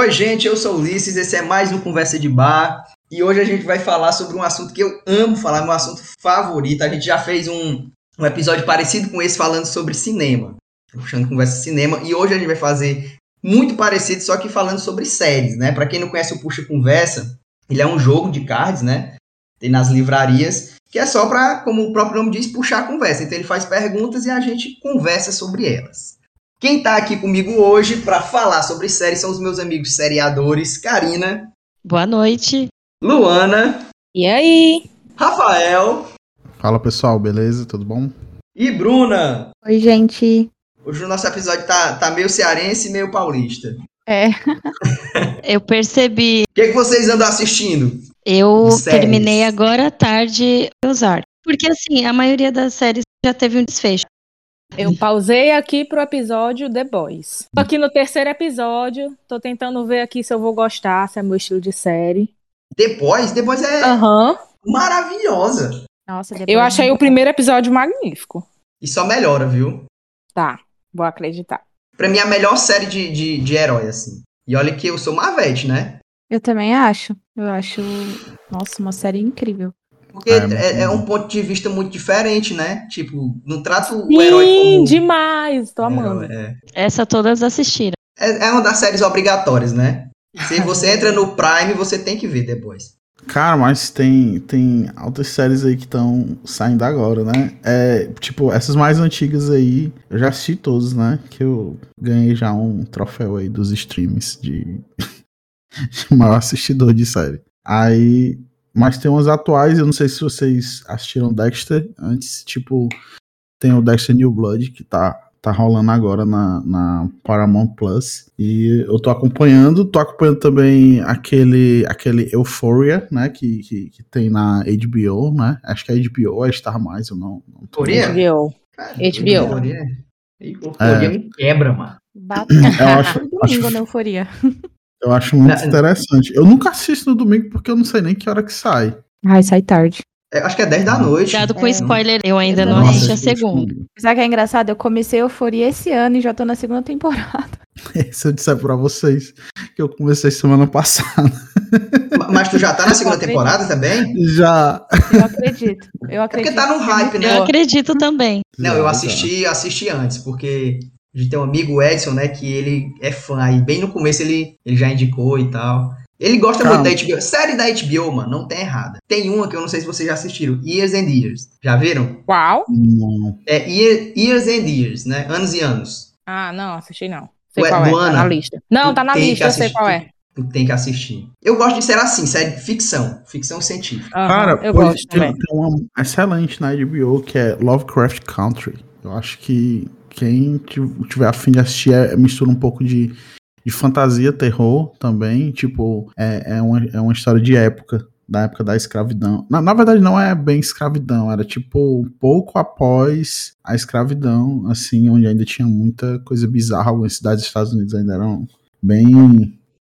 Oi, gente, eu sou o Ulisses, esse é mais um Conversa de Bar. E hoje a gente vai falar sobre um assunto que eu amo falar, meu assunto favorito. A gente já fez um, um episódio parecido com esse falando sobre cinema. Puxando conversa de cinema. E hoje a gente vai fazer muito parecido, só que falando sobre séries, né? Pra quem não conhece o Puxa Conversa, ele é um jogo de cards, né? Tem nas livrarias, que é só pra, como o próprio nome diz, puxar a conversa. Então ele faz perguntas e a gente conversa sobre elas. Quem tá aqui comigo hoje para falar sobre séries são os meus amigos seriadores, Karina, Boa noite. Luana, E aí? Rafael Fala pessoal, beleza? Tudo bom? e Bruna. Oi, gente. Hoje o nosso episódio tá, tá meio cearense e meio paulista. O É, Eu percebi, que, que vocês andam assistindo? eu Séries. terminei agora à tarde usar. Porque assim, a maioria das séries já teve um desfecho. Eu pausei aqui pro episódio The Boys. Tô aqui no terceiro episódio, tô tentando ver aqui se eu vou gostar, se é meu estilo de série. Depois, depois é Ah. Aham. maravilhosa. nossa, depois... Eu achei o primeiro episódio magnífico. E só melhora, viu? Tá, vou acreditar. Pra mim é a melhor série de, de, de herói, assim. E olha que eu sou Marvete, né? Eu também acho. Eu acho, nossa, uma série incrível. Porque Ah, é muito é, é bom. um ponto de vista muito diferente, né? Tipo, não trata o herói Sim, como... demais, tô É, amando. É, Essa todas assistiram. É- é uma das séries obrigatórias, né? Se você entra no Prime, você tem que ver depois. Cara, mas tem, tem altas séries aí que estão saindo agora, né? É, tipo, essas mais antigas aí, eu já assisti todas, né? Que eu ganhei já um troféu aí dos streams de, de maior assistidor de série. Aí, mas tem umas atuais, eu não sei se vocês assistiram Dexter antes, tipo, tem o Dexter New Blood que tá tá rolando agora na, na Paramount Plus e eu tô acompanhando, tô acompanhando também aquele aquele Euphoria, né, que, que, que tem na HBO, né? Acho que é HBO ou é Star Mais, eu não, não tô Coreia? lembrado. HBO. Cara, HBO. Euforia- Euforia me quebra, mano. Bateu acho- domingo né? Uhum. acho- na é euforia. Eu acho muito Não. interessante. Eu nunca assisto no domingo porque eu não sei nem que hora que sai. Ai, sai tarde. É, acho que é 10 da noite. Cuidado com É. spoiler, eu ainda Eu não também. assisti a gente, segunda. Sabe o que é engraçado? Eu comecei a euforia esse ano e já tô na segunda temporada. Se eu disser pra vocês que eu comecei semana passada Ma- Mas tu já tá na segunda temporada também? já Eu acredito. Eu É porque acredito. tá num hype, né? Eu acredito também. Não, Já, eu já. assisti, assisti antes, porque a gente tem um amigo, o Edson, né, que ele é fã. Aí bem no começo ele, ele já indicou e tal. Ele gosta Calma. muito da HBO. Série da HBO, mano, não tem errada. Tem uma que eu não sei se vocês já assistiram, Years and Years. Já viram? Qual? Não. É Year- Years and Years, né? Anos e anos. Ah, não, assisti não. Sei Ué, qual é, Luana, tá na lista. Não, Tu tá na tem que lista, eu sei assistir, qual é. Tu tem que assistir. Eu gosto de ser assim, série ficção, ficção científica. Aham, Cara, eu pois gosto tem, é. também. tem uma excelente na HBO que é Lovecraft Country. Eu acho que quem ti- tiver afim de assistir é- mistura um pouco de, de fantasia, terror também. Tipo, é, é, uma, é uma história de época, da época da escravidão. Na, na verdade, não é bem escravidão, era tipo um pouco após a escravidão, assim, onde ainda tinha muita coisa bizarra. Algumas cidades dos Estados Unidos ainda eram bem.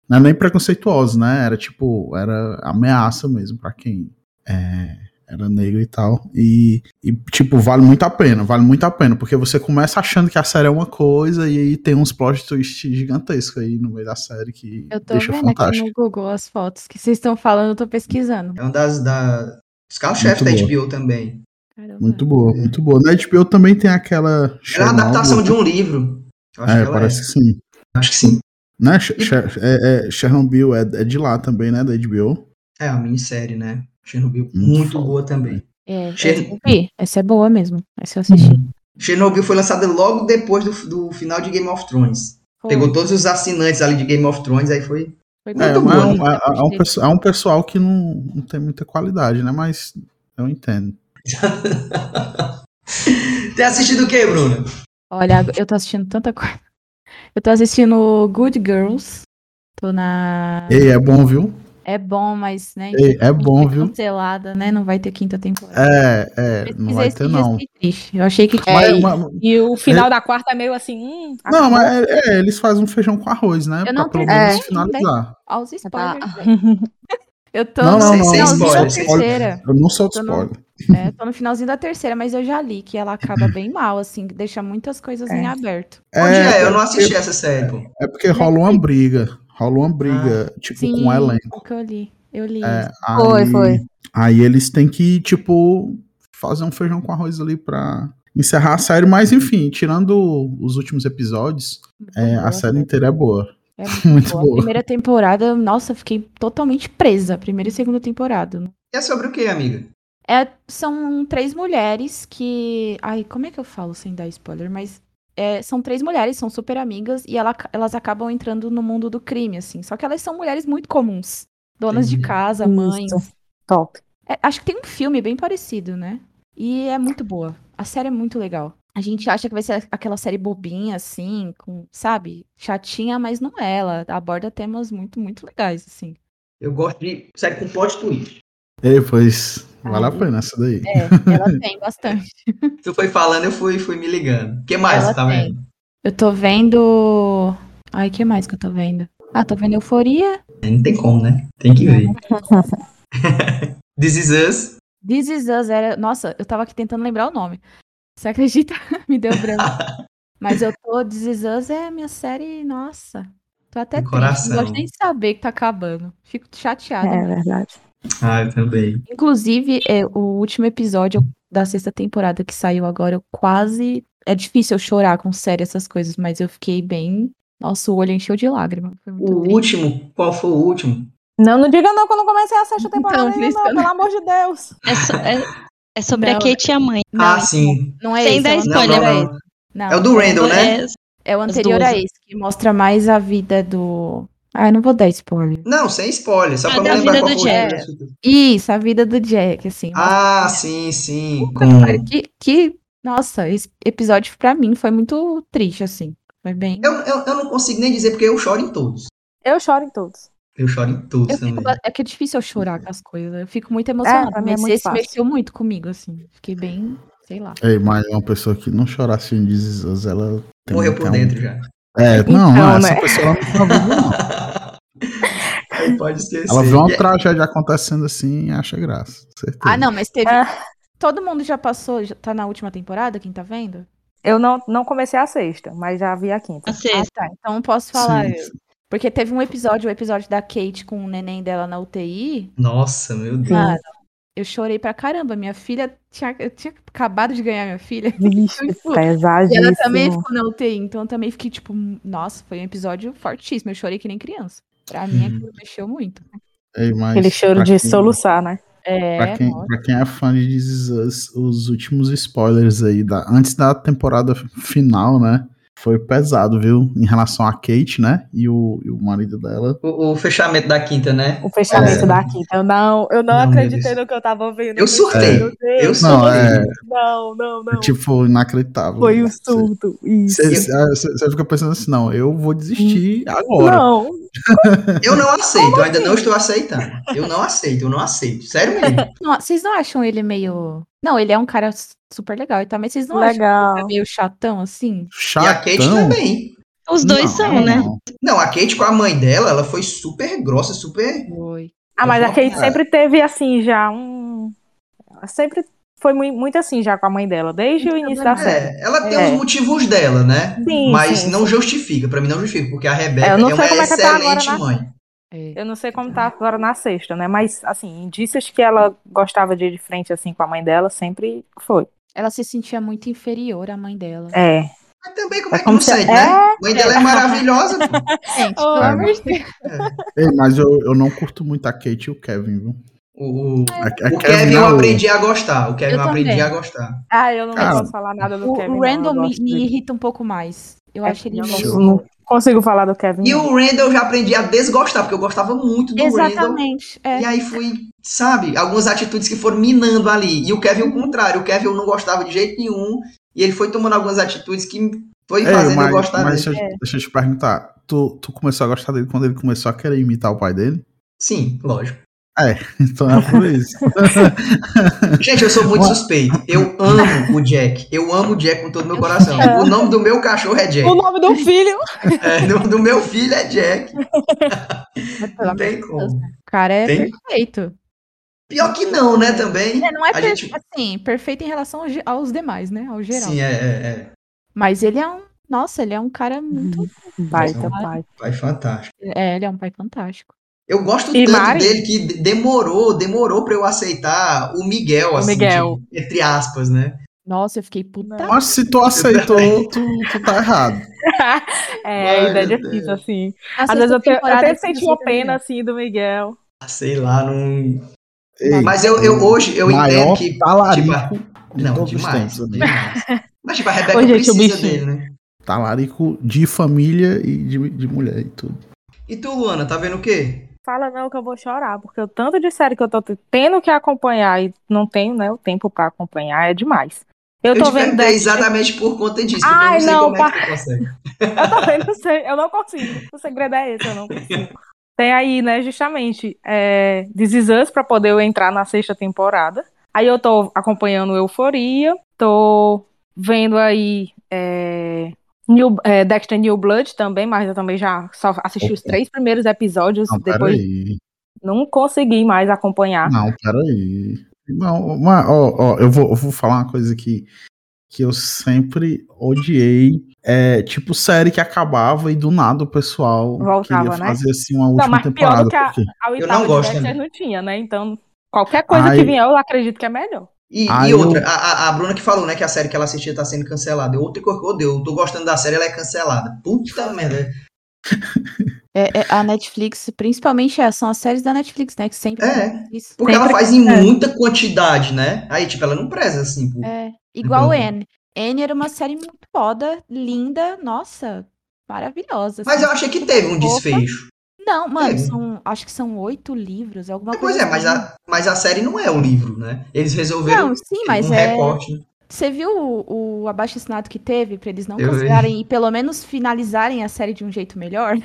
Não é nem preconceituosos, né? Era tipo, era ameaça mesmo pra quem é, era negro e tal. E, e, tipo, vale muito a pena, vale muito a pena, porque você começa achando que a série é uma coisa e aí tem uns plot twist gigantescos aí no meio da série que Eu tô deixa vendo aqui fantástico. no Google as fotos que vocês estão falando, eu tô pesquisando. É um das, da, dos carros-chefes da Muito HBO também. Caramba. Muito boa, muito boa. Na HBO também tem aquela. Ela é uma adaptação de um livro. Eu acho É, que ela parece é. que sim. Acho que sim. Né? Ch- Ch- é, é, Chernobyl é, é de lá também, né? Da HBO. É, uma minissérie, né? Chernobyl, Muito muito foda, boa também. É, essa Cheiro- eu vi. Essa é boa mesmo. Essa eu assisti. Uhum. Chernobyl foi lançada logo depois do, do final de Game of Thrones. Foi, Pegou todos os assinantes ali de Game of Thrones, aí foi. foi É, Muito bom. boa. mas é né? um, é- é um perso- é um pessoal que não, não tem muita qualidade, né? Mas eu entendo. Tem assistido o quê, Bruno? Olha, ag- eu tô assistindo tanta coisa. Eu tô assistindo Good Girls. Tô na. Ei, é bom, viu? É bom, mas, né? Ei, é infelizmente bom, foi viu? Cancelada, né? Não vai ter quinta temporada. É, é, não Pesquisei vai esses ter dias, não. fiquei triste. Eu achei que tinha. Mas- É, e- mas- E o final da quarta é meio assim, hum, não, acabou. mas é, é, eles fazem um feijão com arroz, né? Eu Pra não pelo terminei menos ainda, finalizar. Aos spoilers. Tá. velho. Eu tô Não, no não, não, sem finalzinho da spoilers, sem terceira. Eu não solto Eu não- spoiler. É, tô no finalzinho da terceira, mas eu já li que ela acaba bem mal, assim, que deixa muitas coisas em aberto. Onde é? É, Eu não assisti essa série, pô. Ah. é porque rola uma briga. Rola uma briga, tipo, Sim, com o elenco. que eu li. Eu li. É, Foi, aí- foi. Aí eles têm que, tipo, fazer um feijão com arroz ali pra encerrar a série. Mas, enfim, tirando os últimos episódios, é, a Boa. série né? inteira é boa. É Muito Boa. A boa. primeira temporada, nossa, fiquei totalmente presa. Primeira e segunda temporada. É sobre o que, amiga? É, são três mulheres que. Ai, como é que eu falo sem dar spoiler? Mas é, são três mulheres, são super amigas e ela- elas acabam entrando no mundo do crime, assim. Só que elas são mulheres muito comuns. Donas de Entendi. casa, Isso. mães. Top. É, acho que tem um filme bem parecido, né? E é muito boa. A série é muito legal. A gente acha que vai ser aquela série bobinha, assim, com, sabe? Chatinha, mas não é. Ela aborda temas muito, muito legais, assim. Eu gosto de série com plot twist. E, pois, vale a Aí. pena essa daí. É, ela tem bastante. Tu foi falando, eu fui, fui me ligando. O que mais Ela você tá tem. vendo? Eu tô vendo. Ai, o que mais que eu tô vendo? Ah, tô vendo Euforia. Não tem como, né? Tem que ver. This is Us. This Is Us era. Nossa, eu tava aqui tentando lembrar o nome. Você acredita? Me deu branco. Mas eu tô. This Is Us é a minha série. Nossa. Tô até Do triste. Não Um coração. gosto nem de saber que tá acabando. Fico chateada. É né? verdade. Ah, eu também. Inclusive, é, o último episódio da sexta temporada que saiu agora, eu quase. É difícil eu chorar com série essas coisas, mas eu fiquei bem. Nossa, o olho encheu de lágrima. Foi muito O triste. último, qual foi o último? Não, não diga não quando comecei a sexta temporada Então, por ainda, isso não, que eu pelo amor de Deus. É, so- é- é sobre Não, a Kate e a mãe. Não, ah, sim. Não é Sem esse. dar é o Não, spoiler, não, anterior a não. esse. Não, É o do Randall, né? É, É o anterior duas. a esse, que mostra mais a vida do. Ah, não vou dar spoiler. Não, sem spoiler, só Ah, pra da me lembrar vida qual do foi o Jack. último. Isso, a vida do Jack, assim. Ah, sim, sim. Puta que Com- pariu, Que, que. Nossa, esse episódio pra mim foi muito triste, assim. Foi bem. Eu, eu, eu não consigo nem dizer porque eu choro em todos. Eu choro em todos. Eu choro em todos Eu também. fico, é que é difícil eu chorar com as coisas. Eu fico muito emocionada. pra mim é mas muito esse fácil. mexeu muito comigo, assim. Fiquei bem, sei lá. Ei, mas uma pessoa que não chorar assim de Zizas, ela. tem Morreu que por ter um- dentro já. É, não, Então, essa né? pessoa ela não tá viva, não. Aí pode esquecer. Ela vê uma E é- tragédia acontecendo assim e acha graça. Certeza. Ah, não, mas teve. Ah. Todo mundo já passou, já tá na última temporada, quem tá vendo? Eu não, não comecei a sexta, mas já vi a quinta. a sexta. Ah, tá. Então eu posso falar. Sim. eu- Porque teve um episódio, o episódio da Kate com o neném dela na UTI. é- Nossa, meu Deus. Mano, eu chorei pra caramba. Minha filha tinha. Eu tinha acabado de ganhar minha filha. Vixe, é Tipo, E pesadíssimo. ela também ficou na UTI, então eu também fiquei tipo, nossa, foi um episódio fortíssimo. Eu chorei que nem criança. Pra mim, Uhum. aquilo mexeu muito. Ei, mas Aquele choro pra de quem- soluçar, né? É, Pra quem, nossa. pra quem é fã de This Is Us, os últimos spoilers aí, da, antes da temporada final, né? Foi pesado, viu? Em relação a Kate, né? E o, e o marido dela. O, o fechamento da quinta, né? O fechamento É. da quinta. Eu não, eu não, Não, meu acreditei Deus. no que eu tava ouvindo. Eu surtei. Meu Eu Deus. sou Não, é, Não, não, não. tipo, inacreditável. então. Foi um Você- surto. Isso. Você você- você ah, fica pensando assim, não, eu vou desistir agora. Hum. Não, Eu não aceito, eu ainda não estou aceitando. Eu não aceito, eu não aceito. Sério mesmo. Não, vocês não acham ele meio. Não, ele é um cara su- super legal e tal, mas vocês não acham legal. ele meio chatão assim? E Tá a Kate Chatão? também. Os dois Não, são, né? não. Não, a Kate com a mãe dela, ela foi super grossa, super. Foi. Ah, mas a Kate É. sempre teve assim já um. Ela Sempre foi mui- muito assim já com a mãe dela, desde o início da série. É, ela tem É. os motivos dela, né? Sim, Mas sim, não sim. justifica, pra mim não justifica, porque a Rebeca É, é, eu não sei uma como é que tá agora excelente na- mãe. É. Eu não sei como tá agora na sexta, né? Mas, assim, indícios que ela gostava de ir de frente, assim, com a mãe dela, sempre foi. Ela se sentia muito inferior à mãe dela. É. Mas também como é, É que como não se- sente, né? A mãe dela é maravilhosa, pô. Gente, Oh, pelo é. amor de Deus. Ei, mas eu, eu não curto muito a Kate e o Kevin, viu? O, o- A, a o Kevin eu É não- aprendi a gostar. O Kevin Eu eu aprendi também. a gostar. Ah, eu não Cara, posso falar nada do O, Kevin. o não, Randall eu me, gosto me dele. irrita um pouco mais. É Eu acho ele Eu meio- Show. não, não consigo falar do Kevin. E não. o Randall eu já aprendi a desgostar, porque eu gostava muito do Randall. Exatamente. É. E aí fui, sabe, algumas atitudes que foram minando ali. E o Kevin, Uhum. o contrário, o Kevin eu não gostava de jeito nenhum. E ele foi tomando algumas atitudes que foi Ei, fazendo É, mas, eu gostar mas dele. deixa, É. eu- deixa eu te perguntar. Tu, tu começou a gostar dele quando ele começou a querer imitar o pai dele? Sim, lógico. Então é por isso. Gente, eu sou muito Ué. suspeito. Eu amo o Jack. Eu amo o Jack com todo o meu coração. É. O nome do meu cachorro é Jack. O nome do filho. É, do, do meu filho é Jack. Mas, pelo Não amor de tem Deus, como. O cara é Tem? perfeito. Pior que não, né, também. É, não é A per- gente- assim, perfeito em relação ao ge- aos demais, né? Ao geral. Sim, é, é, é. Mas ele é um Nossa, ele é um cara Uhum. muito. Baita, pai. Pai fantástico. É, ele é um pai fantástico. Eu gosto E tanto Mari? dele que de- demorou, demorou pra eu aceitar o Miguel, assim, Miguel. de- entre aspas, né? Nossa, eu fiquei puta. Não. Mas se tu aceitou, tu, tu tá errado. É, Ai, a ideia é meu difícil, assim. Na Às vezes sexta eu, te- eu temporada é até esse senti filme uma foi pena, melhor. assim, do Miguel. Ah, Sei lá, não. Ei, Mas eu, eu hoje eu maior entendo que. talarico de Não, todos demais. os tempos. né? demais. Mas tipo, a Rebeca Ô, gente, o precisa dele, bichinho. né? Talarico de família e de, de mulher e tudo. E tu, Luana, tá vendo o quê? Fala não que eu vou chorar, porque o tanto de série que eu tô tendo que acompanhar e não tenho, né, o tempo pra acompanhar é demais. Eu tô te vendo perguntei Dexter, exatamente por conta disso, porque Ai, eu não sei não, como é que tu consegue. Eu também não sei, eu não consigo. O segredo é esse, eu não consigo. Tem aí, né, justamente, é, This Is Us pra poder eu entrar na sexta temporada. Aí eu tô acompanhando Euforia, tô vendo aí é, New, é, Dexter New Blood também, mas eu também já só assisti os Opa. três primeiros episódios, Não, depois tá? peraí. não consegui mais acompanhar. Não, peraí. Não, mas, ó, ó, eu vou, eu vou falar uma coisa aqui que eu sempre odiei. É, tipo, série que acabava e do nada o pessoal Voltava, queria né? fazer assim uma última mas pior temporada. do que a- porque- A não oitava de gosto Dexter também. não tinha, né? Então, qualquer coisa Ai. que vier, eu acredito que é melhor. E, Ah, e eu- outra, a, a- a Bruna que falou, né, que a série que ela assistia tá sendo cancelada. Outra coisa que eu odeio, eu tô gostando da série, ela é cancelada. Puta merda. É, é, a Netflix, principalmente, é, são as séries da Netflix, né? Que sempre. É. Isso. Porque Sempre ela faz em acontece. muita quantidade, né? Aí, tipo, ela não preza, assim. Por... É, igual Entendi. Anne. Anne era uma série muito foda, linda, nossa, maravilhosa. Mas assim. eu achei que teve um Fofa. desfecho. Não, mano, Teve. são, acho que são oito livros, alguma Pois coisa é, mas assim. a, mas a série não é o livro, né? Eles resolveram Não, sim, mas um é... recorte. né? Você viu o, o abaixo-assinado que teve, pra eles não Eu vi. cancelarem e pelo menos finalizarem a série de um jeito melhor?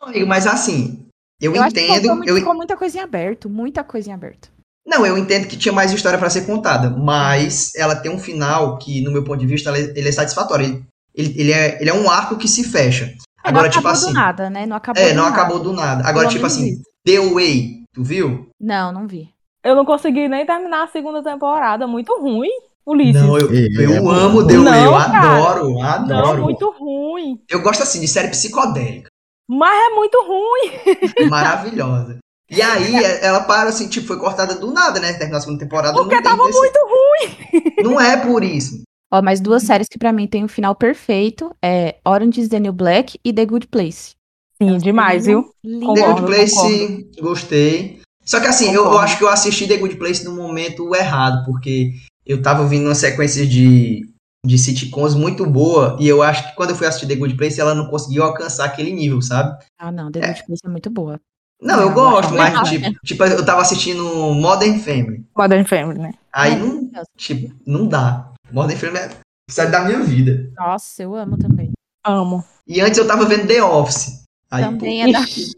Não, amigo, Mas assim, eu, acho que entendo. faltou muito- eu, ficou muita coisa em aberto, muita coisa em aberto. Não, eu entendo que tinha mais história pra ser contada, mas ela tem um final que, no meu ponto de vista, ela é- ele é satisfatório. Ele, ele- ele é, ele é um arco que se fecha. É, Agora, não tipo acabou assim. do nada, né? Não acabou É, do não nada. acabou do nada. Agora, Pelo tipo menos assim, isso. The Way, tu viu? Não, não vi. Eu não consegui nem terminar a segunda temporada. Muito ruim, Ulisses. Não, eu, É, eu é bom. amo The Não, Way, eu cara. adoro, adoro. Não, muito ruim. Eu gosto assim de série psicodélica, Mas é muito ruim. maravilhosa. E aí, é- ela para assim, tipo, foi cortada do nada, né? Terminou a segunda temporada. Porque não tem tava terceira. muito ruim. Não é por isso. Ó, mas duas séries que pra mim tem um final perfeito é Orange is the New Black e The Good Place. Sim, demais, viu? Lindo. The Concordo, Good Place, gostei. Só que assim, eu, eu Concordo. acho que eu assisti The Good Place no momento errado, porque eu tava ouvindo uma sequência de, de sitcoms muito boa, e eu acho que quando eu fui assistir The Good Place, ela não conseguiu alcançar aquele nível, sabe? Ah, não, The Good Place é muito boa. Não, eu Não, gosto, não. mas tipo, tipo, eu tava assistindo Modern Family. Modern Family, né? Aí É, não, tipo, não dá. Modern Family é sai da minha vida. Nossa, eu amo também. Amo. E antes eu tava vendo The Office. Aí, também é da. Ixi,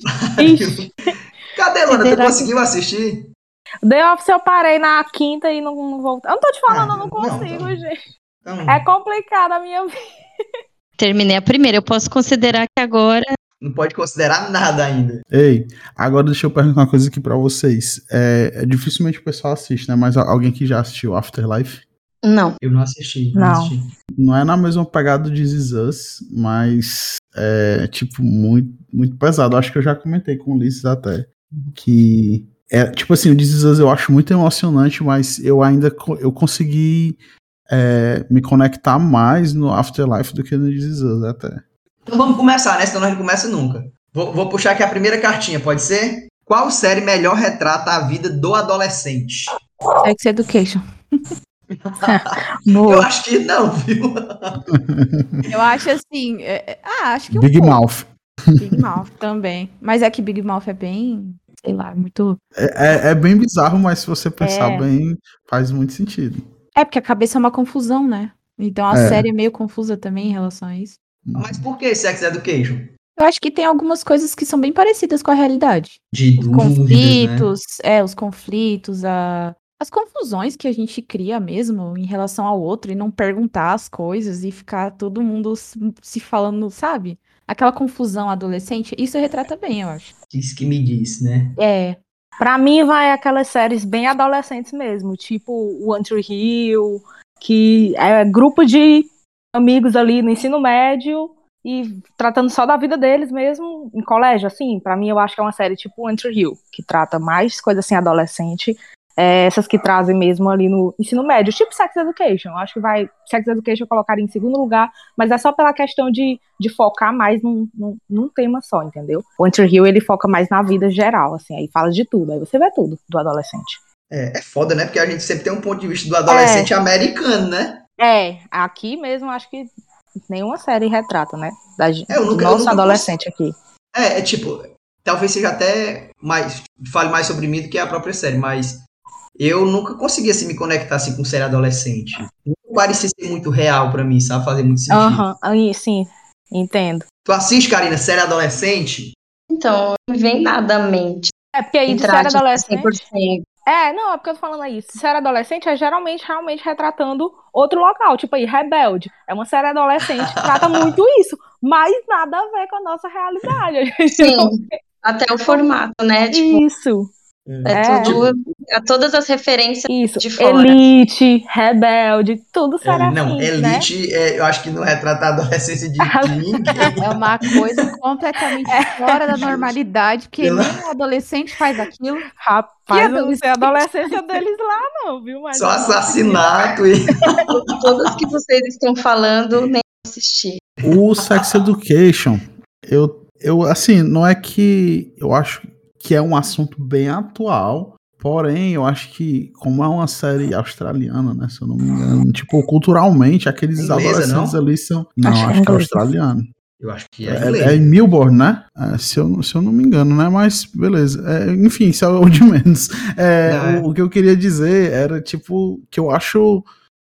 pô, cadê, Lana? Tu Será que- conseguiu assistir? The Office eu parei na quinta e não, não voltei. Eu não tô te falando, eu não Ah, não, consigo, não. gente. Então, É complicado a minha vida. Terminei a primeira. Eu posso considerar que agora não pode considerar nada ainda. Ei, agora deixa eu perguntar uma coisa aqui pra vocês. É, é, dificilmente o pessoal assiste, né? Mas a- alguém que já assistiu Afterlife não. Eu não assisti. Não. assisti. não é na mesma pegada de This Is Us, mas é tipo muito, muito pesado. Acho que eu já comentei com o Ulisses até que é tipo assim, o This Is Us eu acho muito emocionante, mas eu ainda co- eu consegui é, me conectar mais no Afterlife do que no This Is Us até. Então vamos começar, né? Senão nós não começa nunca. Vou, vou puxar aqui a primeira cartinha, pode ser? Qual série melhor retrata a vida do adolescente? Sex Education. Eu Boa. acho que não, viu? Eu acho assim. é- é- ah, acho que um Big pouco. Mouth. Big Mouth também. Mas é que Big Mouth é bem. Sei lá, muito. É, é- é bem bizarro, mas se você pensar É. bem, faz muito sentido. É porque a cabeça é uma confusão, né? Então a É. série é meio confusa também em relação a isso. Mas por que é Sex Education? Eu acho que tem algumas coisas que são bem parecidas com a realidade. De Os dúvidas, né? conflitos, é, os conflitos, a- as confusões que a gente cria mesmo em relação ao outro e não perguntar as coisas e ficar todo mundo se, se falando, sabe? Aquela confusão adolescente, isso retrata bem, eu acho. Diz que me diz, né? É, Pra mim, vai aquelas séries bem adolescentes mesmo, tipo o Andrew Hill, que é grupo de amigos ali no ensino médio e tratando só da vida deles mesmo em colégio, assim. Pra mim, eu acho que é uma série tipo Enter Hill, que trata mais coisa assim adolescente, é, essas que trazem mesmo ali no ensino médio, tipo Sex Education. Eu acho que vai Sex Education eu colocaria em segundo lugar, mas é só pela questão de, de focar mais num, num, num tema só, entendeu? O Enter Hill ele foca mais na vida geral, assim, aí fala de tudo, aí você vê tudo do adolescente. É, é foda, né? Porque a gente sempre tem um ponto de vista do adolescente americano, né? É, aqui mesmo acho que nenhuma série retrata, né? Da, gente É, eu nunca- eu nosso nunca adolescente aqui. É, é tipo, talvez seja até mais. Fale mais sobre mim do que a própria série, mas eu nunca consegui assim, me conectar assim, com série adolescente. Não parecia ser muito real pra mim, sabe? Fazer muito sentido. Aham, aí sim, entendo. Tu assiste, Karina, série adolescente? Então, não me vem nada à mente. É porque aí de Entrar tipo, série de adolescente. 100%. É, não, é porque eu tô falando aí. Série adolescente é geralmente realmente retratando outro local, tipo aí, Rebelde. É uma série adolescente que trata muito isso, mas nada a ver com a nossa realidade. a gente não- Sim, até o formato, né? Tipo, Isso, é É. tudo, é todas as referências. isso. De fora. Elite, Rebelde, tudo será É, não, assim, né? Elite, é, eu acho que não retrata a adolescência de, de ninguém. É uma coisa completamente fora da normalidade, porque Pela- nenhum adolescente faz aquilo. Rapaz, Que eu não sei a adolescência deles lá não, viu? Mas é Só assassinato e. Todas que vocês estão falando, nem assisti. O Sex Education, eu, eu assim, não é que eu acho que é um assunto bem atual, porém eu acho que como é uma série australiana, né, se eu não me engano, tipo culturalmente aqueles Inglesa, adolescentes não? ali são, não, Acho que é acho, que é inglesa. australiano. Eu acho que é É, é inglês. em Melbourne, né? É, se, eu, não- se eu não me engano, né? Mas beleza. É, enfim, isso é o de menos. É, Não, é. o, o que eu queria dizer era, tipo, que eu acho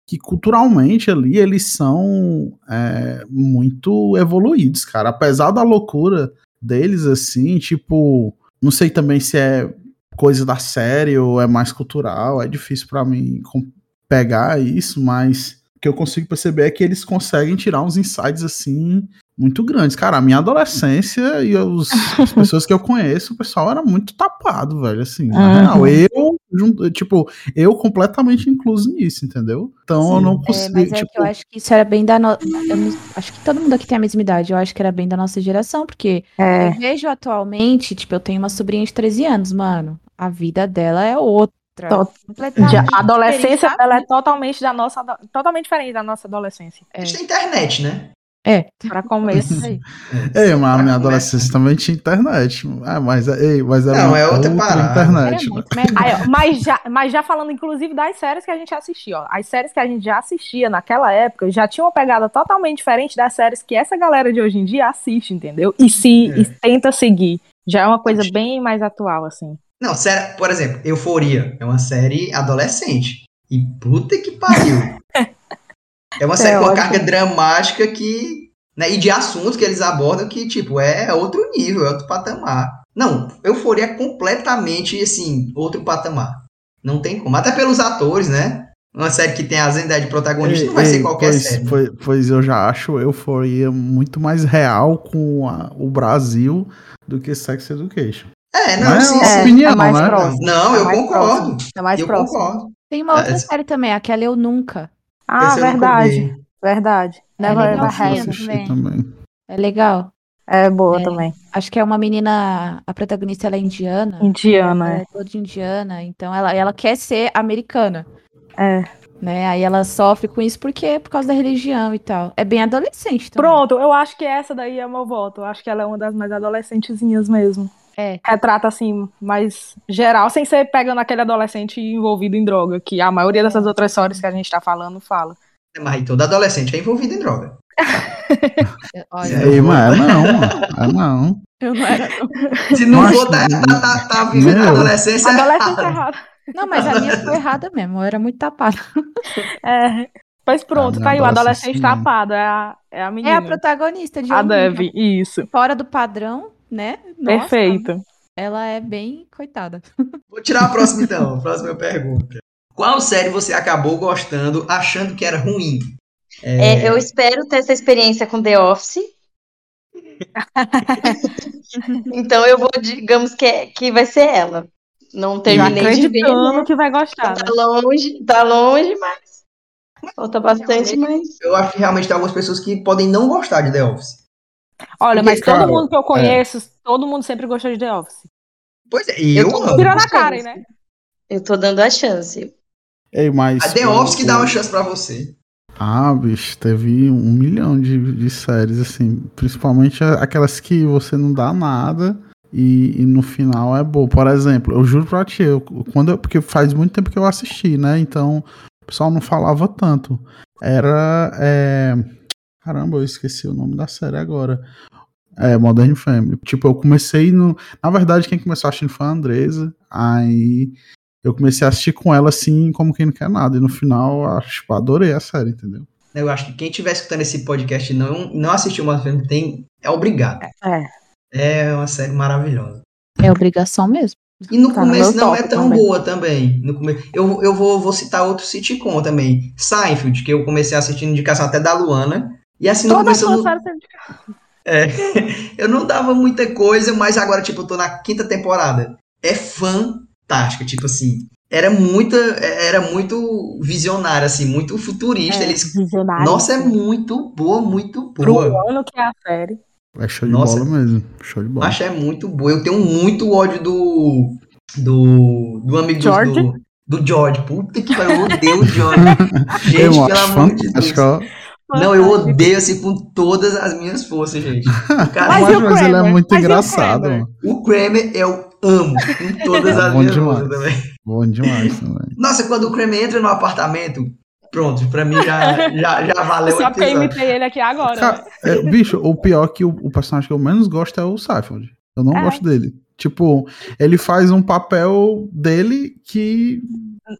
que culturalmente ali eles são é, muito evoluídos, cara. Apesar da loucura deles, assim, tipo, não sei também se é coisa da série ou é mais cultural, é difícil pra mim com- pegar isso, mas o que eu consigo perceber é que eles conseguem tirar uns insights assim muito grandes. Cara, a minha adolescência e os- as pessoas que eu conheço, o pessoal era muito tapado, velho, assim. Aham. Na real, eu, jun- tipo, eu completamente incluso nisso, entendeu? Então eu Sim. não É, consigo, mas é tipo, que eu acho que isso era bem da nossa. Acho que todo mundo aqui tem a mesma idade. Eu acho que era bem da nossa geração, porque É, eu vejo atualmente, tipo, eu tenho uma sobrinha de 13 anos, mano. A vida dela é outra. Tô- Completamente. de- a adolescência diferente, ela é totalmente da nossa, ado- totalmente diferente da nossa adolescência. A gente tem internet, né? É. Pra É começo. isso aí. ei, mas a né? minha Ah, adolescência também tinha internet. Ah, mas, ei, mas era Não, uma é outra parada. Era internet. né? muito melhor. Aí, ó, mas, já, mas já falando, inclusive, das séries que a gente assistia, ó. As séries que a gente já assistia naquela época já tinha uma pegada totalmente diferente das séries que essa galera de hoje em dia assiste, entendeu? E se É. e tenta seguir. Já é uma coisa bem mais atual, assim. Não, sério, por exemplo, Euforia é uma série adolescente. E puta que pariu. é uma série com uma ótimo. carga dramática que. Né, e de assuntos que eles abordam que, tipo, é outro nível, é outro patamar. Não, Euforia é completamente, assim, outro patamar. Não tem como. Até pelos atores, né? Uma série que tem a Zendaya de protagonista não vai Ei, ser qualquer pois, série. Pois, pois eu já acho euforia muito mais real com a- o Brasil do que Sex Education. É, não, Mas sim, é sim. opinião, mais né? próximo. Não, É eu mais concordo. É mais eu próximo. concordo. Tem uma outra É. série também, aquela Eu Nunca. Ah, Esse eu nunca verdade. vi. Verdade. É Never Eu Ever legalzinha Happy. assisti também. também. É legal. É boa É. também. Acho que é uma menina, a protagonista ela é indiana. Indiana, Ela é. é toda indiana, então ela, ela quer ser americana, é. né? Aí ela sofre com isso porque por causa da religião e tal. É bem adolescente também. Pronto, eu acho que essa daí é o meu voto. Eu acho que ela é uma das mais adolescentezinhas mesmo. É. Retrata, assim, mais geral, sem ser pegando aquele adolescente envolvido em droga, que a maioria dessas outras histórias que a gente tá falando fala. Mas todo adolescente é envolvido em droga. Olha, Ei, mas é não, mano. É não. eu não era. não. Se não Nossa, for, tá, tá, tá, tá vivendo Meu. a adolescência. Ah, Adolescente é errada. errado. Não, mas a minha foi errada mesmo. Eu era muito tapada. É. Pois pronto, minha tá aí, o adolescente adolescente não. tapado. É a, é a É a menina. protagonista de a Eu Nunca. Dev, isso. Fora do padrão, né? Nossa, Perfeito. Ela é bem coitada. Vou tirar a próxima então, a próxima pergunta. Qual série você acabou gostando, achando que era ruim? É, eu espero ter essa experiência com The Office. então eu vou, digamos que, é- que vai ser ela. Não Já terminei de ver, acreditando que vai gostar, tá né? longe, tá longe, mas Falta bastante, mas. Eu acho que realmente tem algumas pessoas que podem não gostar de The Office. Olha, Porque, mas cara, é. todo mundo que eu conheço, todo mundo sempre gostou de The Office. Pois é, e eu, Eu tô- amo. Virou na cara, hein, né? Eu tô dando a chance. Ei, mas. A The o- Office que dá uma chance pra você. Ah, bicho, teve um milhão de, de séries, assim. Principalmente a- aquelas que você não dá nada e, e no final é boa. Por exemplo, eu juro pra ti, eu, quando eu- porque faz muito tempo que eu assisti, né? Então o pessoal não falava tanto. Era. é, Caramba, eu esqueci o nome da série agora. É, Modern Family. Tipo, eu comecei no. Na verdade, quem começou assistindo foi a Andresa. Aí eu comecei a assistir com ela assim, como quem não quer nada. E no final, eu, tipo, adorei a série, entendeu? Eu acho que quem estiver escutando esse podcast e não, não assistiu uma filme tem, é obrigado. É uma série maravilhosa. É obrigação mesmo. E no Tá no começo meu não é top tão também. boa também. No começo, eu eu vou, vou citar outro sitcom também. Seinfeld, que eu comecei assistindo indicação até da Luana. E assim, no Toda começo eu sua não, série sempre eu não dava muita coisa, mas agora, tipo, eu tô na quinta temporada. É fantástica, tipo assim. Era muita, é- era muito visionário, assim, muito futurista. Eles, visionário. nossa, é muito boa, muito Pro boa. ano que é a série. É show de Nossa. bola mesmo. Show de bola. Acho é muito boa. Eu tenho muito ódio do. Do. Do amigo George? do. Do George. Puta que pariu, eu odeio o George. Gente, eu pelo acho amor de Deus. fantástico. ó. Não, eu odeio assim com todas as minhas forças, gente. O Cara, Mas Mas, e o mas ele é Kramer? muito Mas e o engraçado. Kramer? mano. o Kramer eu amo com todas É as bom minhas demais. forças também. Bom demais também. Nossa, quando o Kramer entra no apartamento, pronto, pra mim já, já, já valeu o Só porque eu episódio. imitei ele aqui agora. Ca- é, bicho, o pior é que o, o personagem que eu menos gosto é o Seinfeld. Eu não É. gosto dele. Tipo, ele faz um papel dele que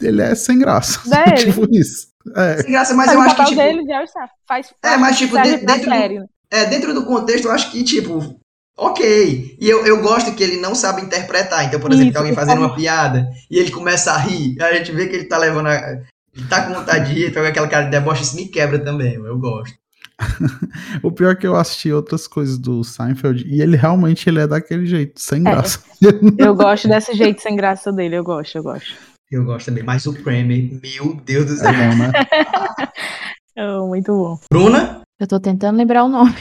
ele é sem graça. Dele? tipo isso. É. Sem graça, mas Mas eu o acho que, papel tipo, dele já está. Faz É, mas, tipo, serve dentro- pra dentro do- série. né? É, dentro do contexto, eu acho que, tipo, ok. E eu, eu gosto que ele não sabe interpretar. Então, por exemplo, Isso, tá alguém por fazendo uma favor. piada e ele começa a rir, a gente vê que ele tá levando a. Ele tá com vontade de rir, pega aquela cara de deboche, isso me quebra também, eu gosto. O pior é que eu assisti outras coisas do Seinfeld e ele realmente ele é daquele jeito, sem graça. Eu gosto desse jeito sem graça dele. Eu gosto, eu gosto. Eu gosto também. Mas o Kramer, meu Deus do É céu. bom, né? É muito bom. Bruna? Eu tô tentando lembrar o nome.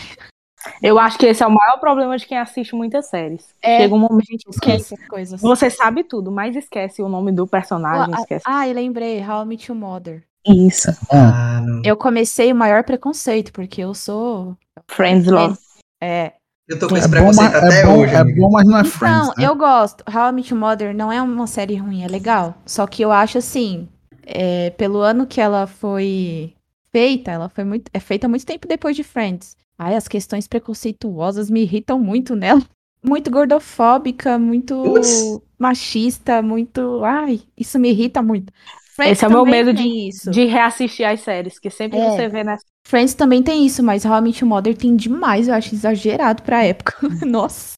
Eu acho que esse é o maior problema de quem assiste muitas séries. É. Chega um momento que Esquece as coisas. você sabe tudo, mas esquece o nome do personagem, Ah, esquece. Ah, e lembrei, How I Met Your Mother. Isso. Bom, Ah, não. Eu comecei o maior preconceito, porque eu sou. Friends Love. É. Eu tô com é esse bom, preconceito mas- tá até é bom, hoje. é amigo. bom, mas não é Friends. Então, né? eu gosto. How I Met Your Mother não é uma série ruim, é legal. Só que eu acho assim, é, pelo ano que ela foi feita, ela foi muito. É feita muito tempo depois de Friends. Ai, as questões preconceituosas me irritam muito nela. Muito gordofóbica, muito Putz. machista, muito. Ai, isso me irrita muito. Esse é o meu também medo tem isso. De reassistir as séries, que sempre É. você vê nessa. Friends também tem isso, mas How I Met Your Mother tem demais, eu acho exagerado pra época. Nossa.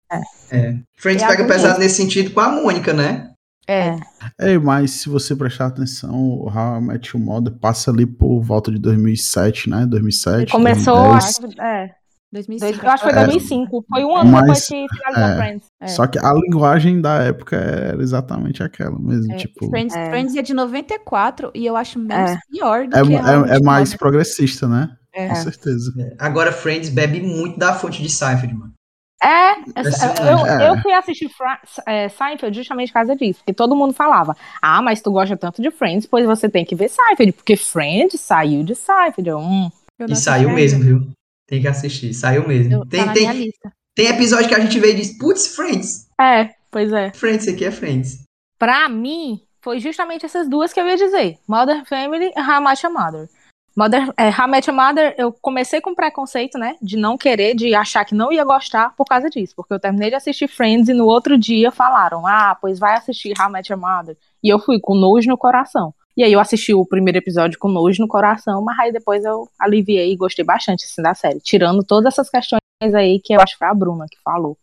Friends é pega agonia. pesado nesse sentido com a Mônica, né? É. Ei, mas se você prestar atenção, o How I Met Your Mother passa ali por volta de 2007, né? 2007, Começou, 2010. acho, é, 2005. dois- eu acho que foi É. 2005. Foi um ano Mas- depois que finalizou é. Friends. é. Só que a linguagem da época era exatamente aquela mesmo, É, tipo... Friends, É. Friends é de 94 e eu acho menos É. pior do É, que é- How I Met é Your mais Mother. progressista, né? É. Com certeza. Agora Friends bebe muito da fonte de Seinfeld, mano. É, Impressionante. eu, É. eu fui assistir Fra- é, Seinfeld justamente por causa disso, porque todo mundo falava, ah, mas tu gosta tanto de Friends, pois você tem que ver Seinfeld, porque Friends saiu de Seinfeld. Eu, Hum, Eu não E assisti saiu ainda. mesmo, viu? Tem que assistir, saiu mesmo. Eu- tá Tem, na tem, minha lista. tem episódio que a gente vê e diz, putz, Friends. é, pois é. Friends, isso aqui é Friends. Pra mim, foi justamente essas duas que eu ia dizer, Modern Family e How I Met Your Mother. Mother, é, How I Met Your Mother, eu comecei com preconceito, né, de não querer, de achar que não ia gostar por causa disso, porque eu terminei de assistir Friends e no outro dia falaram, ah, pois vai assistir How I Met Your Mother. E eu fui com nojo no coração. E aí eu assisti o primeiro episódio com nojo no coração, mas aí depois eu aliviei e gostei bastante, assim, da série. Tirando todas essas questões aí que eu acho que foi a Bruna que falou.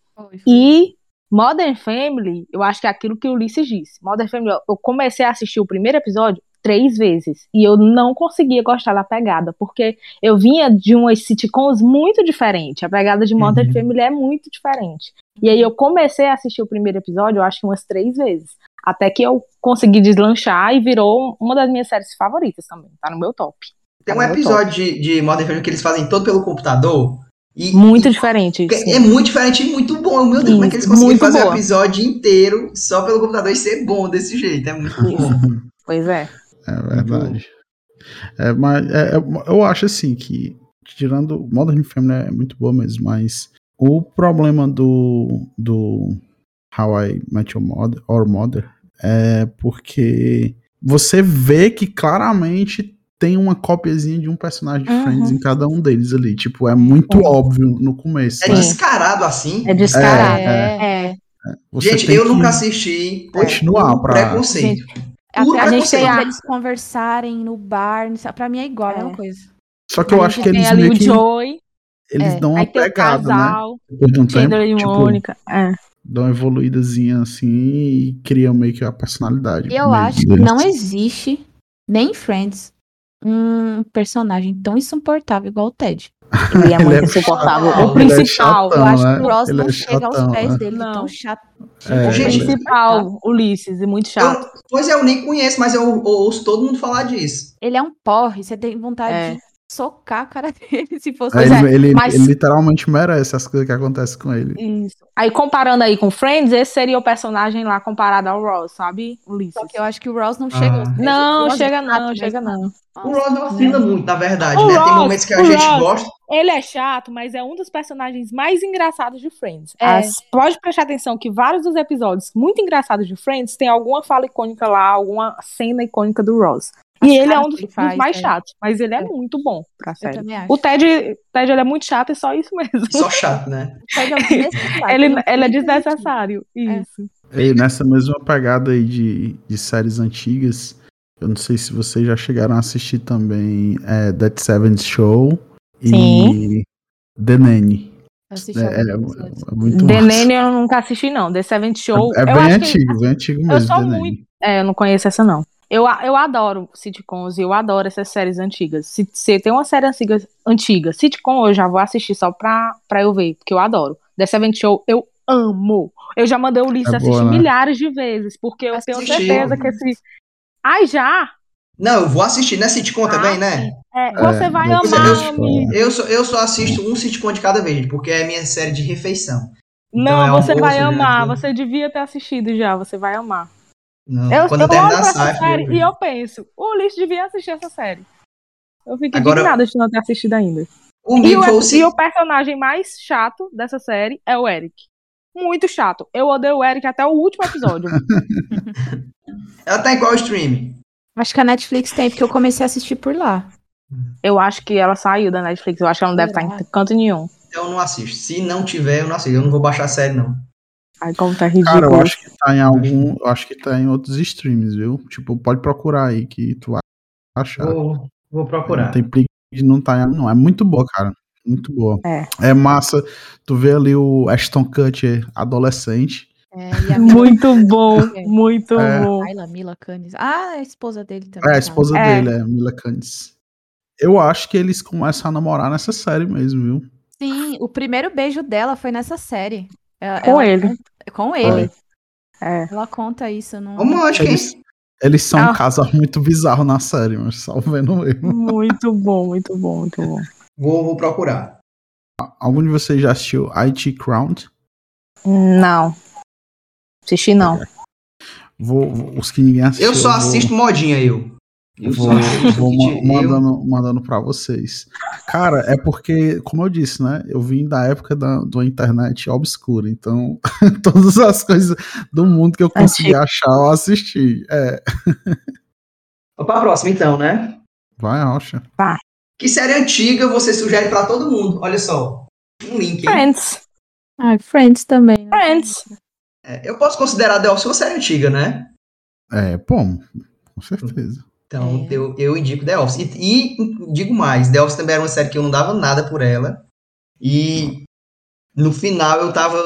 E Modern Family, eu acho que é aquilo que o Ulisses disse. Modern Family, eu- eu comecei a assistir o primeiro episódio três vezes e eu não conseguia gostar da pegada, porque eu vinha de umas sitcoms muito diferentes. A pegada de Modern Uhum. Family é muito diferente. E aí eu comecei a assistir o primeiro episódio, eu acho que umas três vezes. Até que eu consegui deslanchar e virou uma das minhas séries favoritas também. Tá no meu top. Tem um episódio de, de Modern Family que eles fazem todo pelo computador. E, Muito diferente. e- sim. é muito diferente e muito bom. Meu Deus, como é que eles conseguiram Muito fazer o boa. episódio inteiro só pelo computador e ser bom desse jeito? É muito bom. Pois é. É verdade. É, mas é, é- eu acho assim que, tirando Modern Family é muito boa mesmo, mas o problema do, do How I Met Your Mother, or Mother é porque você vê que claramente tem uma copiazinha de um personagem de Friends em cada um deles ali. Tipo, é muito óbvio no começo. É né? descarado assim. É descarado. É, É. Você Gente, tem eu que nunca assisti. Continuar por pra- Preconceito. Até Pura a gente preconceito. tem eles conversarem no bar, não sei- pra mim é igual, é. a mesma É. coisa. Só que eu A acho gente que eles tem ali meio o que Joey, eles é, dão uma aí tem o pegada, né? casal, Depois de um tempo, Chandler e tipo, Mônica. É. dá uma evoluídazinha assim e cria meio que a personalidade. Eu meio acho que deles. não existe, nem em Friends, um personagem tão insuportável igual o Ted. Ele é muito é insuportável. chato. O Ele é principal, eu chatão, acho né? que o Ross Ele não é chega chatão, aos pés né? dele, Não. tão chato. É, O Gente, ele- principal, Ulisses, e muito chato. Eu, pois é, eu nem conheço, mas eu, eu ouço todo mundo falar disso. Ele é um porre, você tem vontade É. de socar a cara dele se fosse. um Pois ele, é, ele- mas- ele literalmente merece as coisas que acontecem com ele. Isso. Aí comparando aí com Friends, esse seria o personagem lá comparado ao Ross, sabe? Ulisses. Só que eu acho que o Ross Ah. não chega aos pés. O Não, Ross chega é chato não, mesmo. chega não. O Ross né? não afina muito, na verdade, O né? Tem Ross, momentos que a o gente Ross. gosta. Ele é chato, mas é um dos personagens mais engraçados de Friends. É. As- pode prestar atenção que vários dos episódios muito engraçados de Friends tem alguma fala icônica lá, alguma cena icônica do Ross. As e ele é caras um dos, que ele faz, dos mais é. chatos, mas ele é, É. muito bom pra Eu série. também acho. O Ted, Ted ele é muito chato e só isso mesmo. Só chato, né? Ted é um desnecessário. Ele, não ele é tem desnecessário. Isso. E nessa mesma pegada aí de, de séries antigas, eu não sei se vocês já chegaram a assistir também é, That Seventh Show e Sim. The Nanny. Eu assisti É, é, alguns é episódios. muito The massa. Nanny eu nunca assisti, não. The Seventh Show. É, é eu bem acho que- antigo, bem antigo mesmo. sou The Nanny. muito- É, eu não conheço essa, não. Eu, a- eu adoro sitcoms e eu adoro essas séries antigas. Se, se tem uma série antiga, antiga, sitcom, eu já vou assistir só pra, pra eu ver, porque eu adoro. The Seven Show, eu amo. Eu já mandei o Ulisses É boa, assistir né? milhares de vezes, porque eu tenho Assisti. certeza que esse. Ai, já! Não, eu vou assistir, né? Ah, Sitcom também, né? É, você É, vai The Seventh amar, Show. amigo. Eu só, eu só assisto um sitcom de cada vez, porque é minha série de refeição. Não, Então é você almoço, vai né? amar. Você devia ter assistido já, você vai amar. Não, Eu, quando eu olho pra terminar a essa Seinfeld, série eu e vejo. eu penso, o Ulisses devia assistir essa série. Eu fico Agora- indignada de não ter assistido ainda. E Comigo o, foi o assim, e sitcom. o personagem mais chato dessa série é o Eric. Muito chato. Eu odeio o Eric até o último episódio. Ela tá em qual stream? Acho que a Netflix tem, porque eu comecei a assistir por lá. eu acho que ela saiu da Netflix. Eu acho que ela não deve estar em canto nenhum. Então eu não assisto. Se não tiver, eu não assisto. Eu não vou baixar a série, não. Ai, como tá ridículo. Cara, eu acho que tá em algum. Eu acho que tá em outros streams, viu? Tipo, pode procurar aí que tu vai achar. Vou, vou Tá. Não procurar. tem perigo de não tá em algum, não. É muito boa, cara. Muito boa. É. massa. Tu vê ali o Ashton Kutcher adolescente. É, e a Mila, Muito bom, muito É. bom. Mila, Mila Canis. Ah, a esposa dele também. É, a tá. esposa É. dele, é Mila Kunis. Eu acho que eles começam a namorar nessa série mesmo, viu? Sim, o primeiro beijo dela foi nessa série. Ela- Com ela ele. conta- com ele. É. Ela conta isso. Não... Romântica, hein? Eles, eles são um Ah. casal muito bizarro na série, mas só vendo eu. Muito bom, muito bom, muito bom. Vou, vou procurar. Algum de vocês já assistiu IT Crown? Não. Assisti não. É. Vou, vou- os que ninguém assistiu. Eu só vou- assisto modinha, eu. Eu Vou, só assisto vou ma- de- eu- mandando, mandando pra vocês. Cara, é porque, como eu disse, né? Eu vim da época da, da internet obscura, então todas as coisas do mundo que eu consegui achar, eu assisti. É, Vamos pra próxima, então, né? vai, Rocha. Que série antiga você sugere pra todo mundo? Olha só. Um link, hein? Friends. Ah, Friends né? também. Friends. É, eu posso considerar The Office uma série antiga, né? É, bom, com certeza. Então, É. eu, eu indico The Office. E, e digo mais, The Office também era uma série que eu não dava nada por ela. E no final eu tava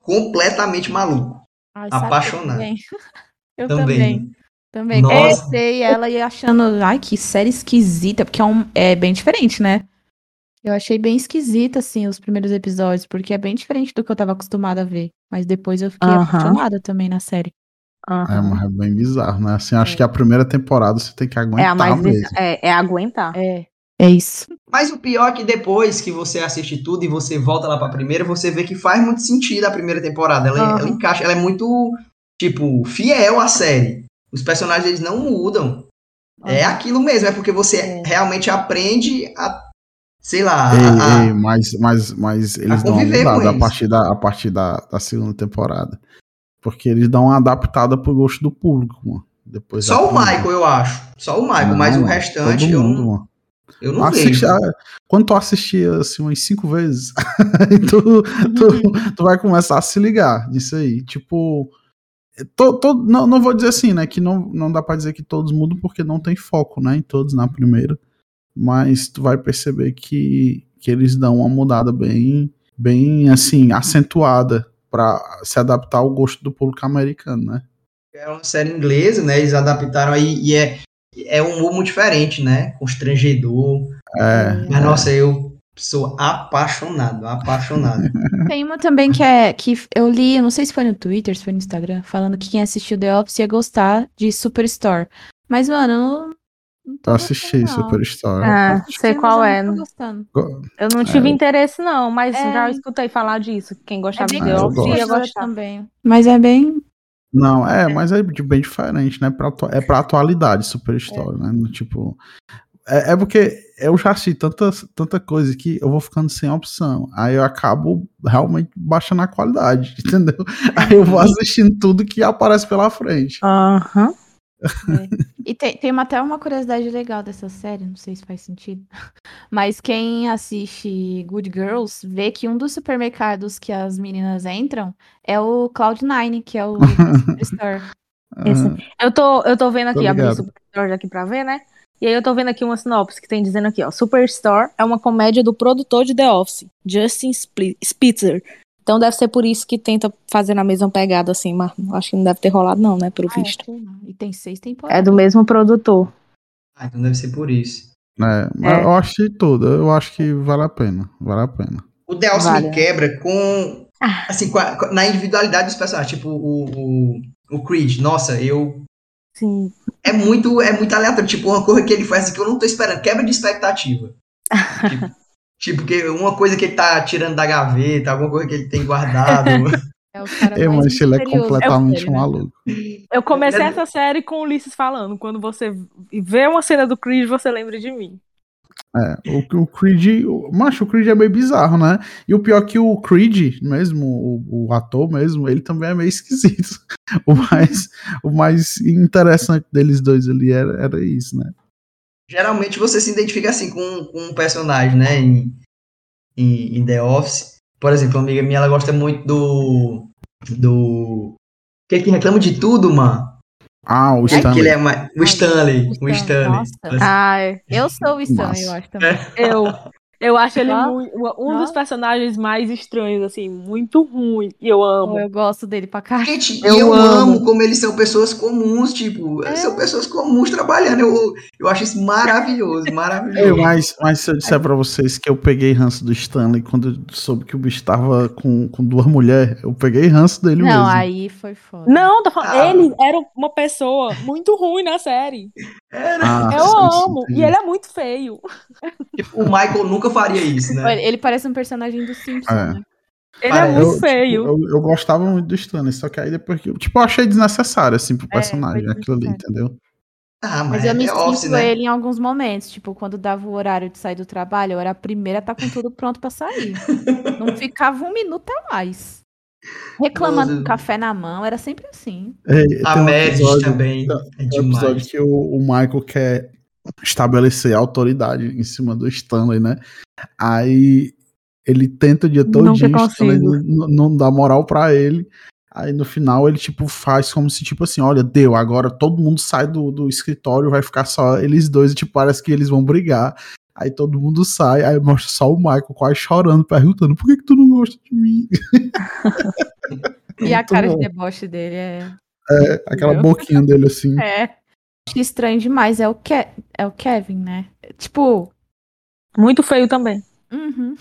completamente maluco. Ai, Apaixonada. sabe que Eu também. Eu também. Também. Também Nossa. comecei ela e achando, ai, que série esquisita, porque é, um- é bem diferente, né? Eu achei bem esquisita, assim, os primeiros episódios, porque é bem diferente do que eu tava acostumada a ver. Mas depois eu fiquei Aham. apaixonada também na série. É, Aham. mas é bem bizarro, né? Assim, acho que a primeira temporada você tem que É, aguentar a mais. mesmo. É, é aguentar. É. É isso. Mas o pior é que depois que você assiste tudo e você volta lá pra primeira, você vê que faz muito sentido a primeira temporada. Ela, Aham. ela encaixa, ela é muito, tipo, fiel à série. Os personagens eles não mudam. É aquilo mesmo, é porque você É. realmente aprende a, sei lá, a- Ei, a- ei, mas, mas, mas eles dão uma conviver com mudada a eles. partir, da, a partir da, da segunda temporada. Porque eles dão uma adaptada pro gosto do público, mano. Depois só da o primeira. Michael, eu acho. Só o Michael, Não, mas o mano, restante todo eu, mundo, não- mano. eu não Assiste, vejo. ah, quando tu assistir assim, umas cinco vezes, tu, Uhum. tu, tu vai começar a se ligar nisso aí. Tipo, to, to- não, não vou dizer assim, né? Que não, não dá pra dizer que todos mudam, porque não tem foco, né? Em todos na primeira. Mas tu vai perceber que, que eles dão uma mudada bem, bem assim, acentuada pra se adaptar ao gosto do público americano, né? É uma série inglesa, né? Eles adaptaram aí e é, é um humor muito diferente, né? Constrangedor. É. Mas, nossa, eu sou apaixonado, apaixonado. Tem uma também que é que f- eu li, eu não sei se foi no Twitter, se foi no Instagram, falando que quem assistiu The Office ia gostar de Superstore. Mas, mano, eu não, não tô Eu é assisti gostando, não. Superstore. Ah, Assisti, sei mas qual eu é. Não tô gostando. Eu não tive interesse, não, mas É. já escutei falar disso. Quem É gostava de bem The eu Office ia constrangedor gostar. também. Mas é bem. Não, é, mas é de- bem diferente, né? Pra, atua- é pra atualidade, Superstore, né? No Tipo. É, é porque eu já assisti tanta, tanta coisa que eu vou ficando sem opção. Aí eu acabo realmente baixando a qualidade, entendeu? Aí eu vou assistindo tudo que aparece pela frente. Aham. E tem, tem uma- até uma curiosidade legal dessa série, não sei se faz sentido. Mas quem assiste Good Girls vê que um dos supermercados que as meninas entram é o Cloud9, que é o Superstore. Esse- Ah, Eu tô, eu tô vendo aqui, Tô abri o ligado. Superstore aqui pra ver, né? E aí eu tô vendo aqui uma sinopse que tem dizendo aqui, ó. Superstore é uma comédia do produtor de The Office, Justin Spli- Spitzer. Então deve ser por isso que tenta fazer na mesma pegada, assim, mas acho que não deve ter rolado, não, né? Pelo Ah, é, visto. sei lá. E tem seis É temporadas. do mesmo produtor. Ah, então deve ser por isso. é, mas É. eu achei tudo. Eu acho que vale a pena. Vale a pena. O The Office Vale. me quebra com. Assim, com a- com- na individualidade dos personagens. Tipo, o, o, o Creed, nossa, eu. Sim. É muito, é muito aleatório. Tipo, uma coisa que ele faz que eu não tô esperando. Quebra de expectativa. tipo, tipo, que uma coisa que ele tá tirando da gaveta, alguma coisa que ele tem guardado. É o cara Eu, mais mas ele é misterioso da completamente série, né? maluco. Eu comecei É- essa série com o Ulisses falando. Quando você vê uma cena do Creed, você lembra de mim. É, O, o Creed, o, macho, o Creed é meio bizarro, né? E o pior é que o Creed mesmo, o, o ator mesmo, ele também é meio esquisito. O mais, o mais interessante deles dois ali era, era isso, né? geralmente você se identifica assim com, com um personagem, né? Em, em, em The Office. Por exemplo, uma amiga minha, ela gosta muito do. Do. Que que reclama de tudo, mano? Ah, o Que- que ele Stanley. é mais- o Stanley. O Stanley, Stanley. nossa. Ela- Ah, é. Eu sou o Stan, eu Massa. acho também. Eu, eu acho ele Nossa, mui- um dos nossa. personagens mais estranhos, assim, muito ruim. E eu amo. Pô, Eu gosto dele pra caralho. Gente, tipo, e eu, Eu amo. amo. como eles são pessoas comuns, tipo, É. são pessoas comuns trabalhando. Eu, eu acho isso maravilhoso, maravilhoso. Ei, mas, mas se eu É. disser pra vocês que eu peguei ranço do Stanley quando eu soube que o bicho tava com, com duas mulheres, eu peguei ranço dele não, é mesmo. aí foi foda. Não, tô falando, Ah. ele era uma pessoa muito ruim na série. É, né? Ah, Eu sim, sim, amo. entendi. E ele é muito feio. Tipo, o Michael nunca faria isso, né? Olha, Ele parece um personagem do Simpsons, É. né? Ele Cara, é Eu, muito tipo, feio. eu, eu gostava muito do Stanley, só que aí depois que. Tipo, eu achei desnecessário, assim, pro É, foi personagem, aquilo ali, desnecessário. entendeu? Ah, mas, Mas eu me é The Office, sinto né? ele em alguns momentos. Tipo, quando dava o horário de sair do trabalho, eu era a primeira a estar com tudo pronto pra sair. Não ficava um minuto a mais. Reclamando Nossa. com café na mão, era sempre assim. Ei, A tem um Mavis episódio- também. É É um episódio demais. que o, o Michael quer estabelecer a autoridade em cima do Stanley, né? Aí ele tenta o dia todo Nunca o Stanley consigo. não, não dá moral pra ele. Aí no final ele tipo faz como se tipo assim, olha, deu, agora todo mundo sai do, do escritório, vai ficar só eles dois, e tipo, parece que eles vão brigar. Aí todo mundo sai, aí mostra só o Michael quase chorando, perguntando, por que, que tu não gosta de mim? É E a Muito cara bom. de deboche dele é. Aquela Entendeu? boquinha dele assim. É. Acho que estranho demais. É o, Ke- é o Kevin, né? Tipo. Muito feio também. uhum.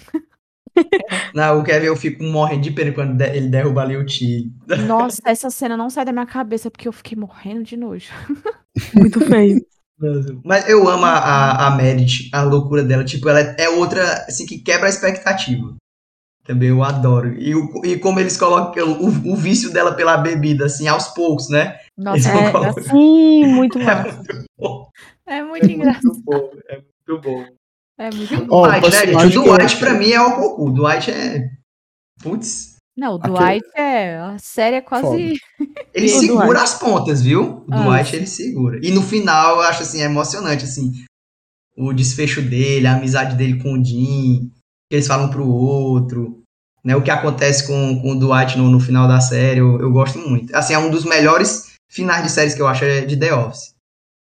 Não, o Kevin eu fico morrendo de pena quando de- ele derruba ali o Tilly. Nossa, essa cena não sai da minha cabeça porque eu fiquei morrendo de nojo. Muito feio. Mas eu amo a, a, a Merit, a loucura dela. Tipo, ela é outra, assim, que quebra a expectativa. Também eu adoro. E, o, e como eles colocam o, o vício dela pela bebida, assim, aos poucos, né? Nossa, Eles é, colocam- Sim, muito massa. é muito engraçado. bom, é muito bom. É muito Ó, Dwight, né, personagem gente? O que eu Dwight, acho- pra mim, é o Goku. Dwight é. Putz. Não, o Aquele- Dwight é. A série é quase. Ele E o segura Dwight? as pontas, viu? O Ah. Dwight, ele segura. E no final, eu acho, assim, é emocionante, assim. O desfecho dele, a amizade dele com o Jim. Que eles falam pro outro. Né, o que acontece com, com o Dwight no, no final da série, eu, eu gosto muito. Assim, é um dos melhores finais de séries que eu acho é de The Office.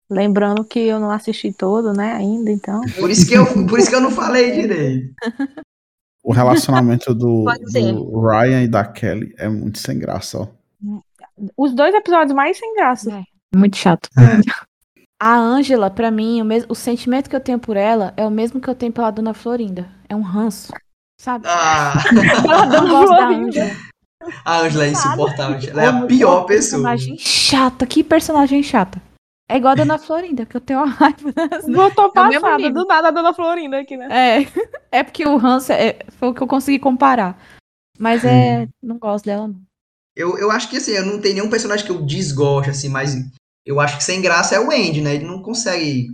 Lembrando que eu não assisti todo, né, ainda, então. Por isso que eu, por isso que eu não falei direito. O relacionamento do, Pode ser. do Ryan e da Kelly é muito sem graça, ó. Os dois episódios mais sem graça. É, Muito chato. A Ângela, pra mim, o, mes- o sentimento que eu tenho por ela é o mesmo que eu tenho pela Dona Florinda. É um ranço, sabe? Ah, Ela Eu dando gosto da Florinda. Ângela. a Angela é insuportável. Ela é a Como pior que pessoa. Personagem chata. Que personagem chata. É igual a Dona Florinda, que eu tenho uma raiva. das- Voltou É o mesmo passada, nível. do nada a dona Florinda aqui, né? É, é porque o Hans é, foi o que eu consegui comparar. Mas é. Não gosto dela, não. Eu, eu acho que assim, eu não tenho nenhum personagem que eu desgoste, assim, mas eu acho que sem graça é o Andy, né? Ele não consegue.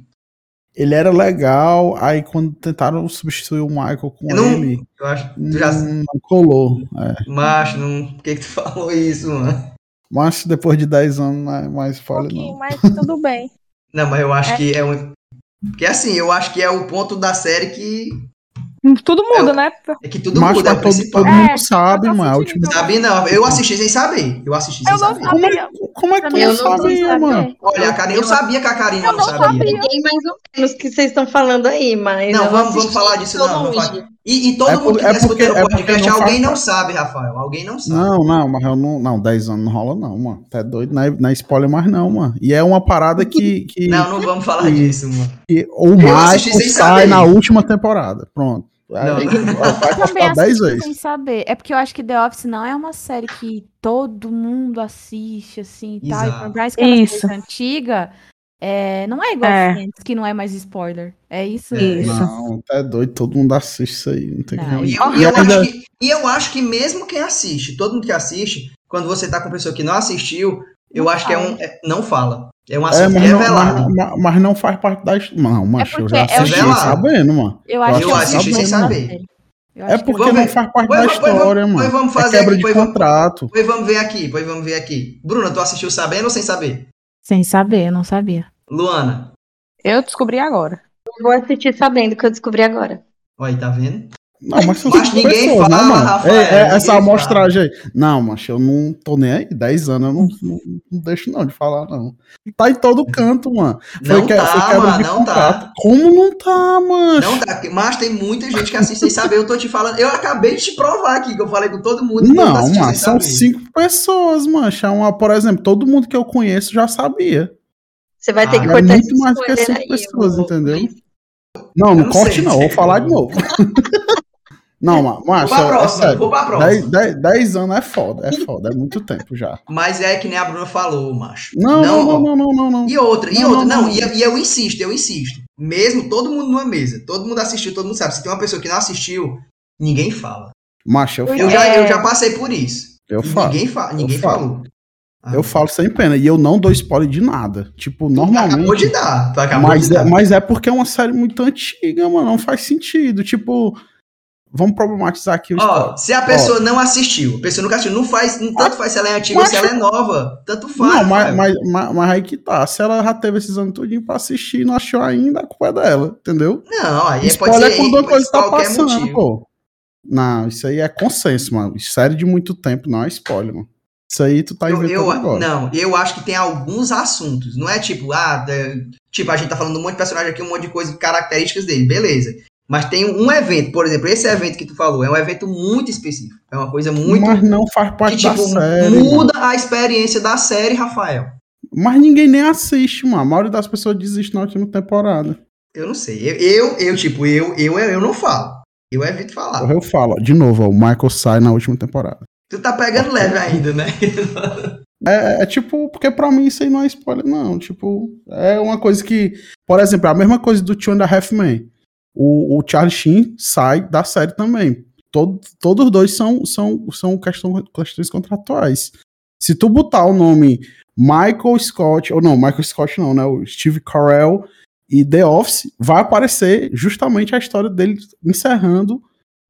Ele era legal, aí quando tentaram substituir o Michael com Eu não- ele, Hum. Eu acho. Tu já. não colou. é. Macho, não. Por que, que tu falou isso, mano? Mas depois de 10 anos, não é mais Um fole, pouquinho, não. mas tudo bem. Não, mas eu acho que é um. Porque assim, eu acho que é o ponto da série que. Tudo muda, né? É que tudo mas muda, é o pra tá todo, principal. todo mundo É, sabe, eu tô mano. É o sentindo último. também. Sabe, não. Eu assisti sem saber. Eu assisti sem Eu não saber. sabia. Como é, como é que tu Eu não não sabia, sabia. mano? Olha, a Karina, eu sabia que a Karina não, sabia. Peguei mais ou menos o que vocês estão falando aí, mas. Não, eu vamos- vamos assisti, falar disso, tô não, não longe. E, e todo É mundo por- que é está porque- escutando é o porque podcast, não alguém faz- não sabe, Rafael. Alguém não sabe. Não, não, mas eu não. Não, 10 anos não rola, não, mano. Tá doido, não é, não é spoiler mais, não, mano. E é uma parada que, que, Não, não vamos falar E- disso, mano. que o assisti Michael sem sai saber. na última temporada. Pronto. Aí Não, não. Vai Também custar 10 assisti vezes. sem saber. É porque eu acho que The Office não é uma série que todo mundo assiste, assim, e tal. E Exato. por mais que ela Isso. seja antiga, é, não é igual É. Friends, que não é mais spoiler. É isso? Tá, Isso. Não, tá doido, todo mundo assiste isso aí. Não tem Não, como. é E eu, e eu acho que, e eu acho que mesmo quem assiste, todo mundo que assiste, quando você tá com pessoa que não assistiu, eu acho que é um. é- não fala. É um É, assunto mas, não, revelado. mas- mas- mas não faz parte da história. Não, mas eu porque já é assisti revelado. sabendo, mano. Eu acho Eu que é um assisti problema sem da saber. série. Eu É acho que porque Vamos não ver. faz parte Pois da vamos- pois história, vamos- mano. pois vamos É fazer quebra aqui, de pois vamos- contrato. Pois vamos ver aqui, pois vamos ver aqui. Bruna, tu assistiu sabendo ou sem saber? Sem saber, eu não sabia. Luana. Eu descobri agora. Eu Vou assistir sabendo o que eu descobri agora. Olha aí, tá vendo? Não, mas são Mas cinco ninguém pessoas, fala, né, mano? Rafael, É- é ninguém essa fala. amostragem aí. Não, mas eu não tô nem aí. 10 anos eu não, não- não deixo não de falar, não. Tá em todo canto, mano. Foi Não que- foi tá, quebra mano, de não contrato. tá. Como não tá, mano? Não tá. Mas tem muita gente que assiste sem saber. Eu tô te falando. Eu acabei de te provar aqui, que eu falei com todo mundo. que todo mundo Não, assistiu mano, sem são saber. cinco pessoas, mano. É uma- Por exemplo, todo mundo que eu conheço já sabia. Você vai ter Ah, que é cortar muito esse mais do que spoiler cinco aí, pessoas, então. ô, entendeu? Luiz. Não, não não corte sei. não, vou falar de novo. não, mas, Vou mas pra é próxima, sério. vou pra próxima. 10, 10, 10 anos é foda, é foda, é muito tempo já. Mas é que nem a Bruna falou, macho. Não, não, não, ó. não, não, não. não. E outra, e Não, outra. Não, não, não. E, eu- e eu insisto, eu insisto. Mesmo todo mundo numa mesa, todo mundo assistiu, todo mundo sabe. Se tem uma pessoa que não assistiu, ninguém fala. Macho, eu Eu falo, já, É. eu já passei por isso. eu falo. Ninguém, fa ninguém falo. falou. Ah, Eu falo sem pena. E eu não dou spoiler de nada. Tipo, Acabou de normalmente. dar. Tu acabou Mas de é, dar. mas é porque é uma série muito antiga, mano. Não faz sentido. Tipo, vamos problematizar aqui o Ó, spoiler. se a pessoa não assistiu, a pessoa nunca assistiu, não faz, não, tanto faz se ela é antiga ou se Mas- ela é nova, tanto faz. Não, mas, velho. mas, mas, mas aí que tá. Se ela já teve esses anos tudinho pra assistir e não achou ainda, a culpa é dela, entendeu? não aí pode Spoiler ser é quando a pode coisa ser tá qualquer passando, motivo. pô. Não, isso aí é consenso, mano. Série de muito tempo, não é spoiler, mano. Isso aí tu tá Eu, inventando eu- agora. não, eu acho que tem alguns assuntos. Não é tipo, ah, da- tipo, a gente tá falando de um monte de personagem aqui, um monte de coisa, características dele, beleza. Mas tem um evento, por exemplo, esse evento que tu falou, é um evento muito específico. É uma coisa muito. Mas não faz parte que, tipo, da série. né? mano. muda a experiência da série, Rafael. Mas ninguém nem assiste, mano. A maioria das pessoas desiste na última temporada. Eu não sei. Eu, eu, eu, tipo, eu, eu, eu não falo. Eu evito falar. Porra, eu falo, ó, de novo, ó, o Michael sai na última temporada. Tu tá pegando leve ainda, né? É, é tipo, porque pra mim isso aí não é spoiler, não. Tipo, é uma coisa que. Por exemplo, é a mesma coisa do Two and a Half Men. O, o Charlie Sheen sai da série também. Todo, todos os dois são, são, são questão, questões contratuais. Se tu botar o nome Michael Scott, ou não, Michael Scott não, né? O Steve Carell e The Office, vai aparecer justamente a história dele encerrando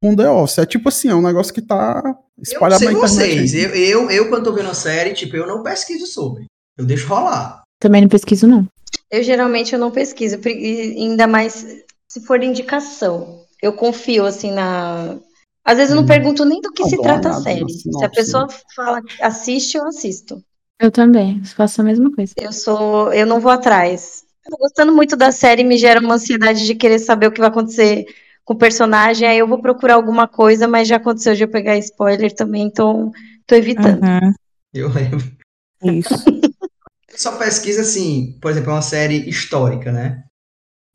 com The Office. É tipo assim, é um negócio que tá Eu não espalhado sei na internet. vocês. Eu, eu, eu, quando tô vendo a série, tipo, eu não pesquiso sobre. Eu deixo rolar. Também não pesquiso, não. Eu geralmente eu não pesquiso, pre- e ainda mais se for indicação. Eu confio, assim, na. Às vezes eu não Hum. pergunto nem do que Não se dou trata a nada, série. não, Se a sinopse, né? pessoa fala, assiste, eu assisto. Eu também, faço a mesma coisa. Eu sou. Eu não vou atrás. Eu tô gostando muito da série, me gera uma ansiedade de querer saber o que vai acontecer com o personagem. Aí eu vou procurar alguma coisa, mas já aconteceu de eu pegar spoiler também, então tô evitando. Eu lembro. Isso. Eu só pesquiso assim, por exemplo, é uma série histórica, né?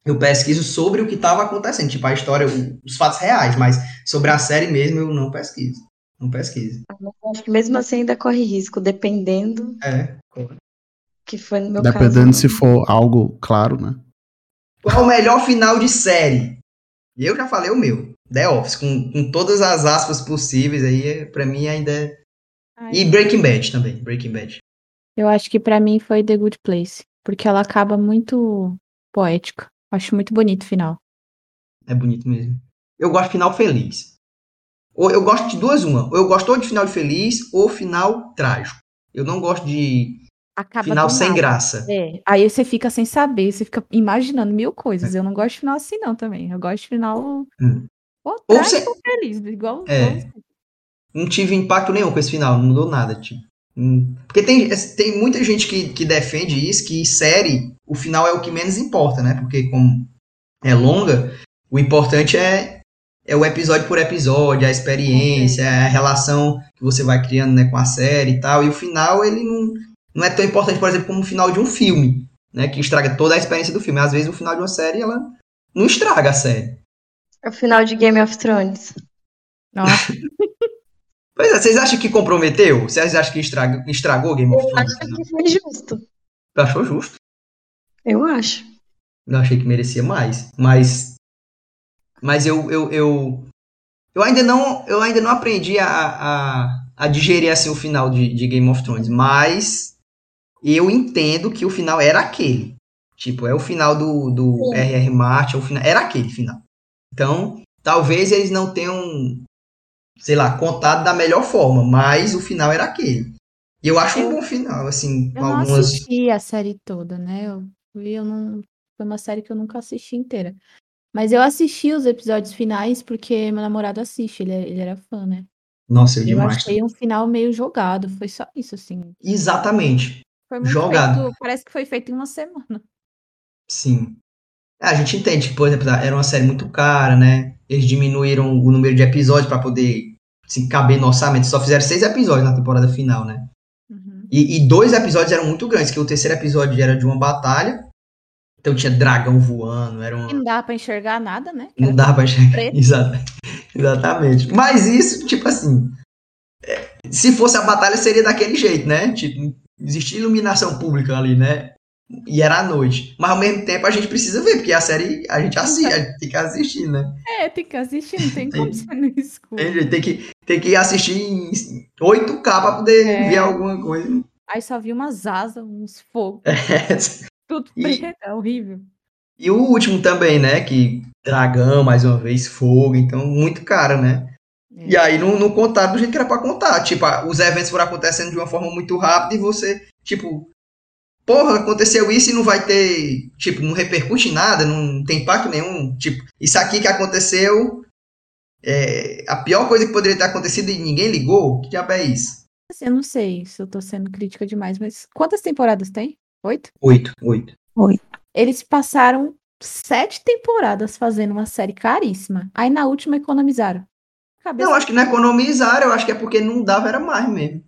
Eu pesquiso sobre o que tava acontecendo. Tipo, a história, o- os fatos reais, mas sobre a série mesmo eu não pesquiso. Não pesquiso. Acho que mesmo assim ainda corre risco, dependendo É. que foi no meu Dependendo caso. se for algo claro, né? Qual é o melhor final de série? Eu já falei o meu. The Office, com, com todas as aspas possíveis aí, é- pra mim ainda é... E Breaking Bad também, Breaking Bad. Eu acho que pra mim foi The Good Place, porque ela acaba muito poética. Acho muito bonito o final. É bonito mesmo. Eu gosto de final feliz. Ou eu gosto de duas, uma. Ou eu gosto ou de final feliz ou final trágico. Eu não gosto de Acaba final do sem nada. graça. É, aí você fica sem saber, você fica imaginando mil coisas. Eu não gosto de final assim, não, também. Eu gosto de final. Hum. Ou Ou trágico você- ou feliz, igual. É. igual- Não tive impacto nenhum com esse final, não mudou nada, tipo. Hum. Porque tem, tem muita gente que, que defende isso, que série, o final é o que menos importa, né? Porque como é longa, o importante é, é o episódio por episódio, a experiência, É. a relação que você vai criando né, com a série e tal. E o final, ele não, não é tão importante, por exemplo, como o final de um filme, né? Que estraga toda a experiência do filme. Às vezes o final de uma série, ela não estraga a série. É o final de Game of Thrones. Nossa, Pois é, vocês acham que comprometeu? Vocês acham que estraga, estragou Game of Eu Thrones? né? acho que foi justo. Achou justo? Eu acho. Eu achei que merecia mais, mas mas eu eu, eu, eu ainda não eu ainda não aprendi a, a, a digerir assim o final de, de Game of Thrones, mas eu entendo que o final era aquele. Tipo, é o final do, do Sim. RR Martin, é o final, era aquele final. Então, talvez eles não tenham sei lá, contado da melhor forma, mas o final era aquele. E eu acho um bom final, assim, É. eu com não algumas assisti a série toda, né? Eu, vi, eu não. Foi uma série que eu nunca assisti inteira. Mas eu assisti os episódios finais porque meu namorado assiste, ele, é- ele era fã, né? Nossa, eu Eu É demais. achei um final meio jogado, foi só isso, assim. Exatamente. Foi muito Jogado. feito- parece que foi feito em uma semana. Sim. Ah, A gente entende que, por exemplo, era uma série muito cara, né? Eles diminuíram o número de episódios pra poder se caber no orçamento. Só fizeram seis episódios na temporada final, né? Uhum. E, e dois episódios eram muito grandes, que o terceiro episódio era de uma batalha. Então tinha dragão voando, era E uma... Não dá pra enxergar nada, né? Não dava pra enxergar. preto. Exata- Exatamente. Mas isso, tipo assim. é, se fosse a batalha, seria daquele jeito, né? Tipo, existia iluminação pública ali, né? E era à noite. Mas ao mesmo tempo a gente precisa ver, porque a série a gente assiste, a gente tem que assistir, né? É, tem que assistir, não tem como como ser no escuro. Tem, tem que, tem que assistir em 8K pra poder É. ver alguma coisa. Aí só vi umas asas, uns fogos, tudo E- preto, é horrível. E o último também, né? Que dragão, mais uma vez, fogo. Então, muito caro, né? É. E aí não, não contaram do jeito que era pra contar. Tipo, ah, os eventos foram acontecendo de uma forma muito rápida e você, tipo, porra, aconteceu isso e não vai ter, tipo, não repercute em nada, não tem impacto nenhum. Tipo, isso aqui que aconteceu é a pior coisa que poderia ter acontecido e ninguém ligou. Que diabo é isso? Assim, Eu não sei se eu tô sendo crítica demais, mas quantas temporadas tem? Oito? Oito, oito. Eles passaram sete temporadas fazendo uma série caríssima. Aí na última economizaram. Cabeça... Não, acho que não economizaram, eu acho que é porque não dava, era mais mesmo.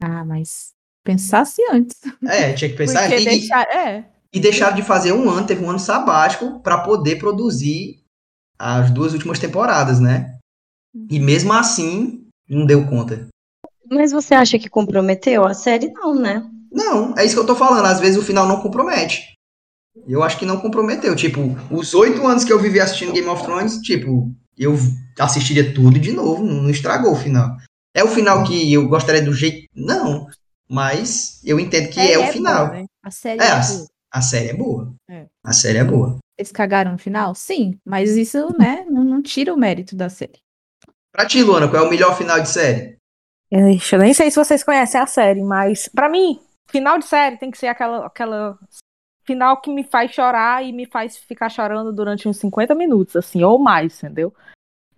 Ah, mas pensasse antes. É, tinha que pensar. Porque e- e- deixar... É, E deixaram de fazer um ano, teve um ano sabático pra poder produzir Uhum. as duas últimas temporadas, né? E mesmo assim, não deu conta. Mas você acha que comprometeu a série? Não, né? Não, é isso que eu tô falando. Às vezes o final não compromete. Eu acho que não comprometeu. Tipo, os oito anos que eu vivi assistindo Game of Thrones, tipo, eu assistiria tudo de novo. Não estragou o final. É o final que eu gostaria do jeito. Não. Mas eu entendo que é, série o final. boa, né? A série É, é, a- boa. A série é boa. É. A série é boa. Eles cagaram no final? Sim, mas isso, né, não, não tira o mérito da série. Pra ti, Luana, qual é o melhor final de série? Ixi, Eu nem sei se vocês conhecem a série, mas pra mim, final de série tem que ser aquela, aquela final que me faz chorar e me faz ficar chorando durante uns 50 minutos, assim, ou mais, entendeu?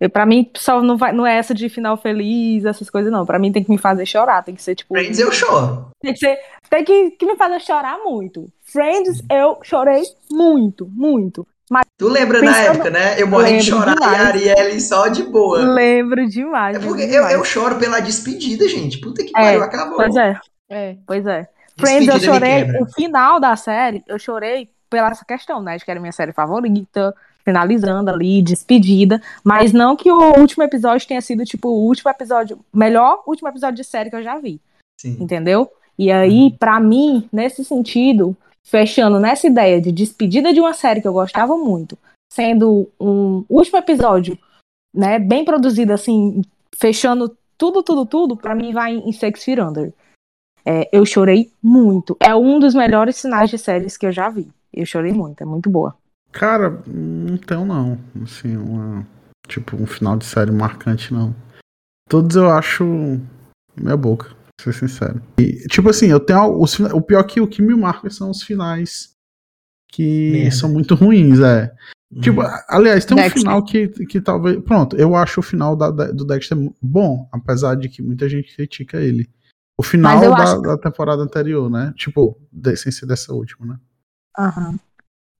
E pra mim, só não, vai, não é essa de final feliz, essas coisas, não. Pra mim tem que me fazer chorar, tem que ser tipo. Friends é eu choro. Tem que ser. Tem que, que me fazer chorar muito. Friends, eu chorei muito, muito. Tu lembra na Pensando- época, né? Eu morri de chorar Lembro e a demais. Arielle só de boa. Lembro demais. É porque lembro eu, demais. eu choro pela despedida, gente. Puta que É, pariu, acabou. Pois é, É. pois é. Friends, Despedida eu chorei. me quebra. O final da série, eu chorei pela essa questão, né? De que era minha série favorita, finalizando ali, despedida. Mas não que o último episódio tenha sido, tipo, o último episódio, melhor último episódio de série que eu já vi, Sim. entendeu? E aí, pra mim, nesse sentido, fechando nessa ideia de despedida de uma série que eu gostava muito, sendo um último episódio, né, bem produzido, assim, fechando tudo, tudo, tudo, pra mim vai em Sex Fear Under. É, eu chorei muito. É um dos melhores sinais de séries que eu já vi. Eu chorei muito, é muito boa. Cara, não tenho não. Assim, uma, tipo, um final de série marcante, não. Todos eu acho minha boca, pra ser sincero. E, tipo assim, eu tenho al- os, fina- o pior que o que me marca são os finais que Merda. são muito ruins, é. Tipo, Hum. a- aliás, tem um Dexter. final que, que talvez. Pronto, eu acho o final da- da- do Dexter bom, apesar de que muita gente critica ele. O final Mas eu da, acho- da temporada anterior, né? Tipo, de- sem ser dessa última, né?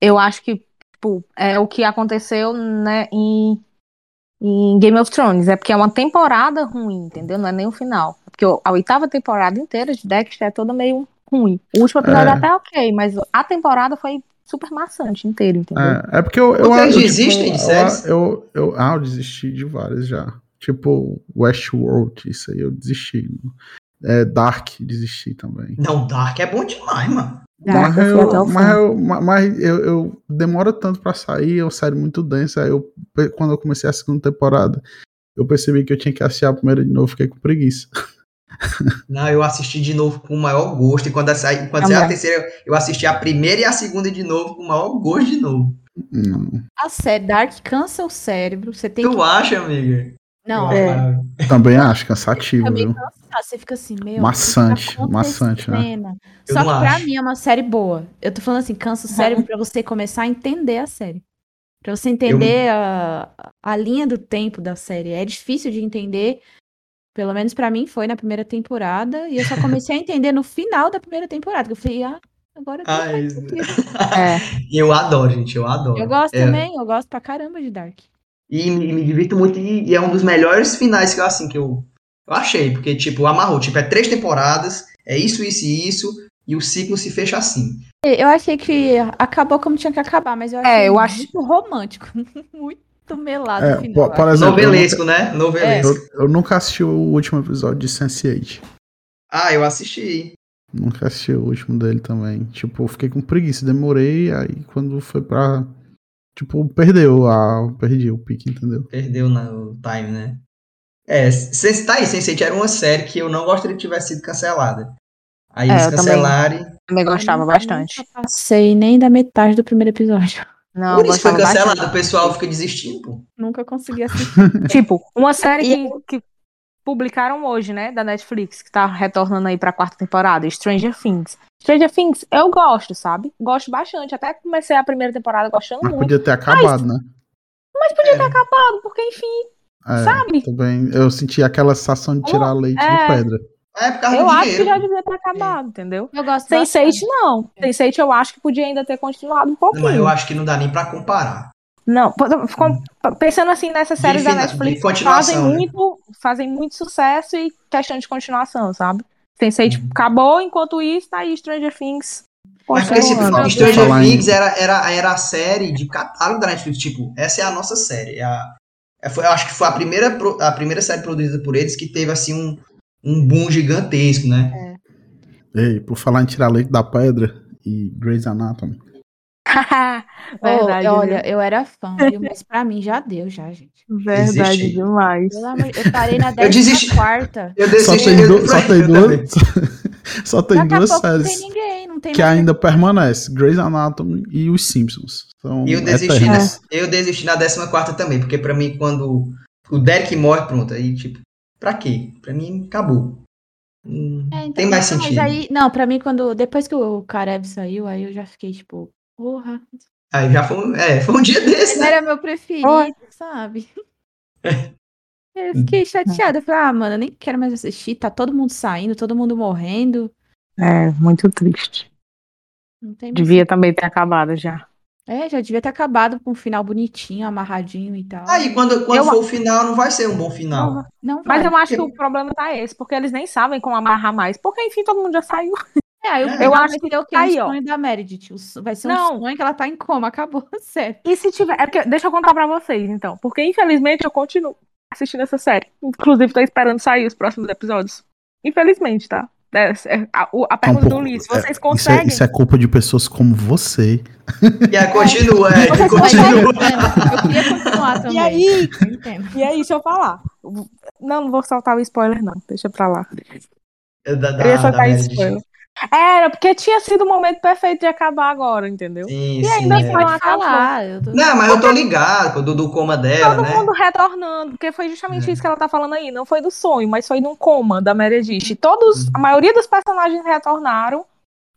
Eu acho que tipo, é o que aconteceu né, em, em Game of Thrones. É porque é uma temporada ruim, entendeu? Não é nem o final. Porque o- a oitava temporada inteira de Dexter é toda meio ruim. O último episódio É. é até ok, mas a temporada foi super maçante inteira, entendeu? É, é porque eu, eu Vocês eu, desistem de eu- séries? Eu, eu- ah, eu desisti de várias já. Tipo, Westworld, isso aí eu desisti. É, Dark, desisti também. Não, Dark é bom demais, mano. Dark, mas eu fui até eu, o mas fim. eu, ma- mas eu, eu- demora tanto pra sair, é uma série muito densa. Aí eu, pe- quando eu comecei a segunda temporada, eu percebi que eu tinha que assistir a primeira de novo, fiquei com preguiça. Não, eu assisti de novo com o maior gosto. E quando, a, sa- quando saiu a Também. terceira, eu assisti a primeira e a segunda de novo com o maior gosto de novo. Não. A série Dark cansa o cérebro, você tem que... Tu acha, amiga? Não, Eu É. acho. Também acho cansativo, pra mim viu? cansar, você fica assim, meu... Maçante, o que tá maçante, né? acontecendo? Eu Só que não pra acho. mim é uma série boa. Eu tô falando assim, cansa o cérebro pra você começar a entender a série. Pra você entender a, a linha do tempo da série. É difícil de entender. Pelo menos pra mim foi na primeira temporada. E eu só comecei a entender no final da primeira temporada. Que eu falei, ah, agora eu tô Ah, fazendo isso. sentido. É. Eu adoro, gente, eu adoro. Eu gosto É, também, eu gosto pra caramba de Dark. E me, me divirto muito, e, e é um dos melhores finais que eu, assim, que eu, eu achei, porque, tipo, amarrou, tipo, é três temporadas, é isso, isso e isso, e o ciclo se fecha assim. E- Eu achei que acabou como tinha que acabar, É, mas eu achei eu acho- muito romântico. Muito melado É, o final. po- por exemplo, eu É. nunca, Novelesco, né? Novelesco. eu- eu nunca assisti o último episódio de Sense8. Ah, eu assisti. Nunca assisti o último dele também. Tipo, eu fiquei com preguiça, demorei, aí quando foi pra. Tipo, perdeu a. Perdi o pique, Uhum. entendeu? Perdeu na- o time, né? É, Sense- tá aí, Sense8 era uma série que eu não gostaria que tivesse sido cancelada. Aí É, eles eu também. cancelaram. e- Também Eu gostava nunca- bastante. nunca passei nem da metade do primeiro episódio. Não, Por isso foi gostava bastante. cancelado, o pessoal fica desistindo, pô. Nunca consegui assistir. Tipo, uma série E- que, que publicaram hoje, né, da Netflix, que tá retornando aí pra quarta temporada, Stranger Things. Stranger Things, eu gosto, sabe? Gosto bastante. Até comecei a primeira temporada gostando Mas muito. podia Ah, ter acabado, né? Mas podia É. ter acabado, porque enfim, É, sabe? Também eu senti aquela sensação de Uhum, tirar leite de é. pedra. É por causa Eu do acho que dinheiro. já devia ter acabado, entendeu? Eu gosto Sense8 É. bastante. não. Sense8 eu acho que podia ainda ter continuado um Não, mas eu pouquinho. acho que não dá nem pra comparar. Não, pô, com- pensando assim nessas De séries da fina- Netflix de que continuação, fazem né? muito, fazem muito sucesso e questão de continuação, sabe? Sensei Uhum. tipo, acabou, enquanto isso, tá aí Stranger Things. Mas porque, tipo, continuando. Continuando. Stranger Falar em- Things era, era, era a série de catálogo da Netflix. Tipo, essa é a nossa série. É a- é, foi- eu acho que foi a primeira, pro- a primeira série produzida por eles que teve, assim, um, um boom gigantesco, né? Ei, por falar em tirar leite da pedra e Grey's Anatomy. Verdade, Ô, viu? olha, eu era fã, viu? mas pra mim já deu, já, gente. Verdade Existe. demais. Pelo amor de- Eu parei na 14 desisti. da quarta. Eu Só desisti, tem, eu- du- só eu tem também. duas. Só tem Daqui a duas pouco não tem séries ninguém, não tem que mais ainda permanece: Grey's Anatomy e os Simpsons. São E eu desisti, eternas. É, nessa- eu desisti na 14 também, porque pra mim, quando o Derek morre, pronto, aí tipo, pra quê? Pra mim, acabou. Hum, É, então, tem mais não, sentido. Mas aí, não, pra mim, quando, depois que o Karev saiu, aí eu já fiquei tipo, porra, Aí já foi, um- é, foi um dia desse, não né? era meu preferido, Olha. sabe? Eu fiquei chateada. Falei, ah, mano, eu nem quero mais assistir. Tá todo mundo saindo, todo mundo morrendo. É, muito triste. Não tem mais- Devia também ter acabado já. É, já devia ter acabado com um final bonitinho, amarradinho e tal. Aí quando, quando Eu- for o final, não vai ser um bom final. Não Mas vai. eu acho que o problema tá esse, porque eles nem sabem como amarrar mais. Porque, enfim, todo mundo já saiu. É, aí o eu final acho vai que tá ser o quê? aí, ó. um sonho da Meredith. O so- Vai ser Não. um sonho que ela tá em coma. Acabou, sério. E se tiver. É porque, deixa eu contar pra vocês, então. Porque, infelizmente, eu continuo assistindo essa série. Inclusive, tô esperando sair os próximos episódios. Infelizmente, tá? É, é, a, o- a Tá um pergunta do pouco- Ulisses, é, vocês isso é- conseguem? isso é culpa de pessoas como você. E aí continua, é, Vocês continua. né? Eu queria continuar também. E aí? Eu entendo. E aí, deixa eu falar. Não, não vou soltar o spoiler, não. Deixa pra lá. Da, da, eu ia da soltar né, Meredith. spoiler. Era, porque tinha sido o momento perfeito de acabar agora, entendeu? Sim, E sim. ainda é. fala- Pode falar. Eu tô... Não, mas eu tô ligado do, do coma dela, Todo né? mundo retornando, porque foi justamente É. isso que ela tá falando aí. Não foi do sonho, mas foi de um coma da Meredith. Todos, Uhum. a maioria dos personagens retornaram.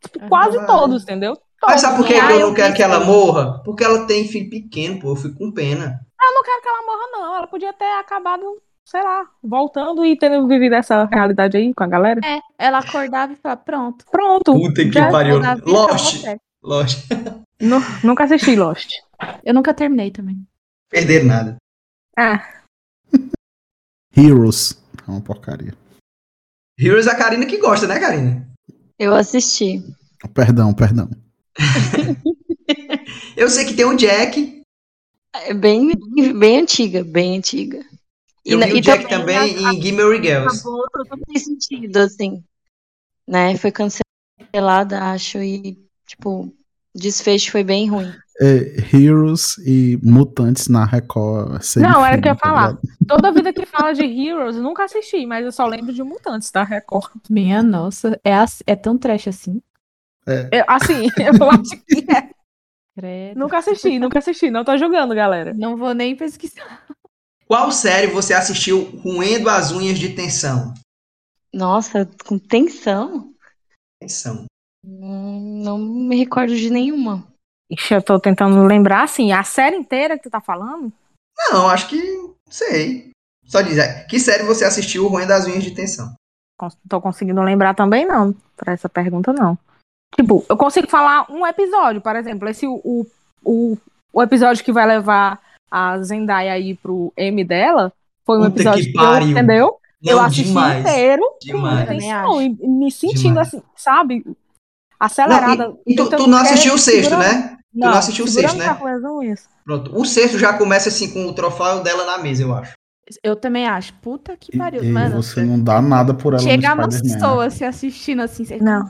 tipo, Aham. Quase todos, entendeu? Todos. Mas sabe por que que Ah, eu eu não quero vi que ela sim. morra? Porque ela tem filho pequeno, pô, eu fico com pena. Eu não quero que ela morra, não. Ela podia ter acabado, sei lá, voltando e tendo vivido essa realidade aí com a galera. É, ela acordava e falava, pronto. Pronto. Puta que Já é pariu. acabou a vida, acabou a Lost, série. Lost. Nu- nunca assisti Lost. Eu nunca terminei também. Perder nada. Ah, Heroes. É uma porcaria. Heroes a Karina que gosta, né, Karina? Eu assisti. Perdão, perdão. Eu sei que tem o Jack. É bem, bem antiga, bem antiga. E Eu na- vi o e Jack também também, a- em Gimmery Girls. acabou, não tem sentido, assim. Né? Foi cancelada, acho, e, tipo, o desfecho foi bem ruim. É, Heroes e Mutantes na Record. Não, era o que eu ia tá falar. ligado? toda vida que fala de Heroes, eu nunca assisti, mas eu só lembro de Mutantes, tá? Record. Minha nossa, é, ass- é tão trash assim. Eu- assim, eu acho que é. Credo. Nunca assisti, nunca assisti. Não tô julgando, galera. Não vou nem pesquisar. Qual série você assistiu roendo as unhas de tensão? Nossa, com tensão? Tensão. Hum, Não me recordo de nenhuma. Ixi, eu tô tentando lembrar, assim, a série inteira que tu tá falando? Não, acho que. Não sei. Só diz, é, que série você assistiu roendo as unhas de tensão? Cons- Tô conseguindo lembrar também, não. Pra essa pergunta, não. Tipo, eu consigo falar um episódio, por exemplo, esse o- o, o, o episódio que vai levar a Zendaya aí pro M dela. Foi um Puta que episódio que, eu- pariu. entendeu? eu Não, assisti inteiro Demais. com Também atenção acho. e me sentindo Demais. assim, sabe? Acelerada. Não, e, e tu, tentando- tu não assistiu o sexto, segurando- né? Não, não assistiu o segurando sexto, né? com as minhas unhas. Pronto. O sexto já começa assim com o troféu dela na mesa, eu acho. Eu também acho. Puta que pariu, E, e mano. você não dá nada por ela Chegar no umas Spider-Man. né? pessoas se assistindo assim. Você... Não.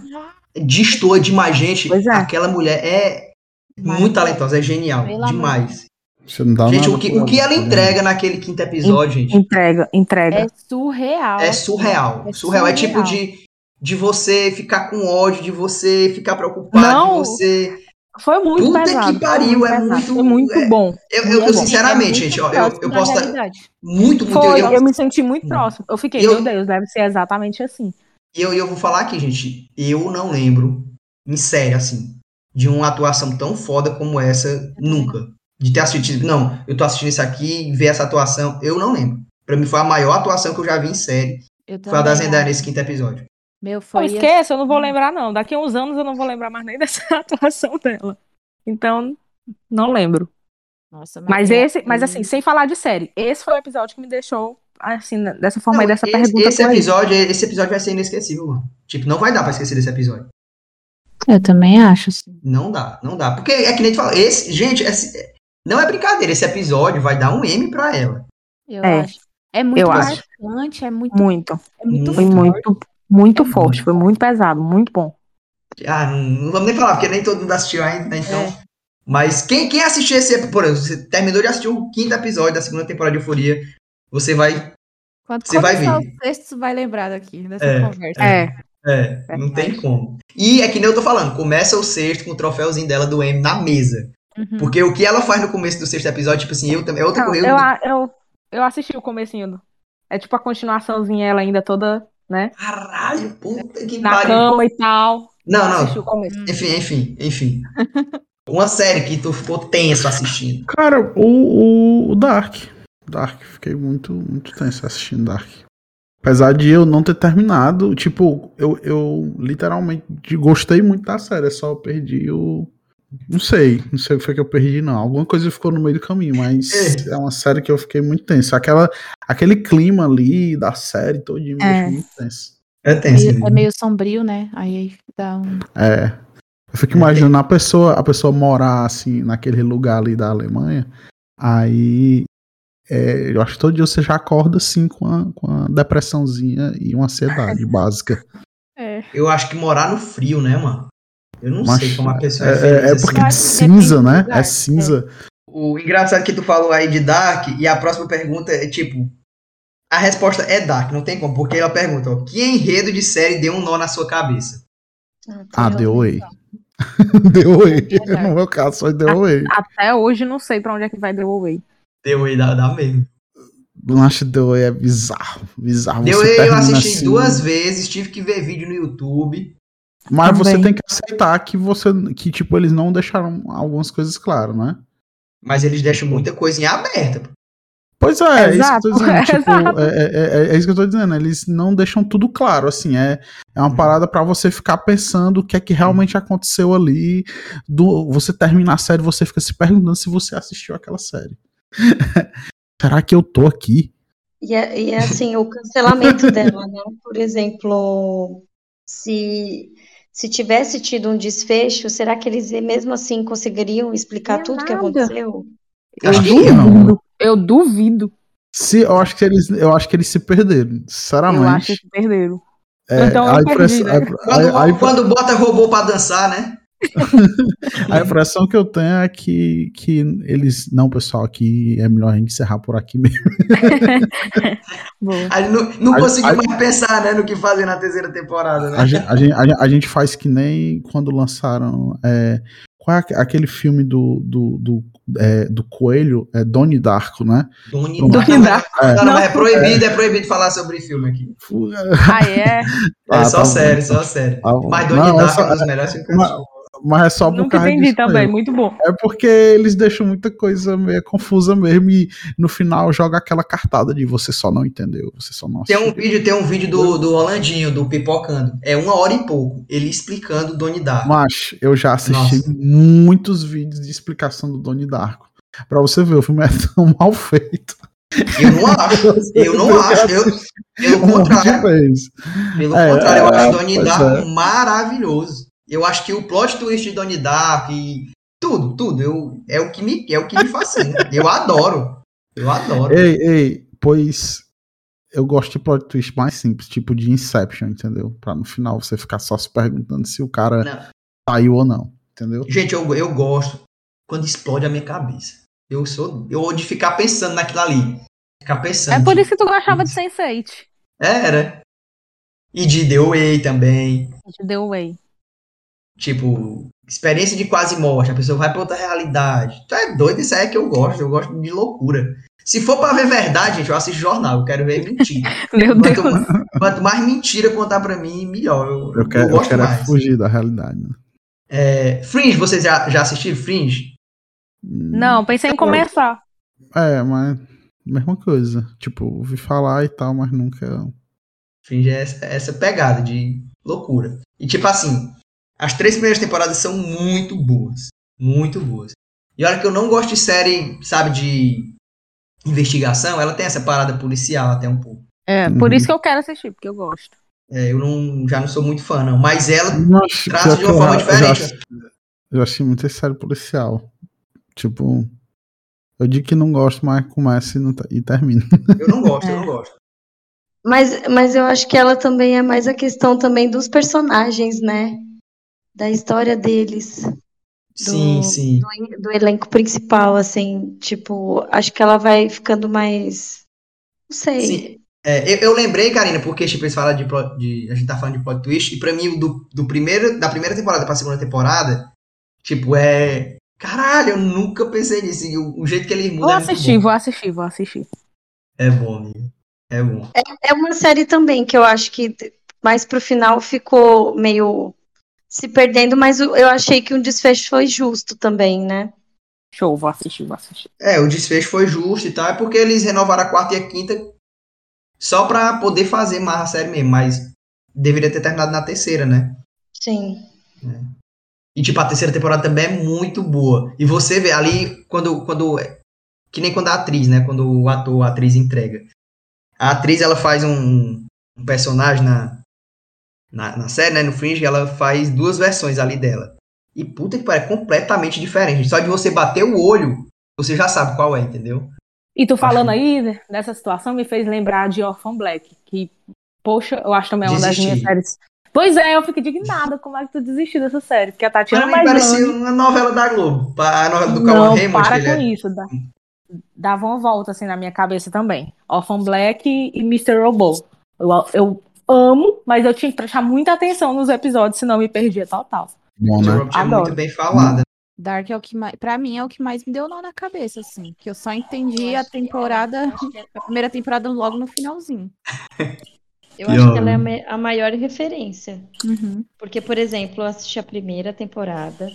Destoa demais, gente. Pois é. Aquela mulher é muito talentosa, é genial. Pelo amor demais. Você não dá Gente, nada o que, por o que ela né? tá ligado? entrega naquele quinto episódio, gente, Entrega, entrega. É surreal. é surreal. É surreal. É tipo surreal. de, de você ficar com ódio, de você ficar preocupado, Não. de você. Foi muito Puta que pesado. pariu, é pesado, muito- foi muito é- bom. Eu, Muito eu- eu bom. sinceramente, gente, ó, eu, eu posso estar muito, muito. Foi, eu- Hum. eu me senti muito próximo. Eu fiquei, Eu- meu Deus, deve ser exatamente assim. E eu, e eu vou falar aqui, gente, eu não lembro, em sério, assim, de uma atuação tão foda como essa, nunca. De ter assistido, não, eu tô assistindo isso aqui, ver essa atuação, eu não lembro. Pra mim foi a maior atuação que eu já vi em série, Eu foi a da também Zendaya acho. nesse quinto episódio. Meu, foi. assim. Não esqueça, eu não vou lembrar, não. Daqui a uns anos eu não vou lembrar mais nem dessa atuação dela. Então, não lembro. Nossa, Mas é- esse, mas assim, sem falar de série, esse foi o episódio que me deixou assim dessa forma Não, aí dessa esse, pergunta. esse tua aí. episódio, esse episódio vai ser inesquecível, mano. Tipo, não vai dar pra esquecer desse episódio. Eu também acho. Assim. Não dá, não dá. Porque é que nem tu fala, esse, gente, esse- não é brincadeira, esse episódio vai dar um M pra ela. Eu É. acho. É muito Eu acho. marcante, é muito, Muito. é muito Foi Muito. muito, muito forte. Foi muito pesado, muito bom. Ah, não, não vamos nem falar, porque nem todo mundo assistiu ainda, né? Então. É. Mas quem, quem assistiu esse, por exemplo, você terminou de assistir o quinto episódio da segunda temporada de Euforia, você vai. Quando Você vai começar ver. tá o sexto, vai lembrar daqui, dessa É, conversa. É. É, não tem como. E é que nem eu tô falando, começa o sexto com o troféuzinho dela do M na mesa. Hum. Uhum. Porque o que ela faz no começo do sexto episódio, tipo assim, eu também. É outra Não, coisa. Então, eu, a- eu, eu assisti o comecinho. do- É tipo a continuaçãozinha, ela ainda toda, né? Caralho, puta que Na pariu. cama Uhum. e tal. Não, não. Assisti o começo. Enfim, enfim, enfim. Uma série que tu ficou tenso assistindo. Cara, o, o- o Dark. Dark, fiquei muito, muito tenso assistindo Dark. Apesar de eu não ter terminado, tipo, eu, eu literalmente gostei muito da série, eu só perdi o. Não sei, não sei o que foi que eu perdi, não. Alguma coisa ficou no meio do caminho, mas é uma série que eu fiquei muito tenso. Aquela, aquele clima ali da série todinho me É. deixou muito tenso. É tenso. Meio- É mesmo. meio sombrio, né? Aí dá um. É. Eu fico imaginando a pessoa, a pessoa morar assim naquele lugar ali da Alemanha. Aí é, eu acho que todo dia você já acorda assim com a, com a depressãozinha e uma ansiedade básica. É. Eu acho que morar no frio, né, mano? Eu não Mas- sei como a pessoa É, feliz é, é assim. porque Eu é acho que depende cinza, do né? lugar, É cinza. O engraçado que tu falou aí de Dark, e a próxima pergunta é tipo. A resposta é Dark, não tem como, porque ela pergunta, ó, que enredo de série deu um nó na sua cabeça? Ah, deu oi. É deu oi. No meu caso, foi deu oi. Até hoje não sei pra onde é que vai The Away. Deu aí, dá, dá mesmo. Não acho que deu oi, é bizarro. Bizarro. Deu Você aí, eu termina assisti assim, duas vezes, tive que ver vídeo no YouTube. Mas você tem Também. que aceitar que você. Que, tipo, eles não deixaram algumas coisas claras, né? Mas eles deixam muita coisa em aberto. pô. Pois é, é isso que eu tô Exato, dizendo. tipo, exato. é, é- é- é isso que eu tô dizendo. Eles não deixam tudo claro, assim. É, é uma parada pra você ficar pensando o que é que realmente aconteceu ali. Do, você termina a série, você fica se perguntando se você assistiu aquela série. Será que eu tô aqui? E, é- e é assim, o cancelamento dela, né? Por exemplo, se, se tivesse tido um desfecho, será que eles mesmo assim conseguiriam explicar É tudo o que nada. aconteceu? Eu acho que não. Eu duvido. Se, eu, acho que eles, eu acho que eles se perderam, Eu acho sinceramente. que perderam. É, então eu a, perdi, impressão- né? a- a- Quando, a- a- quando bota robô pra dançar, né? a impressão que eu tenho é que, que eles. Não, pessoal, aqui é melhor a gente encerrar por aqui mesmo. Boa. Aí não, não Aí- conseguiu aí- mais pensar, né, no que fazer na terceira temporada, né? A gen- a gen- a gen- a gente, faz que nem quando lançaram. é, qual é aque- aquele filme do, do, do, é, do Coelho? É Donnie Darko, né? Doni Doni Darko. Darko. Então, Não, não, Não. é proibido, é proibido falar sobre filme aqui. Fu- Ah, é? é Ah, só tá bom. sério, só sério. Tá bom. Mas Doni Não, é Darko é um só- dos melhores filmes que eu Mas, assisti. mas é só por Nunca causa entendi disso também. mesmo. Muito bom. É porque eles deixam muita coisa meio confusa mesmo e no final joga aquela cartada de você só não entendeu, você só não Tem um assistiu. vídeo, tem um vídeo do, do Rolandinho, do Pipocando. É uma hora e pouco. Ele explicando Doni Darko. Mas eu já assisti Nossa. muitos vídeos de explicação do Donnie Darko. Pra você ver, o filme é tão mal feito. Eu não acho. Eu não acho. Eu, pelo Um monte de contrário, vez. Pelo É, contrário, eu é, acho Donnie pois Darko maravilhoso. Eu acho que o plot twist de Donnie Darko e tudo, tudo, eu, é, o que me, é o que me fascina. Eu adoro. Eu adoro. Ei, ei, pois eu gosto de plot twist mais simples, tipo de Inception, entendeu? Pra no final você ficar só se perguntando se o cara Não. saiu ou não, entendeu? Gente, eu, eu gosto quando explode a minha cabeça. Eu sou. Eu odeio ficar pensando naquilo ali. Ficar pensando. É, É por isso que tu gostava de Sense8. Era. E de The Way também. De The Away. Tipo, experiência de quase morte. A pessoa vai pra outra realidade. Tu é doido, isso aí é que eu gosto. Eu gosto de loucura. Se for pra ver verdade, gente, eu assisto jornal. Eu quero ver mentira. É, Meu Quanto, Deus. quanto mais mentira contar pra mim, melhor. Eu, Eu quero, eu eu gosto quero é mais. fugir da realidade. Né? É, Fringe, vocês já, já assistiram Fringe? Hum, Não, pensei em começar. É, mas mesma coisa. Tipo, ouvi falar e tal, mas nunca. Fringe é essa, essa pegada de loucura. E tipo assim, as três primeiras temporadas são muito boas. Muito boas. E olha que eu não gosto de série, sabe, de investigação, ela tem essa parada policial até um pouco. É, Uhum. por isso que eu quero assistir, porque eu gosto. É, eu não, já não sou muito fã, não. Mas ela Nossa, Traço de uma forma já, diferente. assisti- eu já achei muita série policial. Tipo, Eu digo que não gosto, mas começa e, não te- e termina. Eu não gosto, eu não gosto. Mas, mas eu acho que ela também é mais a questão também dos personagens, né? Da história deles, Sim, sim. do elenco principal, assim, tipo, acho que ela vai ficando mais. Não sei. Sim. É, eu, eu lembrei, Karina, porque tipo, eles falam de, plot- de- A gente tá falando de plot twist, e pra mim, o do, do primeiro, da primeira temporada pra segunda temporada, tipo, é. Caralho, eu nunca pensei nisso. e O, o jeito que ele muda. Vou é muito assistir, bom. vou assistir, vou assistir. É bom, amigo. É bom. É uma série também que eu acho que t- mais pro final ficou meio se perdendo, mas o- eu achei que um desfecho foi justo também, né? Show, vou assistir, vou assistir. É, o desfecho foi justo e tal, é porque eles renovaram a quarta e a quinta só pra poder fazer mais a série mesmo, mas deveria ter terminado na terceira, né? Sim. E, tipo, a terceira temporada também é muito boa. E você vê ali, quando. quando que nem quando a atriz, né? Quando o ator, a atriz entrega. A atriz, ela faz um, um personagem na, na, na série, né? No Fringe, ela faz duas versões ali dela. E puta que pariu, é completamente diferente. Só de você bater o olho, você já sabe qual é, entendeu? E tu falando aí né, dessa situação me fez lembrar de Orphan Black, que, poxa, eu acho também uma das Desisti. minhas séries. Pois é, eu fico indignada como é que tu desistiu dessa série, porque a Pra Tatiana mim, mais parecia uma novela da Globo. A novela do Cauã Não, Raymond, que para ele com é- isso. Dá, dava uma volta assim na minha cabeça também. Orphan Black e Mr. Robot. Eu, eu amo, mas eu tinha que prestar muita atenção nos episódios, senão eu me perdia total. Bom, Esse né? Robert é muito Adoro. bem falada. Dark é o que mais, pra mim é o que mais me deu nó na cabeça, assim. Que eu só entendi a temporada, a primeira temporada logo no finalzinho. Eu E acho a- que ela é a me- a maior referência. Uhum. Porque, por exemplo, eu assisti a primeira temporada,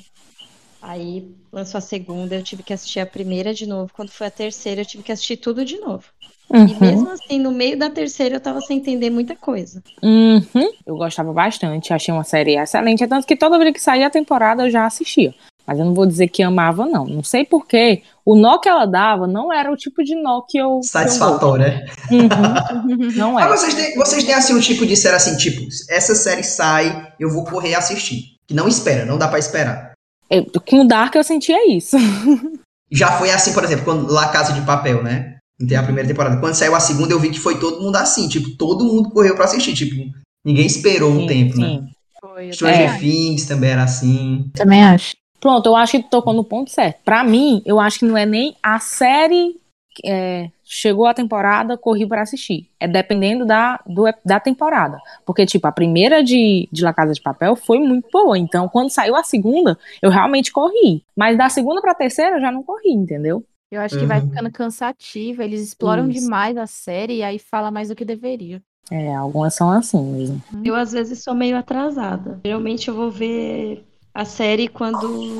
aí lançou a segunda, eu tive que assistir a primeira de novo. Quando foi a terceira, eu tive que assistir tudo de novo. Uhum. E mesmo assim, no meio da terceira, eu tava sem entender muita coisa. Uhum. Eu gostava bastante, achei uma série excelente. É tanto que toda vez que saía a temporada eu já assistia. Mas eu não vou dizer que amava, não. Não sei porquê. O nó que ela dava não era o tipo de nó que eu. que eu Satisfatória. gosto. Uhum. Não Mas era. vocês têm, vocês têm assim um tipo de série assim, tipo, essa série sai, eu vou correr e assistir. Que não espera, não dá pra esperar. Eu- com o Dark eu sentia isso. Já foi assim, por exemplo, quando La Casa de Papel, né? Não tem a primeira temporada. Quando saiu a segunda, eu vi que foi todo mundo assim, tipo, todo mundo correu pra assistir, tipo, ninguém esperou um Sim, tempo, sim. né? Foi, Stranger É. Things também era assim. também acho. Pronto, eu acho que tu tocou no ponto certo. Pra mim, eu acho que não é nem a série que, é, chegou a temporada, corri pra assistir. É dependendo da, do ep- da temporada. Porque, tipo, a primeira de, de La Casa de Papel foi muito boa. Então, quando saiu a segunda, eu realmente corri. Mas da segunda pra terceira, eu já não corri, entendeu? Eu acho que vai Uhum. ficando cansativa, eles exploram Isso. demais a série e aí fala mais do que deveria. É, algumas são assim mesmo. Eu, às vezes, sou meio atrasada. Geralmente, eu vou ver a série quando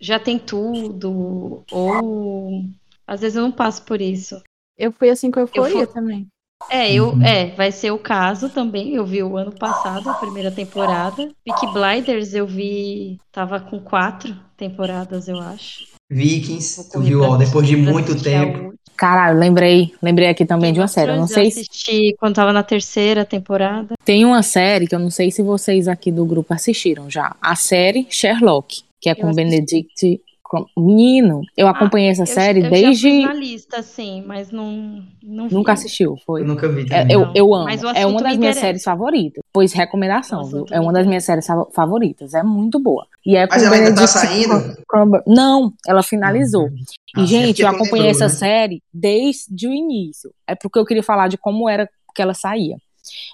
já tem tudo, ou às vezes eu não passo por isso. Eu fui assim com fui- euforia também. É, eu, Uhum. é, vai ser o caso também. Eu vi o ano passado, a primeira temporada. Peaky Blinders eu vi, tava com quatro temporadas, eu acho. Vikings, Vou tu correr viu, pra ó, depois de assistir- pra muito assistir a tempo. última. Caralho, lembrei, lembrei aqui também de uma série. Eu não sei Eu se assisti quando tava na terceira temporada. tem uma série que eu não sei se vocês aqui do grupo assistiram já. A série Sherlock, que é com assisti. Benedict Crum- Menino, eu acompanhei essa Ah, Eu- série eu desde já fui na lista, assim, mas não, não vi. nunca assistiu, foi. Eu nunca vi É, também. eu, eu amo. Mas o É assunto uma das me minhas interessa. séries favoritas. Pois recomendação, O viu? assunto É me uma das interessa. minhas séries fa- favoritas. É muito boa. E é Mas com ela ainda tá Benedict saindo? Crum- Cumber- Não, ela finalizou. E, Ah, é gente, porque eu tu acompanhei lembrou, essa né? série desde o início. É porque eu queria falar de como era que ela saía.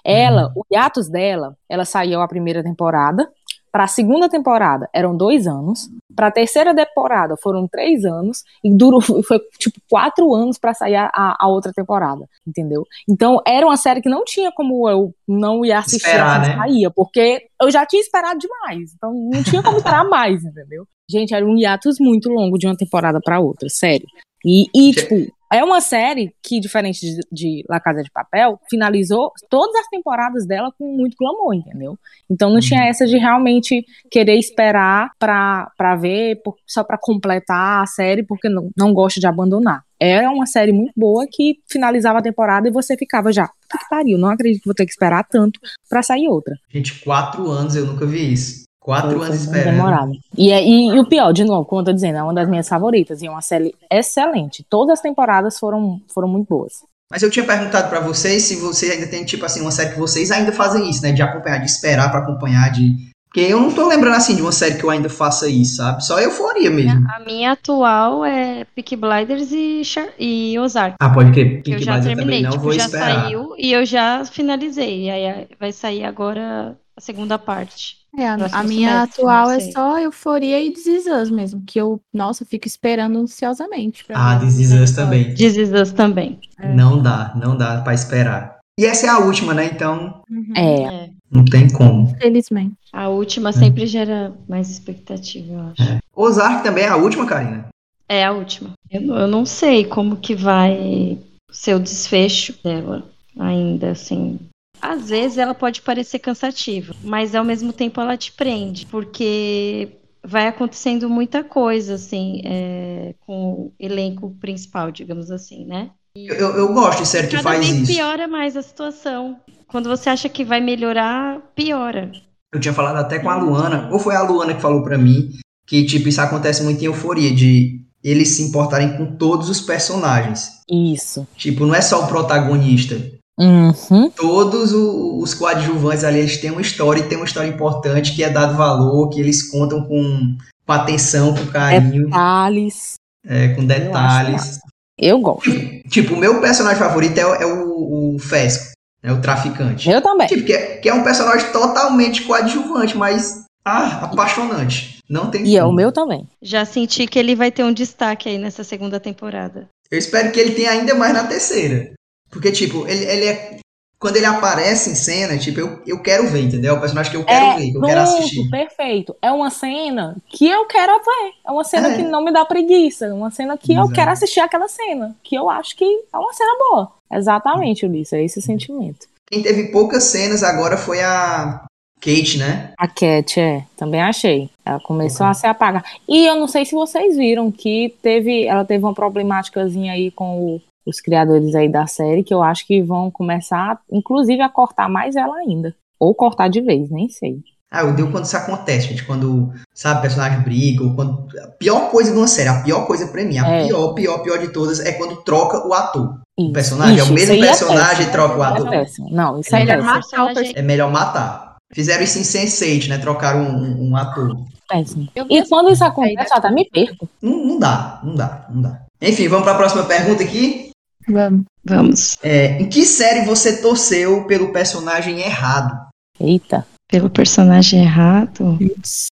Ela, Uhum. o hiatus dela, ela saiu a primeira temporada. Para a segunda temporada eram dois anos. Para a terceira temporada foram três anos. E durou, foi tipo quatro anos para sair a, a outra temporada. Entendeu? Então era uma série que não tinha como eu não ir assistir Esperar, assim que né? saía. Porque eu já tinha esperado demais. Então não tinha como esperar mais, entendeu? Gente, era um hiatus muito longo de uma temporada para outra, sério. E, e, Che- tipo, é uma série que, diferente de, de La Casa de Papel, finalizou todas as temporadas dela com muito glamour, entendeu? Então não Uhum. tinha essa de realmente querer esperar pra, pra ver, por- só pra completar a série, porque não, não gosta de abandonar. Era uma série muito boa que finalizava a temporada e você ficava já, "Puta que pariu, não acredito que vou ter que esperar tanto pra sair outra. Gente, quatro anos eu nunca vi isso. Quatro Foi- anos foi bem esperando. demorado. E, é- e, e o pior, de novo, como eu tô dizendo, é uma das minhas favoritas e é uma série excelente. Todas as temporadas foram, foram muito boas. Mas eu tinha perguntado pra vocês se vocês ainda tem, tipo assim, uma série que vocês ainda fazem isso, né? De acompanhar, de esperar pra acompanhar, de. Porque eu não tô lembrando assim de uma série que eu ainda faça isso, sabe? Só euforia mesmo. A minha atual é Peaky Blinders e, Char- e Ozark. Ah, pode crer. que eu Pink já Blinders eu também terminei, não tipo, vou já esperar. saiu e eu já finalizei. E aí vai sair agora a segunda parte. É, a, Próximo a minha semestre, não atual é sei. só euforia e desesãs mesmo, que eu, nossa, fico esperando ansiosamente. pra Ah, ver a This Is primeira Us história. também. This Is Us também. É. Não dá, não dá pra esperar. E essa é a última, né? Então Uhum. É, não tem como. Felizmente. A última sempre gera mais expectativa, eu acho. É. Ozark também é a última, Karina? É a última. Eu, eu não sei como que vai ser o desfecho dela ainda, assim. Às vezes ela pode parecer cansativa, mas ao mesmo tempo ela te prende, porque vai acontecendo muita coisa, assim, é, com o elenco principal, digamos assim, né? Eu, eu- eu gosto de série É que Cada faz vez isso. piora mais a situação. Quando você acha que vai melhorar, piora. Eu tinha falado até com a Luana, ou foi a Luana que falou pra mim, que, tipo, isso acontece muito em euforia, de eles se importarem com todos os personagens. isso. Tipo, não é só o protagonista. Uhum. Todos o- os coadjuvantes ali, eles têm uma história e tem uma história importante que é dado valor, que eles contam com, com atenção, com carinho, Alice. é, com detalhes. Eu gosto. Tipo, o meu personagem favorito é, o- é o, o Fesco, né, o traficante. Eu também. Tipo, que é, que é um personagem totalmente coadjuvante, mas ah, apaixonante. Não tem E é o como. meu também. Já senti que ele vai ter um destaque aí nessa segunda temporada. Eu espero que ele tenha ainda mais na terceira. Porque, tipo, ele, ele é. Quando ele aparece em cena, tipo, eu, eu quero ver, entendeu? É o personagem que eu quero É, ver, que eu quero assistir. pronto, perfeito. É uma cena que eu quero ver. É uma cena É. que não me dá preguiça. É uma cena que eu Exato. quero assistir aquela cena. Que eu acho que é uma cena boa. Exatamente, Ulisses. É esse Uhum. sentimento. Quem teve poucas cenas agora foi a Kate, né? A Cat, é, também achei. Ela começou Uhum. a se apagar. E eu não sei se vocês viram que teve, ela teve uma problemáticazinha aí com o- os criadores aí da série, que eu acho que vão começar, inclusive, a cortar mais ela ainda. Ou cortar de vez, nem sei. Ah, eu deu quando isso acontece, gente. Quando, sabe, o personagem briga, ou quando. A pior coisa de uma série, a pior coisa pra mim, a É. pior, pior, pior de todas é quando troca o ator. Isso. O personagem é o Isso, mesmo isso aí é personagem péssimo. e troca o Isso ator. é péssimo. Não, isso É é melhor péssimo. matar o personagem- É melhor matar. Fizeram isso em Sense8, né? Trocaram um, um ator. péssimo. Eu vi E essa quando isso aí, né? acontece, eu até me perco. Não, não dá, não dá, não dá. Enfim, vamos para a próxima pergunta aqui. Vamos. Vamos. É, em que série você torceu pelo personagem errado? Eita, Pelo personagem errado.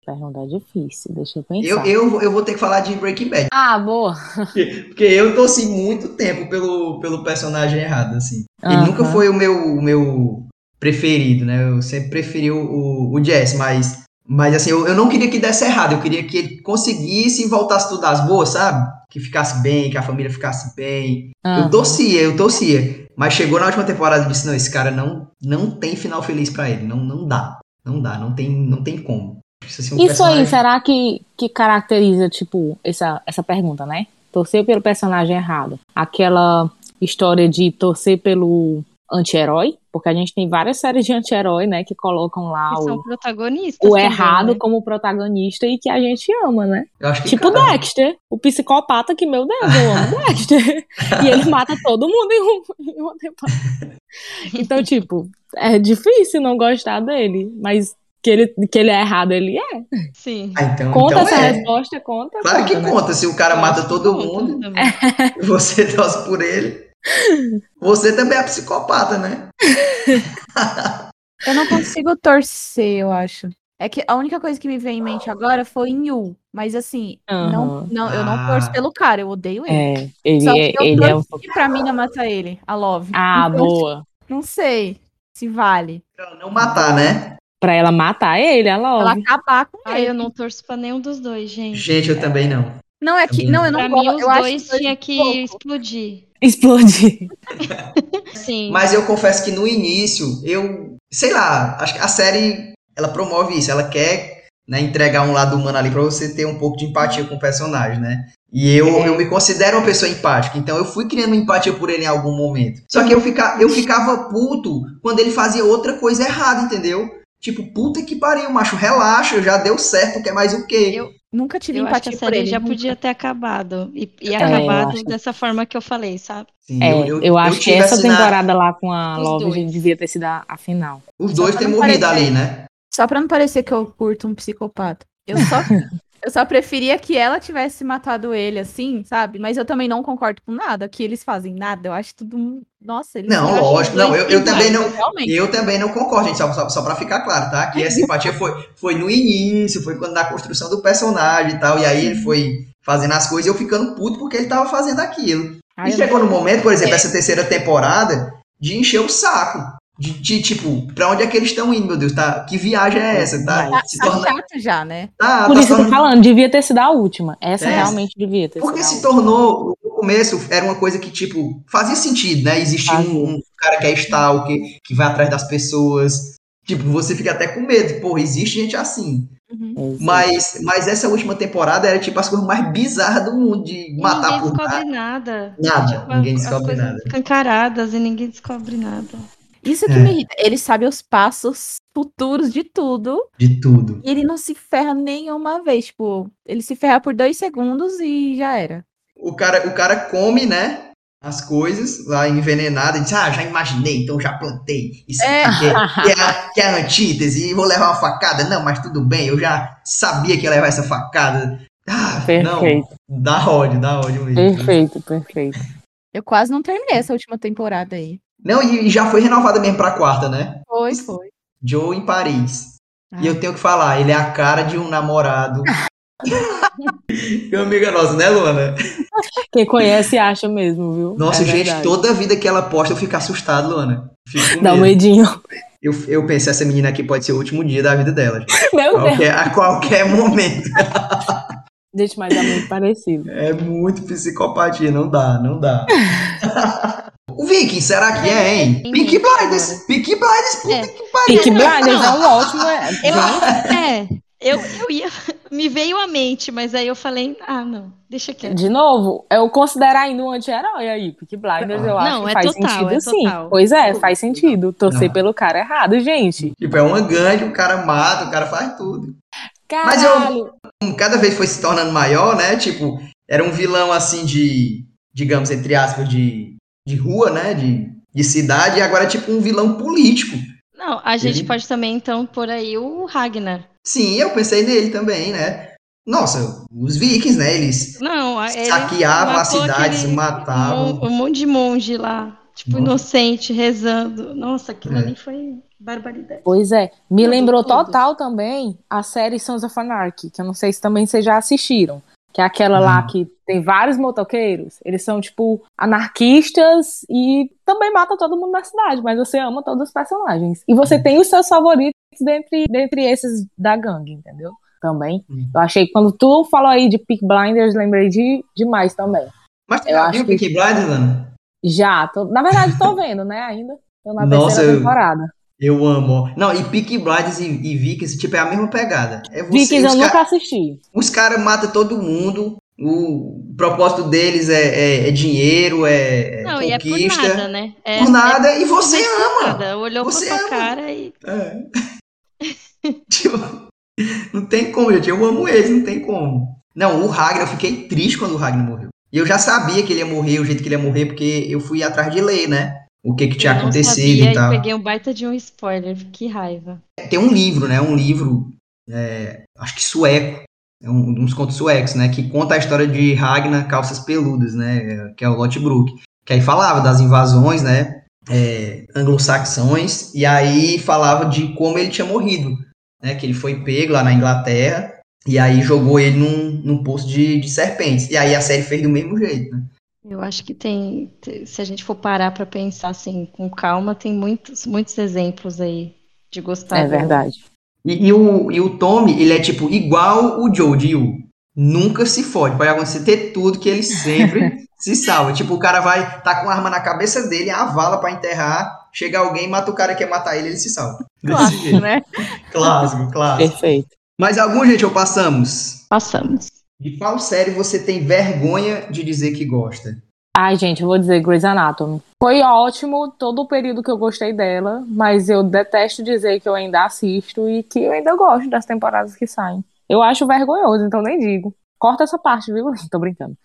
pergunta difícil. Deixa eu pensar. Eu, eu, eu vou ter que falar de Breaking Bad, Ah, boa. porque eu torci muito tempo pelo, pelo personagem errado, assim. Ele Aham. nunca foi o meu, o meu preferido, né? Eu sempre preferi o, o, o Jess, mas, mas assim, eu, eu não queria que desse errado, eu queria que ele conseguisse e voltasse tudo às boas, sabe? Que ficasse bem, que a família ficasse bem, Aham. Eu torcia, eu torcia. Mas chegou na última temporada e disse: não, esse cara não, não tem final feliz pra ele. Não, não dá. Não dá, não tem, não tem como. Precisa ser um Isso aí, personagem- será que, que caracteriza, tipo, essa, essa pergunta, né? Torcer pelo personagem errado. Aquela história de torcer pelo anti-herói, porque a gente tem várias séries de anti-herói, né, que colocam lá Que são o, protagonistas. o também, errado né? como protagonista e que a gente ama, né? Eu acho que um. Tipo cara, Dexter, o psicopata que, meu Deus, eu amo Dexter. E ele mata todo mundo em, um, em uma temporada. Então, tipo, é difícil não gostar dele, mas que ele, que ele é errado, ele é. né? Sim. Ah, então, Conta então essa é. resposta, conta. Claro que né? conta. Se o cara mata todo mundo, É. você torce por ele. Você também é psicopata, né? Eu não consigo torcer, eu acho. É que a única coisa que me vem em mente agora foi em Yu. Mas assim, não, Aham. não, eu não Ah. torço pelo cara, eu odeio ele. É, ele, Só que é, eu ele é um. torci pra mim não matar ele, a Love. Ah, Então, boa. Não sei se vale. Pra não matar, né? Pra ela matar ele, a Ela Love. acabar com Ai, ele. eu não torço pra nenhum dos dois, gente. Gente, eu também não. Não é que. Também Não, eu pra não mim, gosto. os Eu acho dois que tinha que pouco. explodir. Explodir. Sim. Mas eu confesso que no início, eu, sei lá, acho que a série ela promove isso, ela quer né, entregar um lado humano ali pra você ter um pouco de empatia com o personagem, né? E eu, É. eu me considero uma pessoa empática, então eu fui criando empatia por ele em algum momento. Só que eu, fica, eu ficava puto quando ele fazia outra coisa errada, entendeu? Tipo, puta que pariu, macho, relaxa, já deu certo, quer mais o quê? Eu- Nunca tive Eu acho que empatia a por série ele. já nunca. É, podia ter acabado. E, e também, eu acabado acho. dessa forma que eu falei, sabe? Sim, É, eu, acho que tive essa assinado- temporada lá com a Os Love dois. devia ter sido a, a final. Os dois Só têm pra não morrido é parecer. ali, né? Só pra não parecer que eu curto um psicopata. Eu só, eu só preferia que ela tivesse matado ele, assim, sabe? Mas eu também não concordo com nada que eles fazem. Nada. Eu acho tudo. um- Nossa, eles. Não, eu acho lógico, não, dois eu- eu demais, também não- Realmente. Eu também não concordo, gente, só, só, só pra ficar claro, tá? Que essa empatia foi, foi no início, foi quando na construção do personagem e tal, e aí ele foi fazendo as coisas e eu ficando puto porque ele tava fazendo aquilo. Ai, e eu chegou no momento, por É. exemplo, essa terceira temporada, de encher o saco. De, de, tipo, pra onde é que eles estão indo, meu Deus, tá? Que viagem é essa, tá? Tá, Se tá torna- chato já, né? tá, Por tá isso que eu tô tornando- falando, devia ter sido a última. Essa É. realmente devia ter Porque se sido. a última. né? tornou, no começo, era uma coisa que, tipo, fazia sentido, né? Existia um, um cara que é stalker, que vai atrás das pessoas. Tipo, você fica até com medo. Porra, existe gente assim. Uhum. Exato. Mas, mas essa última temporada era, tipo, as coisas mais bizarras do mundo, de E matar ninguém por descobre nada. nada. Nada, Tipo, ninguém as descobre coisas nada. escancaradas e ninguém descobre nada. Isso que É. me irrita. Ele sabe os passos futuros de tudo De tudo. e ele não se ferra nenhuma vez. Tipo, ele se ferra por dois segundos e já era. O cara, o cara come, né? As coisas lá envenenada, e diz, ah, já imaginei, então já plantei. Isso É. aqui é, que é, a- que é a antítese, e vou levar uma facada. Não, mas tudo bem, eu já sabia que ia levar essa facada. Ah, Perfeito, não, dá ódio, dá ódio mesmo. perfeito, perfeito. Eu quase não terminei essa última temporada aí. Não, e, e já foi renovada mesmo pra quarta, né? Foi, foi. Joe em Paris. E Ah. eu Ai. tenho que falar, ele é a cara de um namorado. Meu amiga nossa, né, Luana? Quem conhece acha mesmo, viu? Nossa, É gente, verdade. toda vida que ela posta, eu fico assustado, Luana. Fico com Dá um medo. medinho. Eu, eu pensei, essa menina aqui pode ser o último dia da vida dela. gente. Meu Deus. Qualquer- a qualquer momento. Gente, mas é muito parecido. É muito psicopatia, não dá, não dá. o Viking, será que é, hein? Tem Peaky Viking Blinders! Peaky Blinders, puta É. que pariu! Pick Blinders é um ótimo. é. Eu, é, eu, eu ia. Me veio à mente, mas aí eu falei, ah, não, deixa Hum. quieto. De novo, eu considero ainda um anti-herói aí, Peaky Blinders, eu acho Não, que é faz total, sentido é sim. total. Pois é, faz sentido. Torcer Não. pelo cara errado, gente. Tipo, é uma gangue, o cara mata, o cara faz tudo. Mas eu- Caralho! Como Cada vez foi se tornando maior, né? Tipo, era um vilão assim de, digamos, entre aspas, de, de rua, né? De, de cidade, e agora é tipo um vilão político. Não, a gente Ele- pode também, então, pôr aí o Ragnar. Sim, eu pensei nele também, né? Nossa, os vikings, né? Eles Não, a- Ah, ele saqueavam as matou cidades, aquele- matavam. Um, um monte de monge lá, tipo, Nossa. inocente, rezando. Nossa, aquilo É. ali foi barbaridade. Pois é, me Tudo, lembrou tudo. total também a série Sons of Anarchy, que eu não sei se também vocês já assistiram. Que é aquela lá Não. que tem vários motoqueiros. Eles são, tipo, anarquistas e também matam todo mundo na cidade, mas você ama todos os personagens. E você Uhum. tem os seus favoritos dentre, dentre esses da gangue, entendeu? Também. Hum. Eu achei que quando tu falou aí de Peak Blinders, lembrei de demais também. Mas tu Eu já acho viu o que- Peaky Blinders, Ana? Já, tô- na verdade, tô vendo, né, ainda. Tô na Nossa, terceira eu- temporada. Eu amo. ó. Não, e Peaky Blinders e, e Vikings, tipo, é a mesma pegada. É você, Vikings os eu ca- nunca assisti. Os caras matam todo mundo, o propósito deles é, é- é dinheiro, é, é Não, e é por conquista. nada, né? É, Por nada, e é você por ama. nada. Olhou Você pra sua ama. cara e. É. Tipo, não tem como, gente. Eu amo eles, não tem como. Não, o Ragnar, eu fiquei triste quando o Ragnar morreu. E eu já sabia que ele ia morrer, o jeito que ele ia morrer, porque eu fui atrás de ler, né? O que que tinha eu não acontecido sabia e tal. peguei um baita de um spoiler, que raiva. tem um livro, né? Um livro, é, acho que sueco, é um, uns contos suecos, né? Que conta a história de Ragnar Calças Peludas, né? é, Que é o Lothbrok. Que aí falava das invasões, né? é, anglo-saxões, e aí falava de como ele tinha morrido, né? Que ele foi pego lá na Inglaterra, e aí jogou ele num, num poço de, de serpentes. E aí a série fez do mesmo jeito, né? Eu acho que tem, te- se a gente for parar pra pensar assim com calma, tem muitos, muitos exemplos aí de gostar. É do- verdade. E, e o, e o Tommy, ele é tipo igual o Joe de Yu. Nunca se fode. Pode acontecer ter tudo que ele sempre se salva. Tipo, o cara vai tá com a arma na cabeça dele, a vala pra enterrar, chega alguém, mata o cara que quer matar ele, ele se salva. Desse jeito. É. né? Clássico, clássico. Perfeito. Mas algum gente ou passamos? Passamos. De qual série você tem vergonha de dizer que gosta? Ai, gente, eu vou dizer Grey's Anatomy. Foi ótimo todo o período que eu gostei dela, mas eu detesto dizer que eu ainda assisto e que eu ainda gosto das temporadas que saem. Eu acho vergonhoso, então nem digo. Corta essa parte, viu? Tô brincando.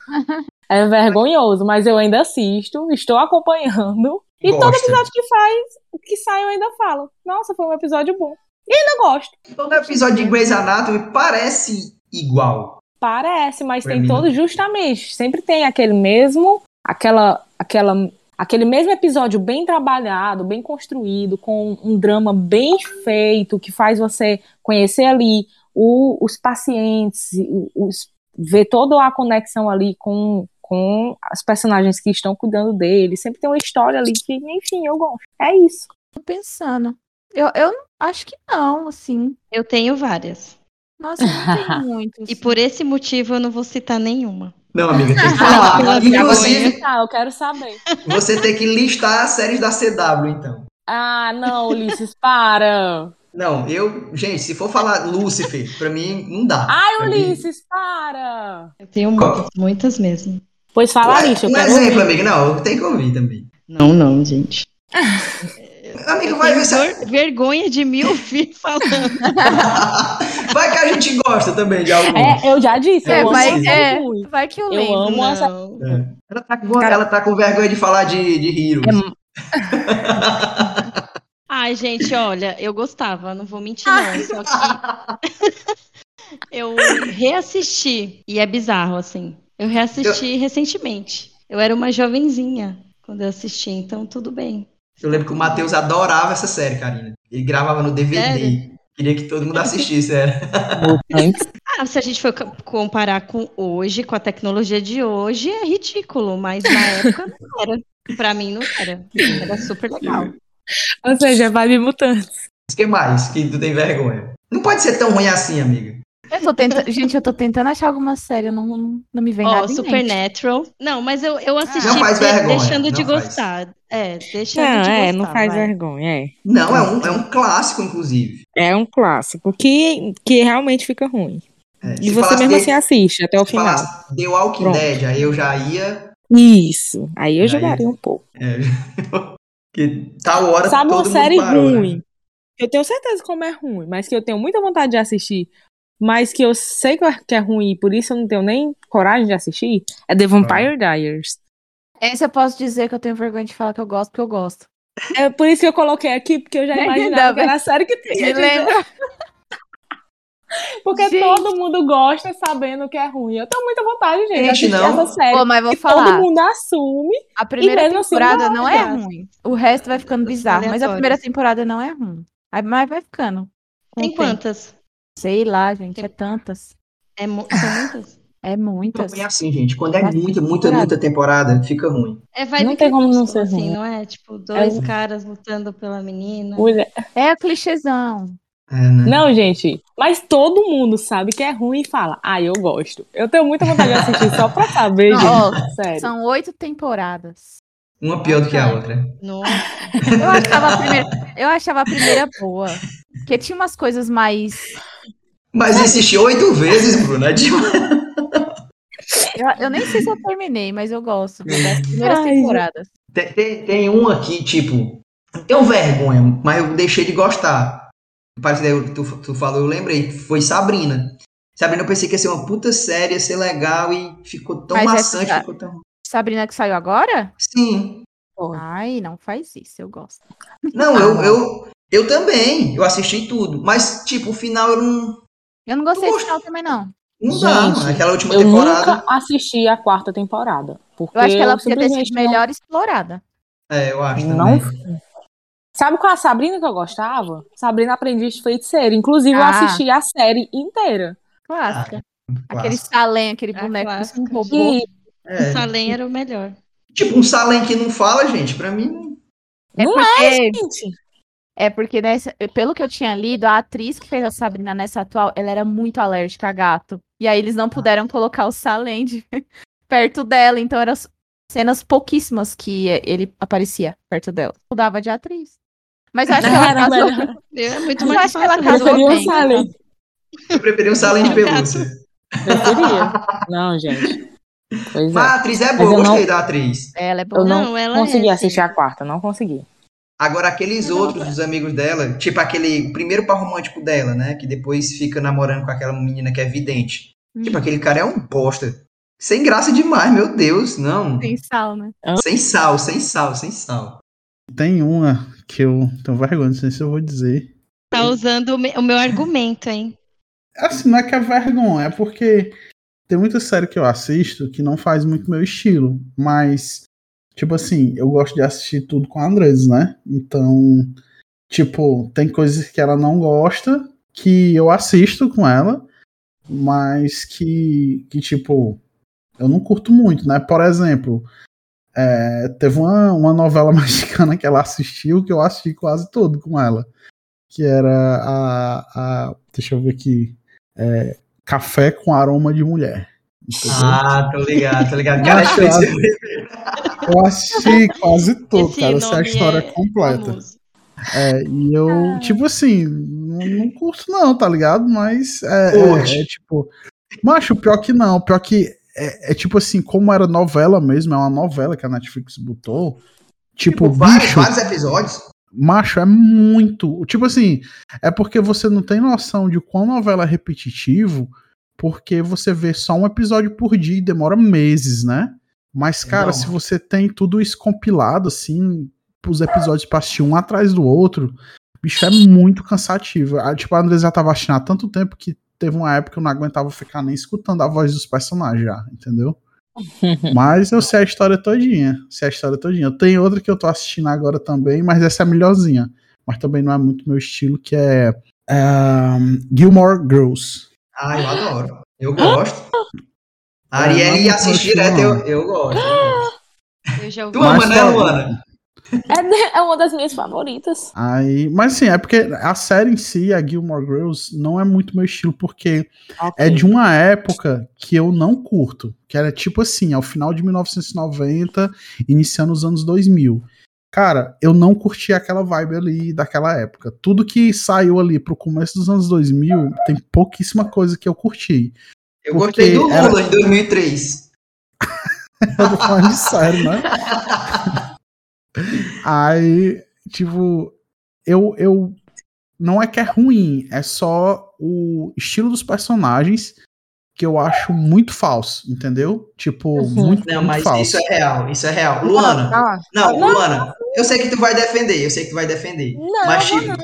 É vergonhoso, mas eu ainda assisto, estou acompanhando. E todo Gosta. episódio que faz, que sai, eu ainda falo. Nossa, foi um episódio bom. E ainda gosto. Todo episódio de Grey's Anatomy parece igual. Parece, mas Pra tem mim, todo justamente. Sempre tem aquele mesmo, aquela, aquela, aquele mesmo episódio bem trabalhado, bem construído, com um drama bem feito que faz você conhecer ali o- os pacientes, o- os, ver toda a conexão ali com com as personagens que estão cuidando dele. Sempre tem uma história ali que, enfim, eu gosto. É isso. Tô pensando. Eu, eu não- acho que não, assim. Eu tenho várias. Nossa, eu não assim. tenho muitos. E por esse motivo eu não vou citar nenhuma. Não, amiga, tem que falar. Ah, Inclusive, Ah, eu quero saber. você tem que listar as séries da CW, então. Ah, não, Ulisses, para. Não, eu. Gente, se for falar Lúcifer, pra mim não dá. Ai, Pra mim- Ulisses, para. Eu tenho muitas, muitas mesmo. Pois fala, Alice, eu Um quero exemplo, ouvir. amiga. Não, tem que ouvir também. Não, não, gente. Amigo, Eu vai ver tenho se. ver- vergonha de me ouvir falando. Vai que a gente gosta também de algum. É, eu já disse, É, eu vai, amo é, muito. vai que eu, Eu lembro. amo essa. Não. Ela, tá com, ela tá com vergonha de falar de, de Heroes. É Ai, gente, olha, eu gostava, não vou mentir, não. Só que eu reassisti, e é bizarro, assim. Eu reassisti recentemente. Eu era uma jovenzinha quando eu assisti, então tudo bem. Eu lembro que o Matheus adorava essa série, Karina. Ele gravava no DVD. Sério? Queria que todo mundo assistisse, era. Ah, se a gente for co- comparar com hoje, com a tecnologia de hoje, é ridículo, mas na época não era. Pra mim não era. Era super legal. Ou seja, é vai me mutando. Mas que mais que tu tem vergonha? Não pode ser tão ruim assim, amiga. Eu tô tenta- Gente, eu tô tentando achar alguma série, eu não, não me vem Ó, nada. em mente. Supernatural. Não, mas eu, eu assisti Não faz de- vergonha, deixando de não faz. gostar. É, deixando Não, de é, gostar. não faz vai. vergonha, é. Não, é um, é um clássico, inclusive. É um clássico que, que realmente fica ruim. É, E se você falasse de- mesmo assim assiste até o se final. falasse The Walking Pronto. Dead, aí eu já ia. Isso. Aí eu Aí- jogaria um pouco. é, que tal tá hora Sabe todo uma mundo série parou, né? ruim? Eu tenho certeza como é ruim, mas que eu tenho muita vontade de assistir, mas que eu sei que é- que é ruim e por isso eu não tenho nem coragem de assistir, é The Vampire Diaries. Essa eu posso dizer que eu tenho vergonha de falar que eu gosto, porque eu gosto. É por isso que eu coloquei aqui, porque eu já Ainda imaginava que bem. era a série que tinha. Me de lembra. Porque Gente. todo mundo gosta sabendo que é ruim. Eu tenho muita vontade, gente, de Gente, assistir não. essa série. Pô, mas vou que falar. todo mundo assume. A primeira mesmo assim, temporada não não é dá. ruim. O resto vai ficando bizarro, mas a Aleatórias. primeira temporada não é ruim. Aí, mas vai ficando. com o Tem tempo. quantas? Sei lá, gente, é tantas. É mu- são muitas? É Não, muitas. é assim, gente. Quando é Mas tem muita, muita, temporada. muita temporada, fica ruim. É vibe Não tem como não Crepúsculo, ser ruim. assim, não é? Tipo, dois É. caras lutando pela menina. Mulher- É a clichêzão. É, né? Não, gente. Mas todo mundo sabe que é ruim e fala, ah, eu gosto. Eu tenho muita vontade de assistir só pra saber, Não, gente. ó, sério. São oito temporadas. Uma pior do que a outra. É Nossa, Eu achava a primeira, eu achava a primeira boa. Porque tinha umas coisas mais. Mas insisti oito vezes, Bruno. É demais. Eu, eu nem sei se eu terminei, mas eu gosto das primeiras Ai, temporadas. Tem, tem, tem um aqui, tipo, eu tenho vergonha, mas eu deixei de gostar. Parece que tu, tu falou, eu lembrei, foi Sabrina. Sabrina, eu pensei que ia ser uma puta série, ia ser legal e ficou tão Mas maçante, essa- ficou tão. Sabrina que saiu agora? Sim. Ai, não faz isso, eu gosto. Não, eu, eu, eu também. Eu assisti tudo. Mas, tipo, o final eu não. Eu não gostei do gosto. final também, não. Não dá, Gente, mano. Aquela última Eu temporada. nunca assisti a quarta temporada. Porque Eu acho que ela podia ter simplesmente sido melhor explorada. É, eu acho. Não. também. Sabe qual é a Sabrina que eu gostava? Sabrina Aprendiz de Feiticeiro. Inclusive, eu Ah. assisti a série inteira. Clássica. aquele Clássico. Salem, aquele É boneco com clássica. robô. É. Salem era o melhor. Tipo, um Salem que não fala, gente, pra mim. É Não porque, Gente, é porque nessa, pelo que eu tinha lido, a atriz que fez a Sabrina nessa atual, ela era muito alérgica a gato. E aí eles não puderam colocar o Salem de- perto dela, então eram cenas pouquíssimas que ele aparecia perto dela. Mudava de atriz. Mas eu acho que ela Era casou- melhor. É muito Mas mais acho que ela fácil casou resolver. preferia o bem. Salem. Eu preferia um Salem de pelúcia. Preferia. Não, gente. Pois Mas é. a atriz é Mas boa, eu não- gostei da atriz. Ela é boa. Eu não, ela consegui é, assistir a quarta, não consegui. Agora, aqueles Não, outros, os amigos dela, tipo aquele o primeiro par romântico dela, né? Que depois fica namorando com aquela menina que é vidente. Tipo, aquele cara é um bosta. Sem graça demais, meu Deus, não. Tem sal, né? Sem sal, sem sal, sem sal. Tem uma que eu tenho vergonha, não sei se eu vou dizer. Tá usando o me- o meu argumento, hein? Assim, não é que é vergonha, é porque tem muita série que eu assisto que não faz muito meu estilo, mas, tipo assim, eu gosto de assistir tudo com a Andres, né? Então, tipo, tem coisas que ela não gosta que eu assisto com ela, mas que, que tipo, eu não curto muito, né? Por exemplo, é, teve uma, uma novela mexicana que ela assistiu que eu assisti quase tudo com ela. Que era a. a- deixa eu ver aqui. é, Café com aroma de mulher. entendeu? Ah, tô ligado, tô ligado. Cara, Nossa, fez- Eu assisti quase tudo, Esse cara. Essa é a nome história é completa. famoso. É, e eu, tipo assim, não, não curto não, tá ligado? Mas é, Curte. é- é tipo. Macho, pior que não. Pior que é, é tipo assim, como era novela mesmo, é uma novela que a Netflix botou. Tipo, tipo, vários, bicho, vários episódios. macho, é muito. Tipo assim, é porque você não tem noção de qual novela é repetitivo, porque você vê só um episódio por dia e demora meses, né? Mas, cara, Não. se você tem tudo isso compilado, assim, os episódios pra assistir um atrás do outro, bicho, é muito cansativo. Ah, Tipo, a Andressa já tava assistindo há tanto tempo que teve uma época que eu não aguentava ficar nem escutando a voz dos personagens já, entendeu? Mas eu sei a história todinha. Sei a história todinha. Tem outra que eu tô assistindo agora também, mas essa é a melhorzinha. Mas também não é muito meu estilo, que é. ahn, Gilmore Girls. Ah, eu adoro. Eu gosto. A Ah, Arielle não, ia assistir não. direto, eu, eu gosto. Eu já ouvi. Tu ama, Mas né, tá- Luana? É, é uma das minhas favoritas. Aí, mas assim, é porque a série em si, a Gilmore Girls, não é muito meu estilo, porque é de uma época que eu não curto, que era tipo assim, ao final de 1990, iniciando os anos 2000. Cara, eu não curti aquela vibe ali daquela época. Tudo que saiu ali pro começo dos anos 2000, tem pouquíssima coisa que eu curti. Eu gostei Porque do era- Lula em 2003. Eu tô falando de sério, né? Aí, tipo, eu, eu. Não é que é ruim, é só o estilo dos personagens que eu acho muito falso, entendeu? Tipo, Uhum. muito, Não, muito mas falso. isso é real, isso é real. Luana, Não, Luana, eu sei que tu vai defender, eu sei que tu vai defender. Não, mas, vou tipo,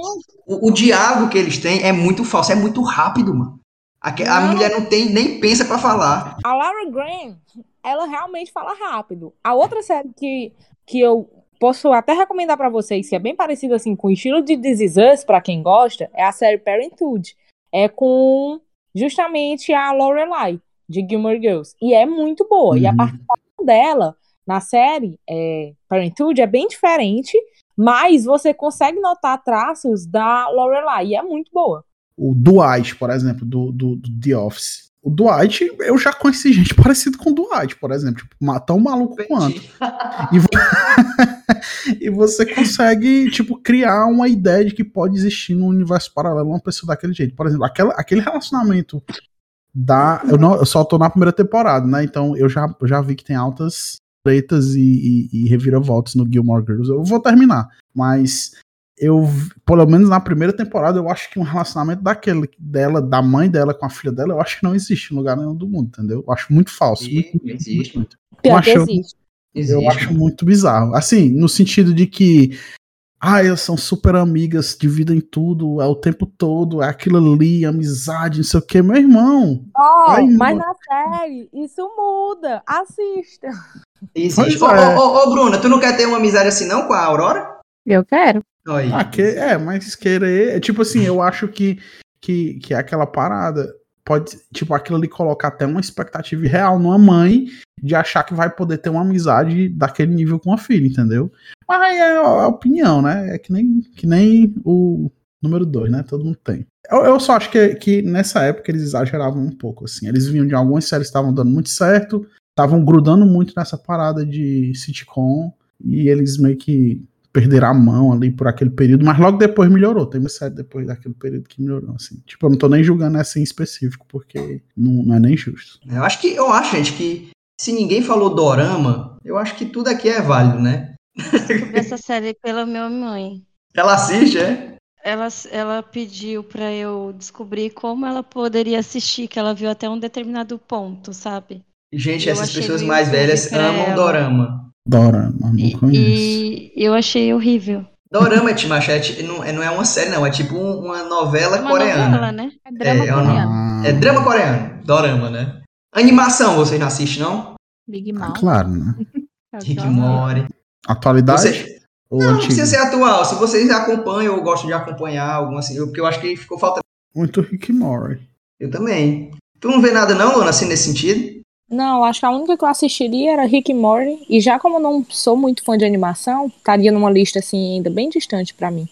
O, o diálogo que eles têm é muito falso, é muito rápido, mano. A, que- a Não. mulher não tem, nem pensa pra falar. A Lara Graham, ela realmente fala rápido. A outra série que, que eu posso até recomendar pra vocês, que é bem parecida assim com o estilo de This Is Us, pra quem gosta, é a série Parenthood. É com justamente a Lorelai, de Gilmore Girls. E é muito boa. E a Uhum. participação dela na série é, Parenthood é bem diferente, mas você consegue notar traços da Lorelai. E é muito boa. O Dwight, por exemplo, do, do, do The Office. O Dwight, eu já conheci gente parecida com o Dwight, por exemplo. Tipo, ma- tão maluco quanto. E, vo- E você consegue, tipo, criar uma ideia de que pode existir num universo paralelo uma pessoa daquele jeito. Por exemplo, aquela- aquele relacionamento da. Eu, não, eu só tô na primeira temporada, né? Então eu já, eu já vi que tem altas tretas e, e, e reviravoltas no Gilmore Girls. Eu vou terminar. Mas eu, v- pelo menos na primeira temporada, eu acho que um relacionamento daquele, dela, da mãe dela com a filha dela, eu acho que não existe em lugar nenhum do mundo, entendeu? Eu acho muito falso. Sim, muito, muito, muito, existe. muito. Pior que Macho. existe. Eu acho muito bizarro. Assim, no sentido de que. Ah, elas são super amigas, dividem tudo, é o tempo todo, é aquilo ali, amizade, não sei o quê. Meu irmão, Oh, Ai, mano. mas na série, isso muda. Assista. Existe. Pois Ô, é. ô, ô, ô, Bruna, tu não quer ter uma amizade assim não com a Aurora? Eu quero. Olha Aí. Ah, que- é, mas querer. é Tipo assim, eu acho que, que, que é aquela parada. Pode, tipo, aquilo ali coloca até uma expectativa real numa mãe de achar que vai poder ter uma amizade daquele nível com a filha, entendeu? Mas aí é a opinião, né? É que nem, que nem o número dois, né? Todo mundo tem. Eu, eu só acho que, que nessa época eles exageravam um pouco, assim. Eles vinham de algumas séries que estavam dando muito certo, estavam grudando muito nessa parada de sitcom, e eles meio que perderam a mão ali por aquele período, mas logo depois melhorou. Tem uma série depois daquele período que melhorou, assim. Tipo, eu não tô nem julgando essa em específico, porque não, não é nem justo. Eu acho que eu acho, gente, que se ninguém falou dorama, eu acho que tudo aqui é válido, né? Sobre essa série pela minha mãe. Ela assiste, é? Ela, ela pediu pra eu descobrir como ela poderia assistir, que ela viu até um determinado ponto, sabe? Gente, Eu essas achei pessoas meio mais velhas ruim pra amam ela. dorama. Dora, mas E, não conheço. e eu achei horrível. Dorama, Timachete, não, é- não é uma série, não. É tipo um- uma novela É uma coreana. novela, né? É drama É, eu não- coreano. Ah, É drama coreano. Dorama, né? Animação, vocês não assistem, não? Big ah, Mouth. claro, né? é o que Rick ela- and Morty. Atualidade Você- ou Não, não antigo? precisa ser atual. Se vocês acompanham ou gostam de acompanhar alguma assim, eu- porque eu acho que ficou falta. Muito Rick and Morty. Eu também. Tu não vê nada, não, Lona, assim nesse sentido? Não, acho que a única que eu assistiria era Rick and Morty. E já como eu não sou muito fã de animação, estaria numa lista assim ainda bem distante pra mim.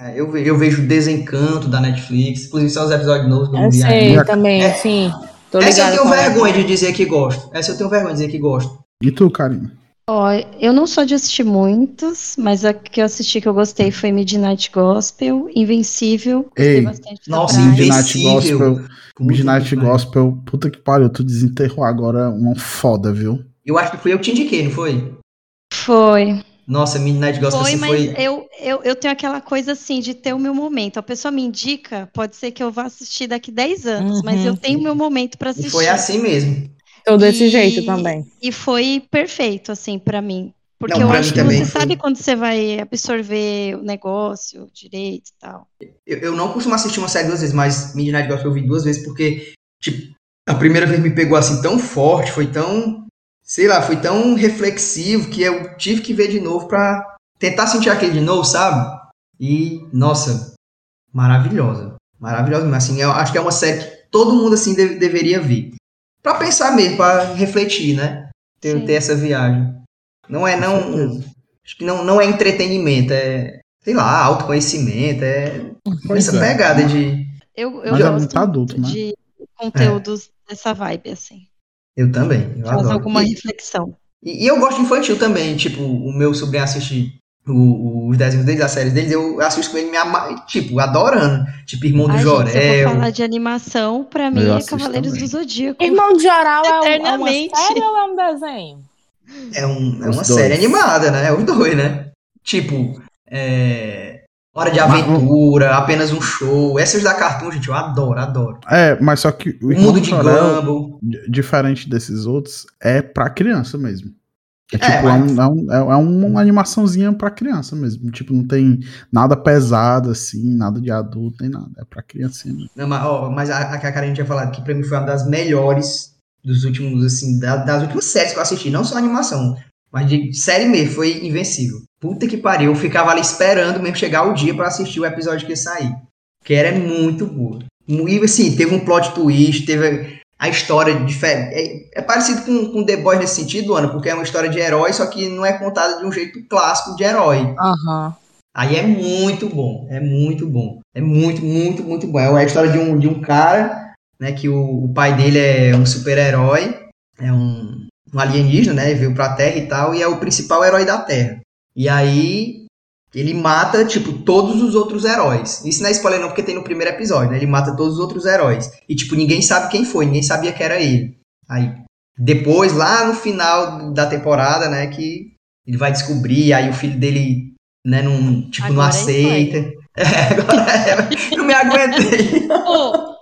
É, eu, ve- eu vejo Desencanto da Netflix. Inclusive, são os episódios novos que eu não Eu vi sei ainda. também, É. sim. Tô Essa eu ligada tenho com é. ela. vergonha de dizer que gosto. Essa eu tenho vergonha de dizer que gosto. E tu, Karina? Ó, eu não sou de assistir muitos, mas a que eu assisti que eu gostei foi Midnight Gospel, Invencível, gostei Ei, bastante Nossa, da Prime. Midnight Invencível. Gospel. Midnight Puta que pariu. Gospel. Puta que pariu, tu desenterrou agora uma foda, viu? Eu acho que fui eu que te indiquei, não foi? Foi. Nossa, Midnight Gospel Foi, assim mas foi. Eu, eu, eu tenho aquela coisa assim de ter o meu momento. A pessoa me indica, pode ser que eu vá assistir daqui 10 anos, mas eu Uhum. tenho o meu momento pra E assistir. foi assim mesmo. Tô desse E- jeito também. E foi perfeito, assim, pra mim. Porque Não, eu pra acho mim que também você foi. sabe quando você vai absorver o negócio direito e tal. Eu, eu não costumo assistir uma série duas vezes, mas Midnight Gospel eu vi duas vezes porque, tipo, a primeira vez me pegou assim tão forte, foi tão, sei lá, foi tão reflexivo que eu tive que ver de novo pra tentar sentir aquele de novo, sabe? E, nossa, maravilhosa. Maravilhosa mesmo. Assim, eu acho que é uma série que todo mundo, assim, deve- deveria ver. Pra pensar mesmo, pra refletir, né? Ter, Sim. ter essa viagem. Não é, Com certeza. não... Acho que não, não é entretenimento, é, sei lá, autoconhecimento, é Pois essa é. pegada de. Eu, eu Mas é gosto muito adulto, né? de conteúdos dessa vibe, assim. Eu também, eu Faz adoro. alguma E, reflexão. e- e eu gosto de infantil também, tipo, o meu sobrinho assiste o- o- os desenhos deles, as séries deles, eu assisto com ele, me ama, tipo, adorando. Tipo, Irmão do Ai, Ah, gente, se eu Jorel. é for falar de animação, pra mim é assisto Cavaleiros também. do Zodíaco. Irmão de Jorau é, um, é uma Eternamente. série ou é um desenho? É, um- é Os uma dois. série animada, né? É os dois, né? Tipo, é, Hora de Mas- Aventura, Apenas um Show. Essas da Cartoon, gente, eu adoro, adoro. É, mas só que o O Irmão Mundo do de Jorel, Gumball. di- diferente desses outros, é pra criança mesmo. É É, tipo, é, mas- um- é um- é um- uma animaçãozinha pra criança mesmo. Tipo, não tem nada pesado assim, nada de adulto, nem nada. É pra criancinha mesmo. Não, mas, ó, mas a, a que a Karen tinha falado que pra mim foi uma das melhores dos últimos, assim, da- das últimas séries que eu assisti, não só animação, mas de série mesmo, foi invencível. Puta que pariu, eu ficava ali esperando mesmo chegar o dia pra assistir o episódio que ia sair. Que era muito boa. E assim, teve um plot twist, teve a história diferente. É, é parecido com, com The Boys nesse sentido, Ana, porque é uma história de herói, só que não é contada de um jeito clássico de herói. Aham. Aí é muito bom, é muito bom. É muito, muito, muito bom. É a história de um, de um cara, né, que o, o pai dele é um super-herói, é um, um alienígena, né, veio pra Terra e tal, e é o principal herói da Terra. E aí ele mata, tipo, todos os outros heróis. Isso não é spoiler não, porque tem no primeiro episódio, né, ele mata todos os outros heróis. E, tipo, ninguém sabe quem foi, ninguém sabia que era ele. Aí, depois, lá no final da temporada, né, que ele vai descobrir, aí o filho dele né, não, tipo, não Agora é aceita. É, agora é, não me aguentei. Pô,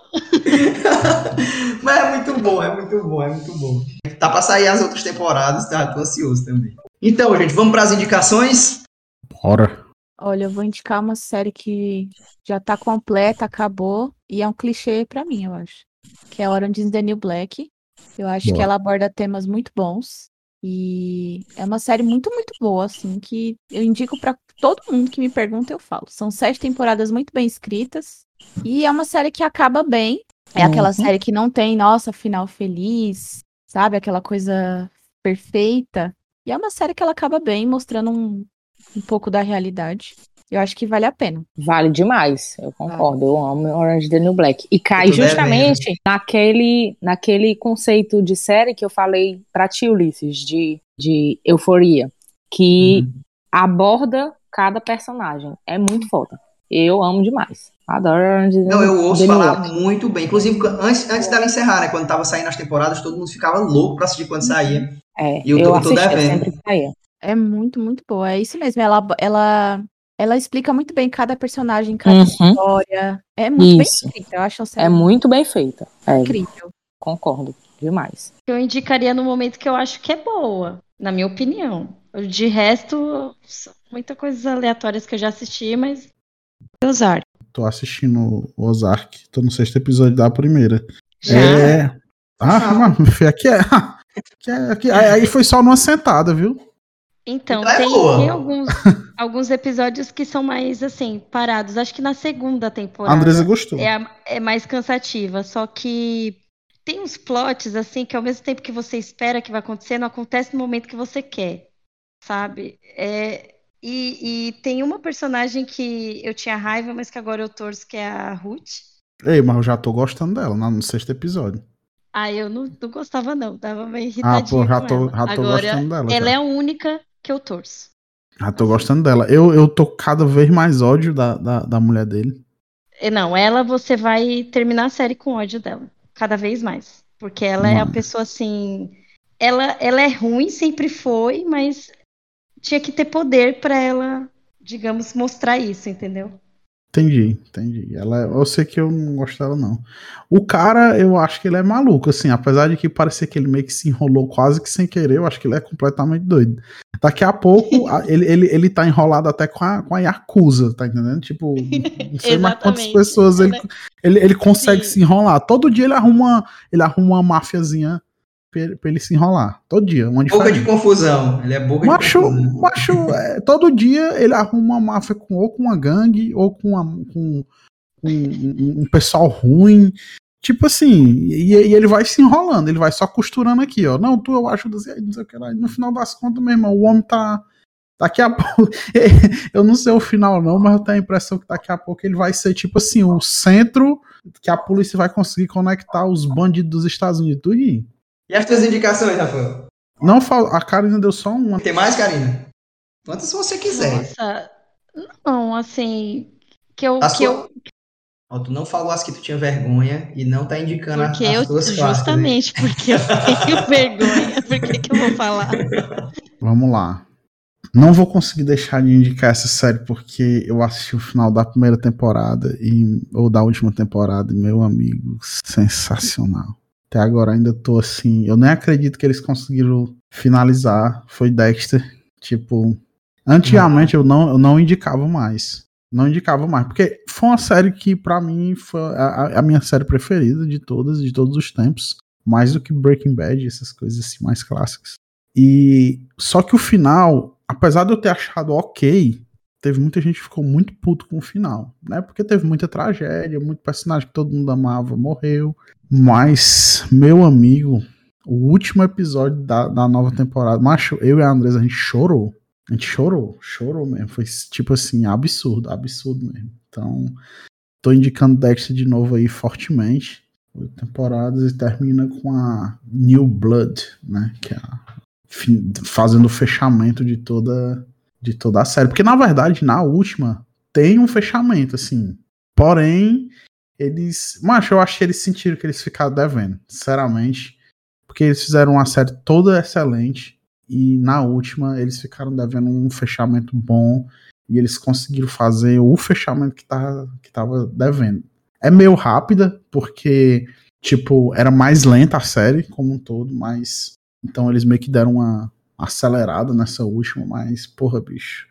Mas é muito bom, é muito bom, é muito bom. Tá pra sair as outras temporadas, tá? Tô ansioso também. Então, gente, vamos pras indicações? Bora. Olha, eu vou indicar uma série que já tá completa, acabou, e é um clichê pra mim, eu acho. Que é Orange is the New Black. Eu acho que Boa. ela aborda temas muito bons. E é uma série muito, muito boa, assim, que eu indico pra todo mundo que me pergunta, eu falo. São sete temporadas muito bem escritas. E é uma série que acaba bem. É aquela Uhum. série que não tem, nossa, final feliz, sabe? Aquela coisa perfeita. E é uma série que ela acaba bem, mostrando um, um pouco da realidade. Eu acho que vale a pena. Vale demais, eu concordo. Eu amo Orange is the New Black. E cai Eu tô justamente né? naquele, naquele conceito de série que eu falei pra ti, Ulisses, de, de Uhum. euforia. Que aborda cada personagem. É muito foda. Eu amo demais. Adoro Orange is the Não, Então, eu ouço the New falar Black. muito bem. Inclusive, quan- antes, antes dela encerrar, né? Quando tava saindo as temporadas, todo mundo ficava louco pra assistir quando saía. É, E eu eu, tô- tô assistia, devendo. sempre saía. É muito, muito boa. É isso mesmo. Ela, ela, ela explica muito bem cada personagem, cada Uhum, história. É muito Isso. bem feita. Eu acho a série É muito bem feita. É, incrível. concordo demais. que eu indicaria no momento que eu acho que é boa, na minha opinião. De resto, são muitas coisas aleatórias que eu já assisti, mas vou usar. Tô assistindo o Ozark. Tô no sexto episódio da primeira. Já. É. Ah, mas filho, aqui é. Aqui é aqui- aí- Aí foi só numa sentada, viu? Então, Então é tem, boa. tem alguns, alguns episódios que são mais assim, parados. Acho que na segunda A temporada Andresa gostou. é, a- é mais cansativa. Só que tem uns plots assim que ao mesmo tempo que você espera que vai acontecer, não acontece no momento que você quer. Sabe? É, e, e tem uma personagem que eu tinha raiva, mas que agora eu torço, que é a Ruth. Ei, mas eu já tô gostando dela na- no sexto episódio. Ah, eu não, não gostava, não. Dava meio Ah, irritadinha pô, já com tô, ela. já tô Agora, gostando dela. já. ela é a única que eu torço. Já Ah, tô gostando dela. Eu, eu tô cada vez mais ódio da, da, da mulher dele. E É, Não, ela você vai terminar a série com ódio dela. Cada vez mais. Porque ela é a Mano. pessoa assim. Ela, ela é ruim, sempre foi, mas tinha que ter poder pra ela, digamos, mostrar isso, entendeu? Entendi, entendi. Ela, é, eu sei que eu não gosto dela, não. O cara, eu acho que ele é maluco, assim. Apesar de que parecer que ele meio que se enrolou quase que sem querer, eu acho que ele é completamente doido. Daqui a pouco, a- ele, ele, ele tá enrolado até com a, com a Yakuza, tá entendendo? Tipo, não sei mais quantas Exatamente. é pessoas ele, ele, ele consegue Sim. se enrolar. Todo dia ele arruma, ele arruma uma mafiazinha pra, ele- pra ele se enrolar. Todo dia, uma Boca diferente. de confusão. Ele é boca Macho, de confusão. macho é, todo dia ele arruma uma máfia com, ou com uma gangue, ou com, uma- com- com um, um pessoal ruim. Tipo assim, e, e ele vai se enrolando, ele vai só costurando aqui, ó. Não, tu eu acho assim, aí não sei o que lá. E No final das contas, meu irmão, o homem tá. Daqui a pouco. eu não sei o final, não, mas eu tenho a impressão que daqui a pouco ele vai ser, tipo assim, o centro que a polícia vai conseguir conectar os bandidos dos Estados Unidos. tudinho. E as tuas indicações, Rafael? Não, fal- a Karina deu só uma. Tem mais, Karina? Quantas você quiser. Nossa, não, assim. Que eu, A que sua- eu, Ó, tu não falou as que tu tinha vergonha e não tá indicando porque as, as eu tuas clássicas, né? justamente porque eu tenho vergonha, por que que eu vou falar? Vamos lá. Não vou conseguir deixar de indicar essa série porque eu assisti o final da primeira temporada e, ou da última temporada, e, meu amigo, sensacional. Até agora ainda tô assim, eu nem acredito que eles conseguiram finalizar. Foi Dexter, tipo, antigamente eu não eu não indicava mais. Não indicava mais, porque foi uma série que pra mim foi a- a- a minha série preferida de todas, de todos os tempos, mais do que Breaking Bad, essas coisas assim mais clássicas. E só que o final, apesar de eu ter achado ok, teve muita gente que ficou muito puto com o final, né? Porque teve muita tragédia, muito personagem que todo mundo amava morreu. Mas, meu amigo, o último episódio da, da nova temporada, macho, eu e a Andresa, a gente chorou. A gente chorou, chorou mesmo. Foi tipo assim, absurdo, absurdo mesmo. Então, tô indicando Dexter de novo aí fortemente. Oito temporadas e termina com a New Blood, né? Que é a fin- fazendo o fechamento de toda de toda a série. Porque na verdade, na última tem um fechamento assim. Porém, eles, macho, eu acho que eles sentiram que eles ficaram devendo, sinceramente, porque eles fizeram uma série toda excelente e na última eles ficaram devendo um fechamento bom e eles conseguiram fazer o fechamento que tá que tava devendo. É meio rápida porque tipo, era mais lenta a série como um todo, mas então eles meio que deram uma acelerada nessa última, mas, porra, bicho.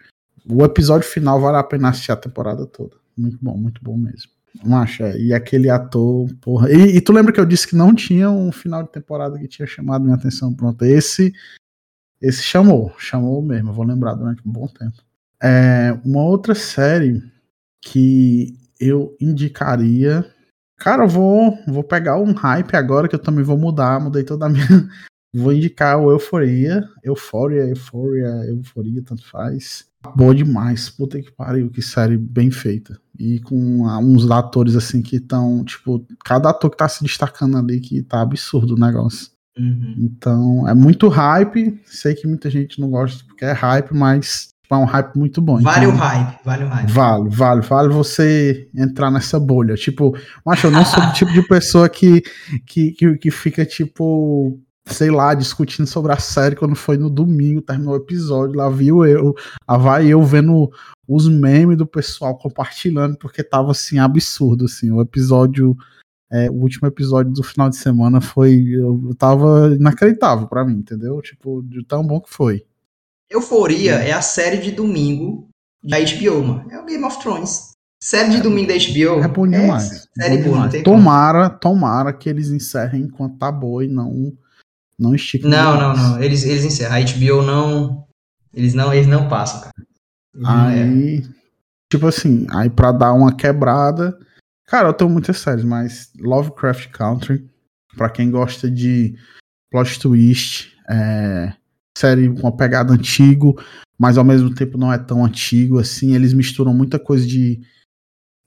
O episódio final vale a pena assistir a temporada toda. Muito bom, muito bom mesmo. Macha, e aquele ator, porra. E, e tu lembra que eu disse que não tinha um final de temporada que tinha chamado minha atenção? Pronto, esse. Esse chamou, chamou mesmo. Eu vou lembrar durante um bom tempo. É, uma outra série que eu indicaria. Cara, eu vou, vou pegar um hype agora que eu também vou mudar. Mudei toda a minha, Vou indicar o Euforia. Euforia, Euforia, Euforia, tanto faz. Boa demais. Puta que pariu, que série bem feita. E com a- uns atores assim que estão, tipo, cada ator que tá se destacando ali que tá absurdo o negócio. Uhum. Então, é muito hype. Sei que muita gente não gosta porque é hype, mas Tipo, é um hype muito bom. Vale o então- hype, vale o hype. Vale, vale, vale você entrar nessa bolha. Tipo, macho, eu não sou o tipo de pessoa que, que, que, que fica, tipo, sei lá, discutindo sobre a série quando foi no domingo, terminou o episódio, lá viu eu, lá vai eu vendo os memes do pessoal compartilhando, porque tava assim, absurdo, assim, o episódio. é, o último episódio do final de semana foi. Eu tava inacreditável pra mim, entendeu? Tipo, de tão bom que foi. Euforia Uhum. é a série de domingo da HBO, mano. É o Game of Thrones. Série de domingo da HBO. É bom demais. série bom boa, não demais. tem como. tomara, tomara que eles encerrem enquanto tá boa e não, não estiquem. Não, não, demais. não. Eles, eles encerram. A HBO não. Eles não, eles não passam, cara. É, Eles não erram. Aí, tipo assim, aí pra dar uma quebrada. Cara, eu tenho muitas séries, mas Lovecraft Country, pra quem gosta de plot twist, é, série com uma pegada antigo, mas ao mesmo tempo não é tão antigo assim. Eles misturam muita coisa de.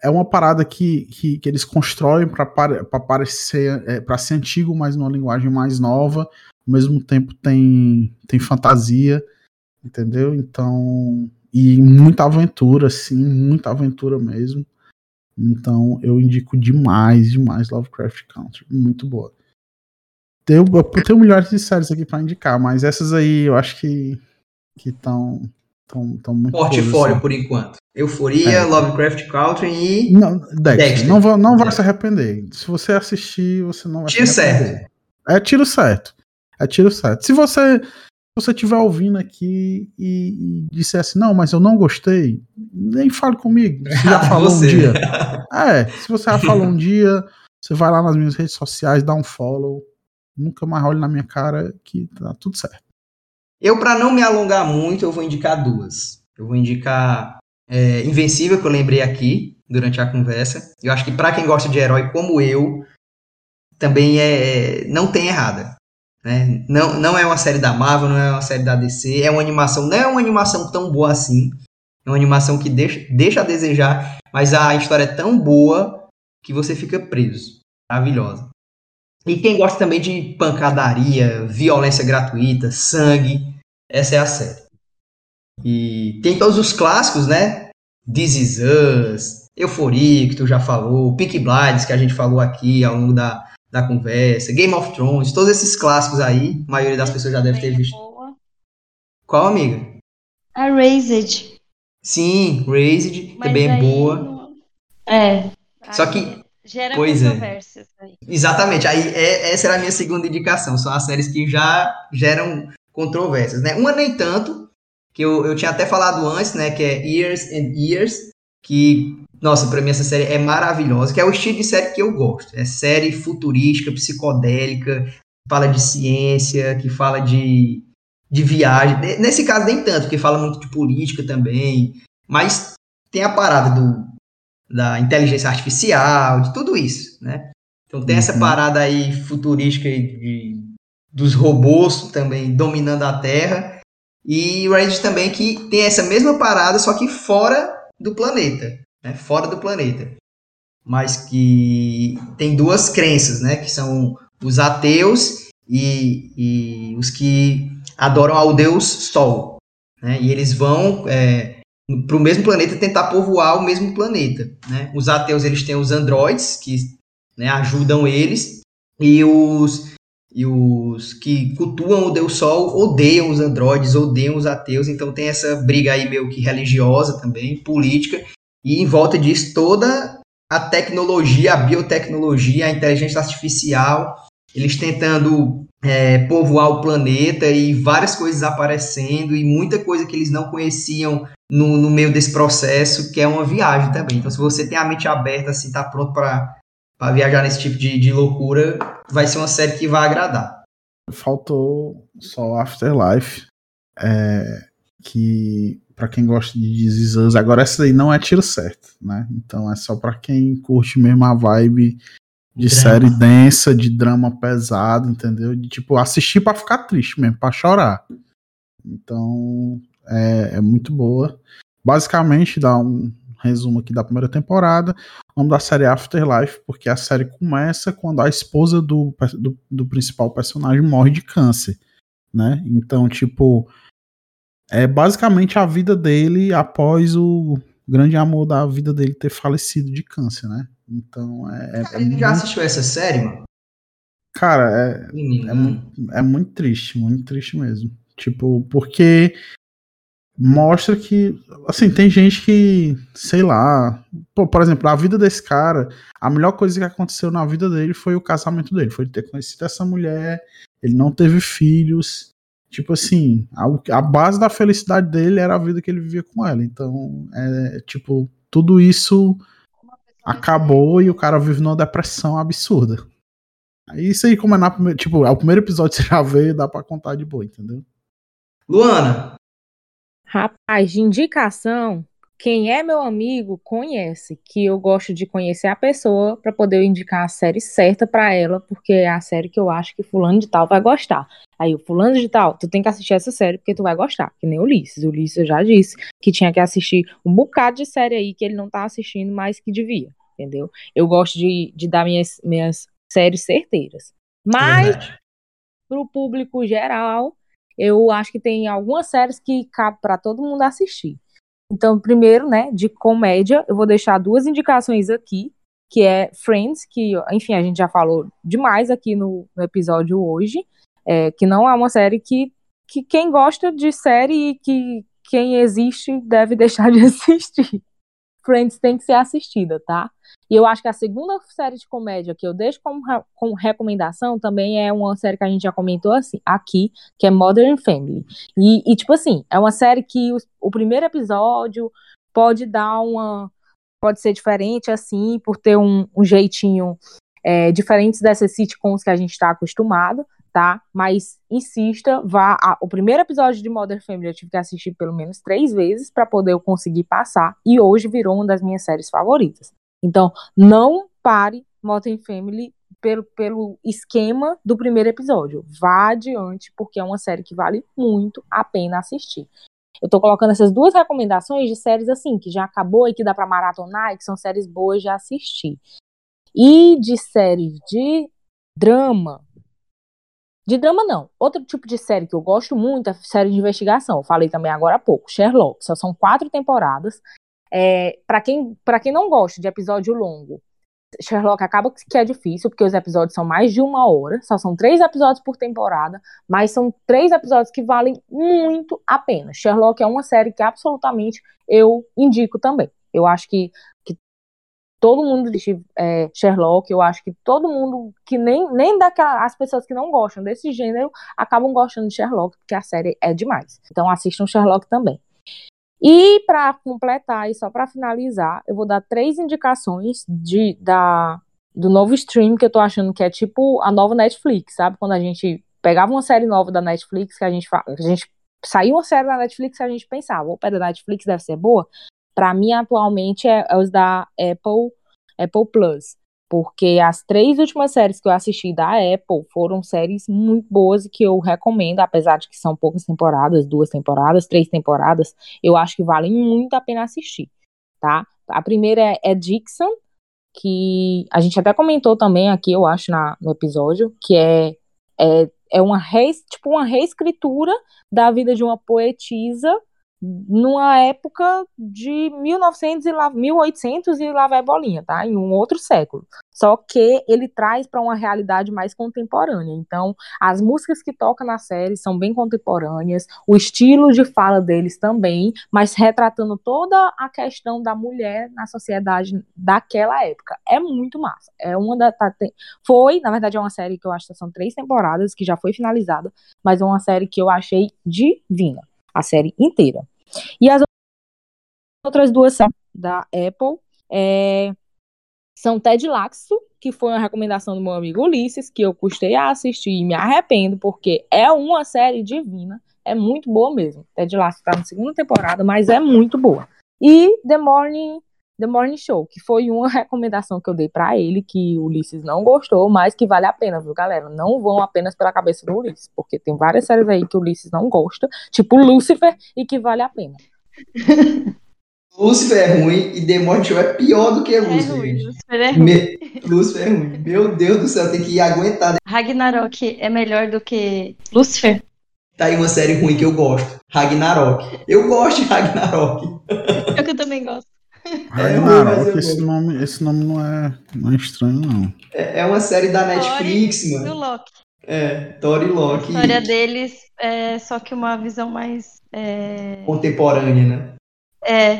É uma parada que, que, que eles constroem pra pare- pra parecer é, para ser antigo, mas numa linguagem mais nova. Ao mesmo tempo tem, tem fantasia, entendeu? Então e muita aventura, sim, muita aventura mesmo. Então eu indico demais, demais Lovecraft Country, muito boa. Tem, eu tenho milhares de séries aqui pra indicar, mas essas aí eu acho que que estão tão, tão muito boas, Portfólio, assim. por enquanto. Euforia, É. Lovecraft Country e. Não, Dexter, Dexter. não vai, não vai Dexter. se arrepender. Se você assistir, você não vai Tiro se certo. arrepender. É tiro certo. É tiro certo. Se você se você estiver ouvindo aqui e, e disser assim, não, mas eu não gostei, nem fale comigo. Você já falou um Ah, Você. dia. É, se você já falou um dia, você vai lá nas minhas redes sociais, dá um follow. Nunca mais olhe na minha cara que tá tudo certo. Eu, pra não me alongar muito, eu vou indicar duas. Eu vou indicar é, Invencível, que eu lembrei aqui durante a conversa. Eu acho que pra quem gosta de herói como eu, também é é- não tem errada. né? Não, não é uma série da Marvel, não é uma série da DC, é uma animação, não é uma animação tão boa assim. É uma animação que deixa, deixa a desejar, mas a história é tão boa que você fica preso. Maravilhosa. E quem gosta também de pancadaria, violência gratuita, sangue, essa é a série. E tem todos os clássicos, né? This Is Us, Euforia, que tu já falou, Peaky Blinders, que a gente falou aqui ao longo da, da conversa, Game of Thrones, todos esses clássicos aí, a maioria das pessoas já deve é ter visto. Qual, amiga? A Raised. Sim, Raised, Mas também é aí boa. não- É. Só Aí que- Gera Pois é. controvérsias né? aí. Exatamente, aí é- essa era a minha segunda indicação. São as séries que já geram controvérsias, né? Uma nem tanto, que eu, eu tinha até falado antes, né? Que é Years and Years, que, nossa, pra mim essa série é maravilhosa, que é o estilo de série que eu gosto. É série futurística, psicodélica, que fala de ciência, que fala de, de viagem. Ne- Nesse caso, nem tanto, porque fala muito de política também, mas tem a parada do, da inteligência artificial, de tudo isso, né? Então tem essa Uhum. parada aí futurística aí de, dos robôs também dominando a Terra. E Red também que tem essa mesma parada, só que fora do planeta. Né? Fora do planeta. Mas que tem duas crenças, né? Que são os ateus e, e os que adoram ao deus Sol. Né? E eles vão para o mesmo planeta tentar povoar o mesmo planeta. Né? Os ateus eles têm os androides, que né, ajudam eles, e os, e os que cultuam o Deus Sol odeiam os androides, odeiam os ateus, então tem essa briga aí meio que religiosa também, política, e em volta disso toda a tecnologia, a biotecnologia, a inteligência artificial, eles tentando é, povoar o planeta e várias coisas aparecendo e muita coisa que eles não conheciam no, no meio desse processo, que é uma viagem também. Então, se você tem a mente aberta, assim, tá pronto para Pra viajar nesse tipo de, de loucura, vai ser uma série que vai agradar. Faltou só Afterlife, é, que pra quem gosta de This Is Us, agora essa aí não é tiro certo, né? Então é só pra quem curte mesmo a vibe de Drama. série densa, de drama pesado, entendeu? De tipo assistir pra ficar triste mesmo, pra chorar. Então é, é muito boa. Basicamente dá um resumo aqui da primeira temporada. O nome da série é Afterlife, porque a série começa quando a esposa do, pe- do, do principal personagem morre de câncer, né? Então, tipo, É basicamente a vida dele após o grande amor da vida dele ter falecido de câncer, né? Então é. é Cara, ele já assistiu essa série, mano? Cara, é, Menino, é, mu- é muito triste, muito triste mesmo. Tipo, porque mostra que, assim, tem gente que, sei lá, pô, por exemplo, a vida desse cara, a melhor coisa que aconteceu na vida dele foi o casamento dele, foi ele ter conhecido essa mulher, ele não teve filhos, tipo assim, a, a base da felicidade dele era a vida que ele vivia com ela, então, é, tipo, tudo isso acabou e o cara vive numa depressão absurda. Aí isso aí, como é na primeira, tipo, é o primeiro episódio que você já vê, dá pra contar de boa, entendeu? Luana, Rapaz, de indicação, quem é meu amigo conhece, que eu gosto de conhecer a pessoa pra poder indicar a série certa pra ela, porque é a série que eu acho que fulano de tal vai gostar. Aí o fulano de tal, tu tem que assistir essa série porque tu vai gostar, que nem o Ulisses. O Ulisses eu já disse que tinha que assistir um bocado de série aí que ele não tá assistindo, mas que devia, entendeu? Eu gosto de, de dar minhas, minhas séries certeiras. Mas verdade. para o público geral, eu acho que tem algumas séries que cabe para todo mundo assistir. Então, primeiro, né, de comédia, eu vou deixar duas indicações aqui, que é Friends, que, enfim, a gente já falou demais aqui no, no episódio hoje, é, que não é uma série que, que quem gosta de série e que quem existe deve deixar de assistir. Friends tem que ser assistida, tá? E eu acho que a segunda série de comédia que eu deixo como, re- como recomendação também é uma série que a gente já comentou assim, aqui, que é Modern Family. E, e, tipo assim, é uma série que os- o, primeiro episódio pode dar uma. Pode ser diferente, assim, por ter um, um jeitinho é, diferente dessas sitcoms que a gente está acostumado, tá? Mas insista, vá. a- o primeiro episódio de Modern Family eu tive que assistir pelo menos três vezes para poder eu conseguir passar. E hoje virou uma das minhas séries favoritas. Então, não pare Modern Family pelo, pelo esquema do primeiro episódio. Vá adiante, porque é uma série que vale muito a pena assistir. Eu tô colocando essas duas recomendações de séries assim, que já acabou e que dá pra maratonar e que são séries boas de assistir. E de séries de drama. De drama, não. Outro tipo de série que eu gosto muito é série de investigação. Eu falei também agora há pouco. Sherlock. Só são quatro temporadas. É, para quem, para quem não gosta de episódio longo, Sherlock acaba que- que é difícil, porque os episódios são mais de uma hora, só são três episódios por temporada, mas são três episódios que valem muito a pena. Sherlock é uma série que absolutamente eu indico também. Eu acho que, que todo mundo de é, Sherlock, eu acho que todo mundo, que nem, nem daquela, as pessoas que não gostam desse gênero, acabam gostando de Sherlock, porque a série é demais. Então assistam Sherlock também. E para completar e só para finalizar, eu vou dar três indicações de, da, do novo stream que eu tô achando que é tipo a nova Netflix, sabe? Quando a gente pegava uma série nova da Netflix, que a gente, fa- a gente saiu uma série da Netflix, a gente pensava, opa, é da Netflix deve ser boa. Para mim, atualmente, é, é os da Apple, Apple Plus. Porque as três últimas séries que eu assisti da Apple foram séries muito boas e que eu recomendo, apesar de que são poucas temporadas, duas temporadas, três temporadas, eu acho que vale muito a pena assistir, tá? A primeira é, é Dixon, que a gente até comentou também aqui, eu acho, na, no episódio, que é, é, é uma, rees- tipo, uma reescritura da vida de uma poetisa numa época de 1900 e lá, 1800 e lá vai bolinha, tá? Em um outro século. Só que ele traz para uma realidade mais contemporânea. Então, as músicas que toca na série são bem contemporâneas, o estilo de fala deles também, mas retratando toda a questão da mulher na sociedade daquela época. É muito massa. É uma da, tá- tem- foi, na verdade, é uma série que eu acho que são três temporadas, que já foi finalizada, mas é uma série que eu achei divina. A série inteira. E as outras duas são da Apple. é, são Ted Lasso, que foi uma recomendação do meu amigo Ulisses, que eu custei a assistir e me arrependo, porque é uma série divina, é muito boa mesmo. Ted Lasso tá na segunda temporada, mas é muito boa. E The Morning, The Morning Show, que foi uma recomendação que eu dei pra ele, que o Ulisses não gostou, mas que vale a pena, viu, galera? Não vão apenas pela cabeça do Ulisses, porque tem várias séries aí que o Ulisses não gosta, tipo Lucifer, e que vale a pena. Lúcifer é ruim e Demon Show é pior do que É Lúcifer, ruim, gente. Lucifer é ruim. Me... Lúcifer é ruim. Meu Deus do céu, tem que aguentar. Ragnarok é melhor do que Lucifer? Tá aí uma série ruim que eu gosto. Ragnarok. Eu gosto de Ragnarok. É que eu também gosto. mas É, Ragnarok, eu esse gosto. nome, esse nome não é, não é estranho, não. É, é uma série da Netflix, E o mano. Loki. É, Tori A Loki história deles é só que uma visão mais. É. contemporânea, né? é,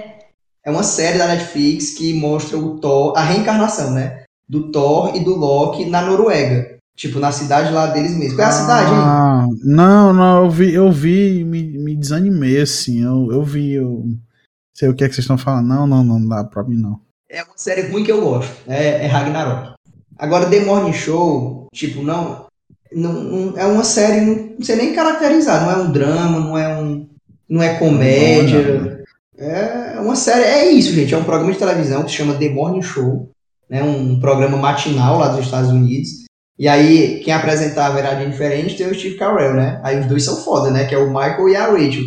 É uma série da Netflix que mostra o Thor, a reencarnação, né? Do Thor e do Loki na Noruega. Tipo, na cidade lá deles mesmos. Qual é a cidade, hein? Ah, não, não, eu vi, eu vi e me, me desanimei, assim. Eu, eu vi, eu sei o que é que vocês estão falando. Não, não, não dá pra mim, não. É uma série ruim que eu gosto. É, é Ragnarok. Agora, The Morning Show, tipo, não, não, não- É uma série, não, não sei nem caracterizar. Não é um drama, não é um. Não é Não, não, comédia. É uma série. É isso, gente. É um programa de televisão que se chama The Morning Show. Né, um programa matinal lá dos Estados Unidos. E aí, quem apresentava era a Jennifer Aniston e o Steve Carell, né? Aí os dois são foda, né? Que é o Michael e a Rachel.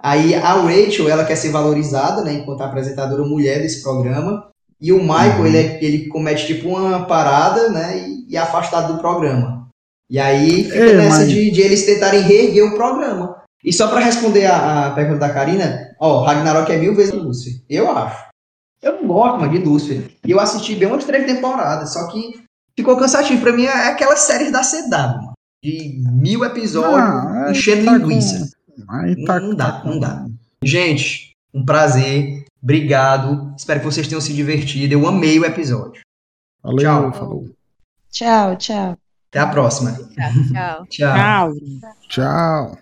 Aí a Rachel, ela quer ser valorizada, né? Enquanto apresentadora mulher desse programa. E o Michael, Uhum. ele, é- ele comete tipo uma parada, né? E, e é afastado do programa. E aí fica É, nessa mas- de, de eles tentarem reerguer o programa. E só pra responder a, a pergunta da Karina, ó, Ragnarok é mil vezes Lúcifer. Eu acho. Eu não gosto, mano, de Lúcifer. E eu assisti bem umas três temporadas, só que ficou cansativo. Pra mim é aquelas séries da CW, mano. De mil episódios, Ah, é, enchendo tá linguiça. Aí tá, Não dá, tá com- não dá. Gente, um prazer. Obrigado. Espero que vocês tenham se divertido. Eu amei o episódio. Valeu, Tchau. falou. tchau, tchau. Até a próxima. Tchau. Tchau. Tchau. Tchau.